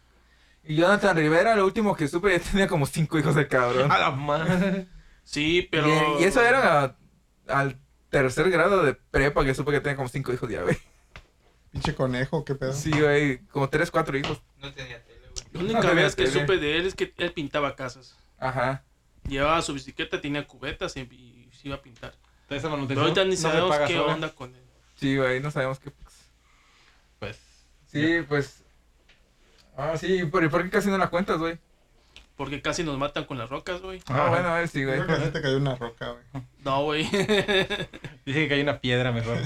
Speaker 1: Y Jonathan Rivera, lo último que supe, ya tenía como cinco hijos de cabrón.
Speaker 2: A la madre.
Speaker 5: Sí, pero.
Speaker 1: Y, y eso era a- al tercer grado de prepa que supe que tenía como cinco hijos ya, güey.
Speaker 3: Pinche conejo, qué pedo.
Speaker 1: Sí, güey, como tres, cuatro hijos.
Speaker 4: No tenía tele, güey.
Speaker 5: La única
Speaker 1: Ah,
Speaker 5: vez que
Speaker 1: tele.
Speaker 5: supe de él es que él pintaba casas.
Speaker 1: Ajá.
Speaker 5: Llevaba su bicicleta, tenía cubetas y, y se iba a pintar.
Speaker 2: Toda esa
Speaker 5: Pero
Speaker 2: manutención
Speaker 5: ahorita ni
Speaker 2: no se
Speaker 5: sabemos
Speaker 2: paga
Speaker 5: qué
Speaker 2: sola.
Speaker 5: onda con él.
Speaker 1: Sí, güey, no sabemos qué.
Speaker 2: Pues,
Speaker 1: Sí, pues. Ah, sí, ¿por, ¿por qué casi no la cuentas, güey?
Speaker 5: Porque casi nos matan con las rocas, güey.
Speaker 1: Ah,
Speaker 2: Ajá.
Speaker 1: bueno, a ver, sí, güey.
Speaker 3: Creo que así te cayó una roca, güey.
Speaker 5: No, güey.
Speaker 2: dije que hay una piedra mejor.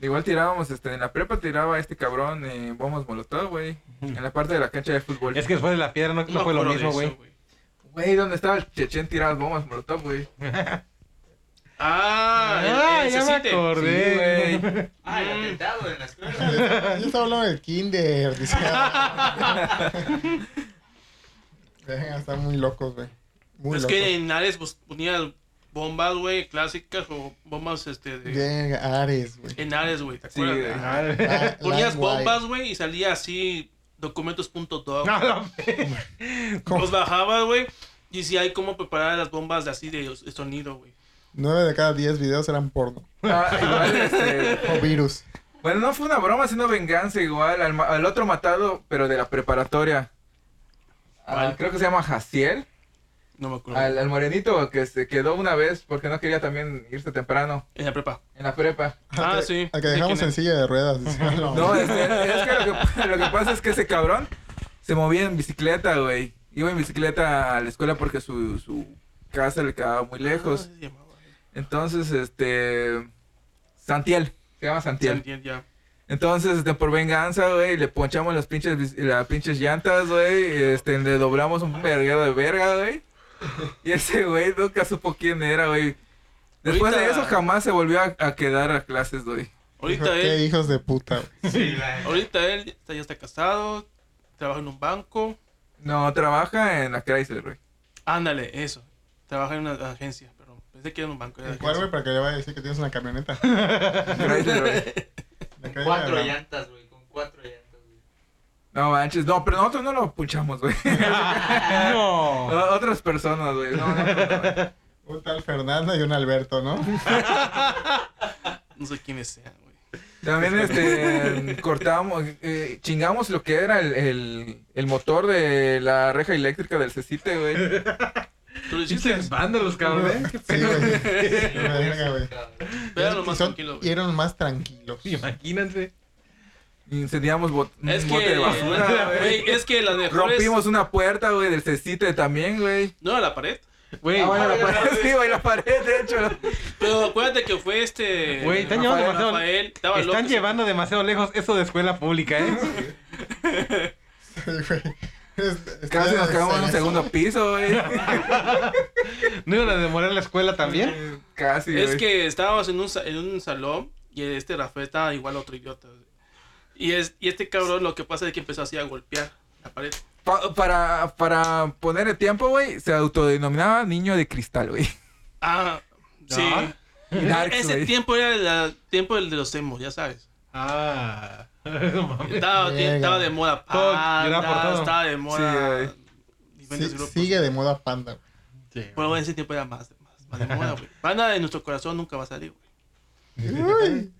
Speaker 1: Igual tirábamos, este, en la prepa tiraba este cabrón eh, bombas molotov, güey. En la parte de la cancha de fútbol.
Speaker 2: es que después de la piedra no, no
Speaker 5: me
Speaker 2: fue lo
Speaker 5: acuerdo de
Speaker 2: mismo,
Speaker 5: eso,
Speaker 2: güey.
Speaker 1: Güey, ¿dónde estaba el Chechen tiraba bombas molotov, güey?
Speaker 5: Ah, el- el Cecite.
Speaker 1: Sí,
Speaker 2: Sí,
Speaker 1: güey.
Speaker 4: Ah, el
Speaker 5: Mm.
Speaker 4: atentado en la escuela.
Speaker 3: Yo estaba hablando del kinder, dice. Venga, están muy locos, güey. Muy
Speaker 5: es
Speaker 3: locos.
Speaker 5: que en Ares pues, ponían bombas, güey, clásicas o bombas, este, de...
Speaker 3: Venga, Ares, güey.
Speaker 5: En Ares, güey, ¿te
Speaker 1: Sí,
Speaker 5: acuerdas?
Speaker 1: güey.
Speaker 5: Ajá.
Speaker 2: madre.
Speaker 3: Ah,
Speaker 5: eh, Ponías
Speaker 3: Lime Wire.
Speaker 5: bombas, güey, y salía así documentos.doc.
Speaker 2: No, la-
Speaker 5: Los bajabas, güey, y si hay cómo preparar las bombas de así de, de sonido, güey.
Speaker 3: Nueve de cada diez videos eran porno.
Speaker 1: Ah, igual, este,
Speaker 3: O Oh, virus.
Speaker 1: Bueno, no fue una broma, sino venganza igual al, ma- al otro matado, pero de la preparatoria. Al-
Speaker 5: ¿Cuál?
Speaker 1: creo que se llama Jaciel.
Speaker 5: No me acuerdo.
Speaker 1: Al, al morenito que se quedó una vez porque no quería también irse temprano
Speaker 5: En la prepa.
Speaker 1: en la prepa.
Speaker 5: Ah,
Speaker 3: Al que-
Speaker 5: sí.
Speaker 3: Al que
Speaker 5: Sí,
Speaker 3: dejamos
Speaker 5: que no.
Speaker 3: en silla de ruedas. dice.
Speaker 1: No, este, es que lo, que lo que pasa es que ese cabrón se movía en bicicleta, güey. Iba en bicicleta a la escuela porque su, su casa le quedaba muy lejos.
Speaker 5: Ah, se llamaba, güey.
Speaker 1: Entonces, este... Santiel. Se llama
Speaker 5: Se
Speaker 1: Santiel.
Speaker 5: entiende ya.
Speaker 1: Entonces, este, por venganza, güey, le ponchamos las pinches, bici- las pinches llantas, güey. Este, le doblamos un verguero de verga, güey. Y ese güey nunca supo quién era, güey. Después de
Speaker 5: Ahorita-
Speaker 1: eso jamás se volvió a, a quedar a clases, güey.
Speaker 3: Dijo,
Speaker 5: Ahorita eh.
Speaker 3: Qué
Speaker 5: él,
Speaker 3: hijos de puta, güey.
Speaker 4: Sí, la...
Speaker 5: ahorita él está- ya está casado, trabaja en un banco.
Speaker 1: No, trabaja en la Chrysler, güey.
Speaker 5: Ándale, eso. Trabaja en una agencia, pero pensé que era en un banco. era
Speaker 3: ¿En
Speaker 5: de
Speaker 3: cuál, güey?
Speaker 5: agencia.
Speaker 3: Para que le vaya a decir que tienes una camioneta.
Speaker 1: Chrysler, güey.
Speaker 3: La calle
Speaker 4: Cuatro
Speaker 3: de-
Speaker 4: llantas, güey, con cuatro llantas, güey.
Speaker 1: No manches, no, pero nosotros no lo puchamos, güey.
Speaker 2: no.
Speaker 1: O- Otras personas, güey. No, no, no, no, güey.
Speaker 3: Un tal Fernando y un Alberto, ¿no?
Speaker 5: No sé quiénes sean, güey.
Speaker 1: También este, cortamos, eh, chingamos lo que era el, el, el motor de la reja eléctrica del Cecite, güey.
Speaker 5: Tú lo hiciste.
Speaker 2: Pinches vándalos, cabrón. ¿eh? Qué
Speaker 3: Sí,
Speaker 2: pena.
Speaker 3: güey. Una verga, güey.
Speaker 5: Pero más
Speaker 3: Son-
Speaker 5: tranquilo, güey.
Speaker 3: Eran más tranquilos.
Speaker 2: Imagínate.
Speaker 1: Incendiamos bot-
Speaker 5: Es
Speaker 1: un bote
Speaker 5: que,
Speaker 1: de basura, güey.
Speaker 5: güey, es que las mejores.
Speaker 1: Rompimos una puerta, güey, del Cecite también, güey.
Speaker 5: No, la pared.
Speaker 2: Güey,
Speaker 1: Ah, bueno, la
Speaker 5: güey,
Speaker 1: pared,
Speaker 5: güey.
Speaker 1: sí, güey, la pared, de hecho.
Speaker 5: Pero acuérdate que fue este.
Speaker 2: Güey, están
Speaker 1: Rafael,
Speaker 2: llevando demasiado.
Speaker 5: Rafael, estaba
Speaker 2: están
Speaker 5: loco.
Speaker 2: llevando demasiado lejos eso de escuela pública, ¿eh?
Speaker 3: Sí, güey. Es- está-
Speaker 1: Casi nos quedamos en un
Speaker 3: está-
Speaker 1: segundo piso, güey.
Speaker 2: ¿No iban a demorar la escuela también?
Speaker 1: Casi, güey.
Speaker 5: Es que estábamos en un, sa- en un salón y este Rafael estaba igual a otro idiota. güey. Y, es, y este cabrón lo que pasa es que empezó así a golpear la pared.
Speaker 1: Pa- para, para poner el tiempo, güey, se autodenominaba niño de cristal, güey.
Speaker 5: Ah, sí.
Speaker 2: Ah.
Speaker 1: Y Darks,
Speaker 5: Ese
Speaker 1: güey.
Speaker 5: tiempo era el ah, tiempo del de los emos, ya sabes.
Speaker 2: Ah. No mames.
Speaker 5: Estaba,
Speaker 3: Verga.
Speaker 5: estaba de moda
Speaker 2: Todo,
Speaker 5: panda,
Speaker 2: lloraba por todo.
Speaker 5: estaba de moda
Speaker 1: Sí,
Speaker 5: diferentes
Speaker 3: Sí,
Speaker 5: grupos.
Speaker 3: sigue de moda panda. güey.
Speaker 2: Sí.
Speaker 5: Pero en ese tiempo era más, más, más de moda, güey. Panda en nuestro corazón nunca va a salir, güey.
Speaker 3: Uy.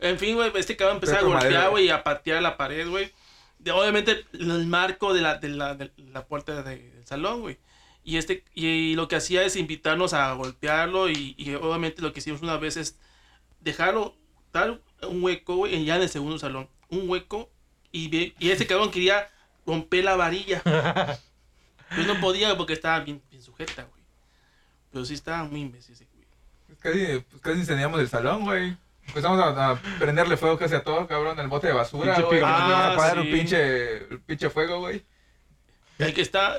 Speaker 5: En fin, güey, este cabrón empezó a
Speaker 1: Pepe Madero.
Speaker 5: golpear, güey, y a patear la pared, güey. De- Obviamente, el marco de la, de la, de la puerta de- del salón, güey. Y, este, y, lo que hacía es invitarnos a golpearlo y, y obviamente lo que hicimos una vez es dejarlo, dar un hueco, güey, ya en el segundo salón. Un hueco y, ve- y este cabrón quería romper la varilla. Yo no podía porque estaba bien, bien sujeta, güey. Pero sí estaba muy imbécil ese güey.
Speaker 1: Casi, pues, casi incendiamos el salón, güey. Empezamos a, a prenderle fuego casi a todo, cabrón, el bote de basura,
Speaker 2: Pinche
Speaker 1: güey.
Speaker 2: pico.
Speaker 5: Ah,
Speaker 1: a apagar
Speaker 5: sí.
Speaker 1: un pinche, el pinche fuego, güey.
Speaker 5: El que está.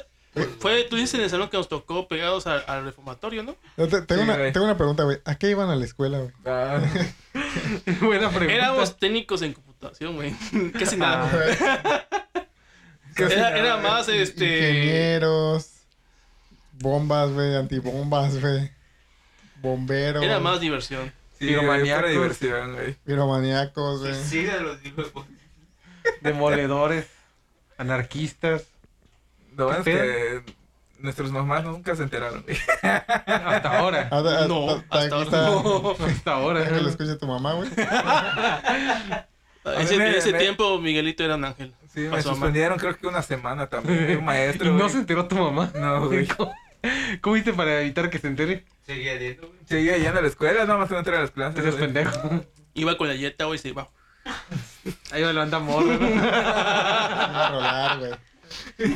Speaker 5: Fue, tú dices en el salón que nos tocó pegados al, al reformatorio, ¿no?
Speaker 3: No, te- tengo,
Speaker 1: Sí,
Speaker 3: una,
Speaker 1: güey.
Speaker 3: tengo una pregunta, güey. ¿A qué iban a la escuela, güey?
Speaker 1: Ah,
Speaker 2: Buena pregunta.
Speaker 5: Éramos técnicos en computación, güey. Casi nada.
Speaker 1: Ah, casi
Speaker 5: Era,
Speaker 1: nada,
Speaker 5: era
Speaker 1: güey.
Speaker 5: más Ah, este.
Speaker 3: Ingenieros, bombas, güey, antibombas, güey. Bomberos.
Speaker 5: Era más diversión.
Speaker 1: Sí, güey,
Speaker 2: piromaníacos.
Speaker 1: pura diversión, güey.
Speaker 3: Piromaniacos, güey.
Speaker 4: Sí, de los dibujos.
Speaker 2: Demoledores. Anarquistas.
Speaker 1: Lo bueno es
Speaker 2: ¿Qué
Speaker 1: que nuestros mamás nunca se enteraron, güey.
Speaker 2: Hasta ahora.
Speaker 3: Ah, ah,
Speaker 5: No,
Speaker 3: ah, ah,
Speaker 5: hasta
Speaker 3: aquí
Speaker 5: ahora
Speaker 3: está.
Speaker 2: No, hasta ahora.
Speaker 3: Deja que lo escuche tu mamá, güey.
Speaker 1: mí
Speaker 5: Ese,
Speaker 1: me-
Speaker 5: ese
Speaker 1: me-
Speaker 5: tiempo Miguelito era un ángel.
Speaker 1: Sí, me
Speaker 5: Pasó a mano.
Speaker 1: suspendieron creo que una semana también. Un
Speaker 2: ¿Y
Speaker 1: maestro,
Speaker 2: no
Speaker 1: güey.
Speaker 2: se enteró tu mamá?
Speaker 1: No, güey.
Speaker 2: ¿Cómo- ¿Cómo hiciste para evitar que se entere?
Speaker 4: Seguía adentro, güey.
Speaker 1: Seguía yendo a la escuela, nada más que no entré a las clases,
Speaker 2: Te seas
Speaker 1: güey.
Speaker 2: pendejo.
Speaker 5: Iba con la yeta, güey, y se iba.
Speaker 2: Ahí va la banda morra. ¿no?
Speaker 3: Iba a rolar, güey.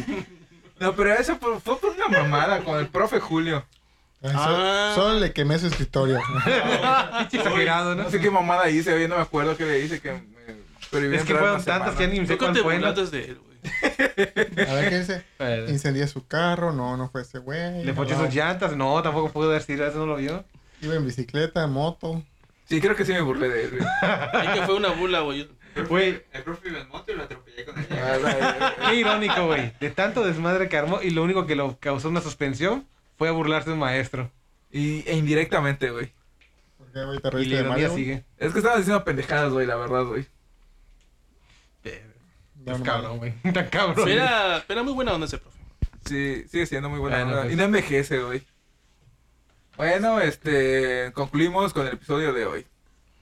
Speaker 1: No, pero eso fue fue por una mamada con el profe Julio.
Speaker 3: Ay,
Speaker 5: Ah.
Speaker 3: Solo, solo le quemé su escritorio.
Speaker 2: Pinche exagerado, ¿no?
Speaker 1: No sé qué mamada hice, hoy no me acuerdo qué le hice que me prohibió
Speaker 2: Es que
Speaker 1: entrar
Speaker 2: fueron
Speaker 1: una
Speaker 2: tantas
Speaker 1: semana.
Speaker 2: que ya ni me sé
Speaker 5: Nunca
Speaker 2: cuál
Speaker 5: te
Speaker 2: fue. ¿no?
Speaker 5: burlaste de él, güey.
Speaker 3: A ver qué dice.
Speaker 2: Eh,
Speaker 3: Incendié su carro, no, no fue ese güey.
Speaker 2: Le ponché
Speaker 3: No.
Speaker 2: sus llantas. No, tampoco puedo decir, eso no lo vio.
Speaker 3: Iba en bicicleta, en moto.
Speaker 1: Sí, creo que sí me burlé de él, güey.
Speaker 5: Es que fue una burla, güey.
Speaker 2: Güey,
Speaker 4: El profe iba en moto y lo atropellé con el
Speaker 1: Ah,
Speaker 4: llave.
Speaker 1: la-
Speaker 2: qué irónico, güey. De tanto desmadre que armó y lo único que lo causó una suspensión fue a burlarse de un maestro.
Speaker 1: y, e indirectamente, güey.
Speaker 3: ¿Por qué, güey?
Speaker 1: este
Speaker 3: ¿Te
Speaker 2: Y la
Speaker 3: reíste de
Speaker 2: ironía
Speaker 3: Mario?
Speaker 2: sigue.
Speaker 1: Es que estaba diciendo pendejadas, güey, la verdad, güey.
Speaker 3: No,
Speaker 2: Es
Speaker 3: no,
Speaker 2: cabrón, güey. Tan cabrón.
Speaker 5: Era, era muy buena onda ese profe.
Speaker 1: Sí, sigue siendo muy buena.
Speaker 2: Bueno,
Speaker 1: onda.
Speaker 2: pues.
Speaker 1: Y no envejece, güey. Bueno, este, concluimos con el episodio de hoy.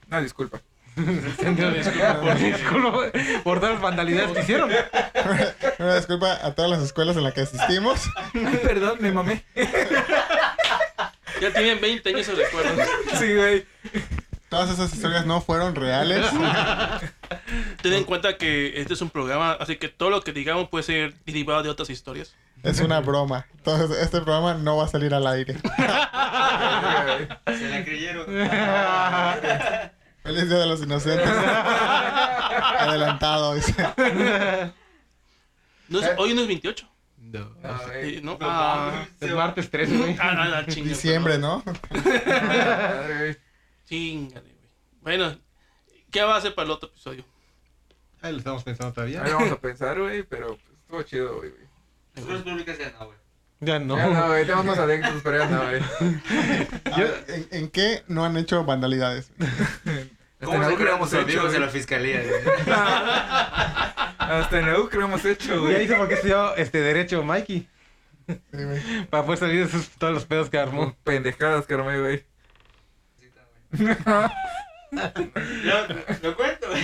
Speaker 1: Una disculpa.
Speaker 2: Disculpa "Ah, por, disculpa por todas las vandalidades que hicieron.
Speaker 3: Una disculpa a todas las escuelas en las que asistimos.
Speaker 1: Ay, Perdón, me mamé.
Speaker 5: Ya tienen 20 años de recuerdos.
Speaker 1: Sí, güey.
Speaker 3: Todas esas historias no fueron reales.
Speaker 5: Ten en cuenta que este es un programa, así que todo lo que digamos puede ser derivado de otras historias.
Speaker 3: Es una broma. Entonces, este programa no va a salir al aire.
Speaker 4: Se la creyeron.
Speaker 3: Feliz Día de los Inocentes. Adelantado, dice.
Speaker 5: No es- hoy no es 28.
Speaker 2: No.
Speaker 1: Eh. No,
Speaker 5: eh,
Speaker 1: güey.
Speaker 5: ¿no?
Speaker 4: No,
Speaker 5: Ah.
Speaker 4: mames.
Speaker 2: Es martes 13, güey.
Speaker 5: Ah, ah, ah, chinga,
Speaker 3: Diciembre,
Speaker 5: perdón.
Speaker 3: ¿no?
Speaker 1: Madre, güey.
Speaker 5: Chingale, güey. Bueno, ¿qué va a hacer para el otro episodio?
Speaker 2: Ahí lo estamos pensando todavía.
Speaker 1: Ahí vamos a pensar, güey, pero pues, estuvo chido, güey. güey.
Speaker 4: Escuelas públicas ya no, güey.
Speaker 2: Ya no.
Speaker 1: Ya no, güey, tenemos más adictos, pero ya no, güey.
Speaker 3: A ver, ¿En, en qué no han hecho vandalidades?
Speaker 1: Hasta en la U creo hemos hecho,
Speaker 4: amigos de la
Speaker 1: güey.
Speaker 4: fiscalía? güey.
Speaker 1: Hasta en la U creo hemos hecho,
Speaker 2: Ya
Speaker 1: güey.
Speaker 2: dice por qué estudió este derecho Mikey.
Speaker 3: Sí, güey.
Speaker 2: Para poder salir de esos- todos los pedos que armó.
Speaker 1: Pendejadas que armé, güey.
Speaker 4: Yo, lo cuento, güey.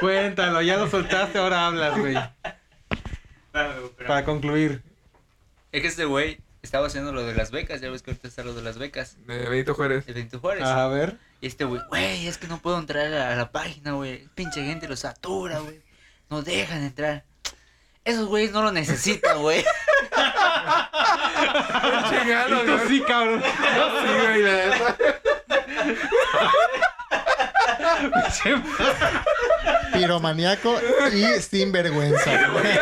Speaker 2: Cuéntalo, ya lo soltaste, ahora hablas, güey.
Speaker 4: Claro, pero-
Speaker 2: Para concluir.
Speaker 4: Es que este güey estaba haciendo lo de las becas, ya ves que ahorita está lo de las becas.
Speaker 1: Eh, Benito Juárez.
Speaker 4: El Benito Juárez.
Speaker 2: A ver.
Speaker 4: Y este güey, güey, es que no puedo entrar a la página, güey. Pinche gente lo satura, güey. No dejan entrar. Esos güeyes no lo necesitan, güey.
Speaker 1: Chingalo,
Speaker 2: Esto
Speaker 1: güey. Sí,
Speaker 2: Ah, sí, cabrón.
Speaker 1: güey, la neta.
Speaker 3: Piromaniaco y sinvergüenza, güey.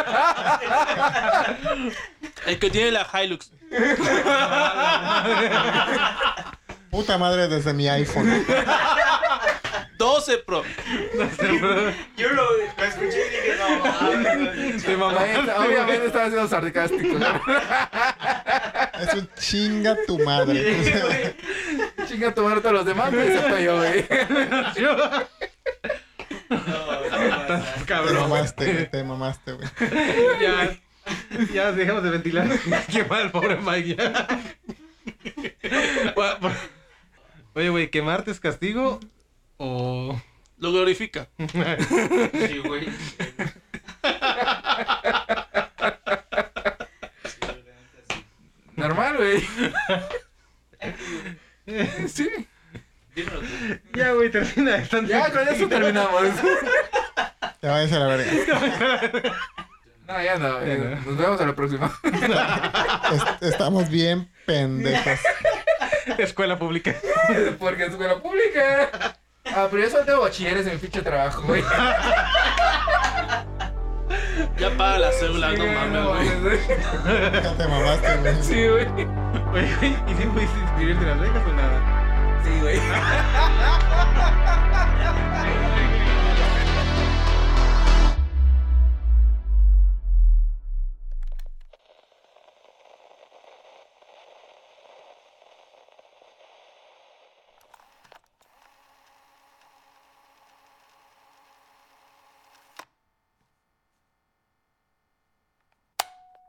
Speaker 5: El que tiene la Hilux.
Speaker 3: Puta madre desde mi iPhone.
Speaker 5: 12 Pro.
Speaker 4: Yo lo, lo escuché y dije, no, mames,
Speaker 2: Te
Speaker 1: La
Speaker 2: mamaste.
Speaker 1: neta, Obviamente estaba siendo sarcástico. güey.
Speaker 3: Es un chinga tu madre. O sea,
Speaker 4: güey.
Speaker 1: Chinga tu madre todos los demás, pero excepto yo, güey.
Speaker 4: No, no, no.
Speaker 3: Te
Speaker 2: Cabrón.
Speaker 3: mamaste, güey, te mamaste, güey.
Speaker 2: Ya, ya dejamos de ventilar. Qué mal, pobre Mike. ya. Bueno, por- Oye, güey, ¿quemarte es castigo o...?
Speaker 5: Lo glorifica.
Speaker 4: Sí, güey.
Speaker 1: Normal, güey. Sí.
Speaker 4: Dímelo tú.
Speaker 2: Ya, güey, termina. Están
Speaker 1: Ya, con eso terminamos.
Speaker 3: Te vayas a la verga.
Speaker 1: No, ya no. güey.
Speaker 2: Ya no.
Speaker 1: Nos vemos a la próxima.
Speaker 3: Es- estamos bien pendejos.
Speaker 2: Escuela pública.
Speaker 1: Porque es escuela pública. Ah, pero yo solté bachilleres en ficha de trabajo, güey.
Speaker 5: Ya paga la cédula,
Speaker 1: Sí,
Speaker 5: no
Speaker 1: güey,
Speaker 5: mames, güey.
Speaker 1: mames, güey.
Speaker 3: Ya te mamaste, güey.
Speaker 1: Sí, güey.
Speaker 2: Oye, güey, ¿y si pudiste inscribirte en las becas o nada?
Speaker 1: Sí, güey.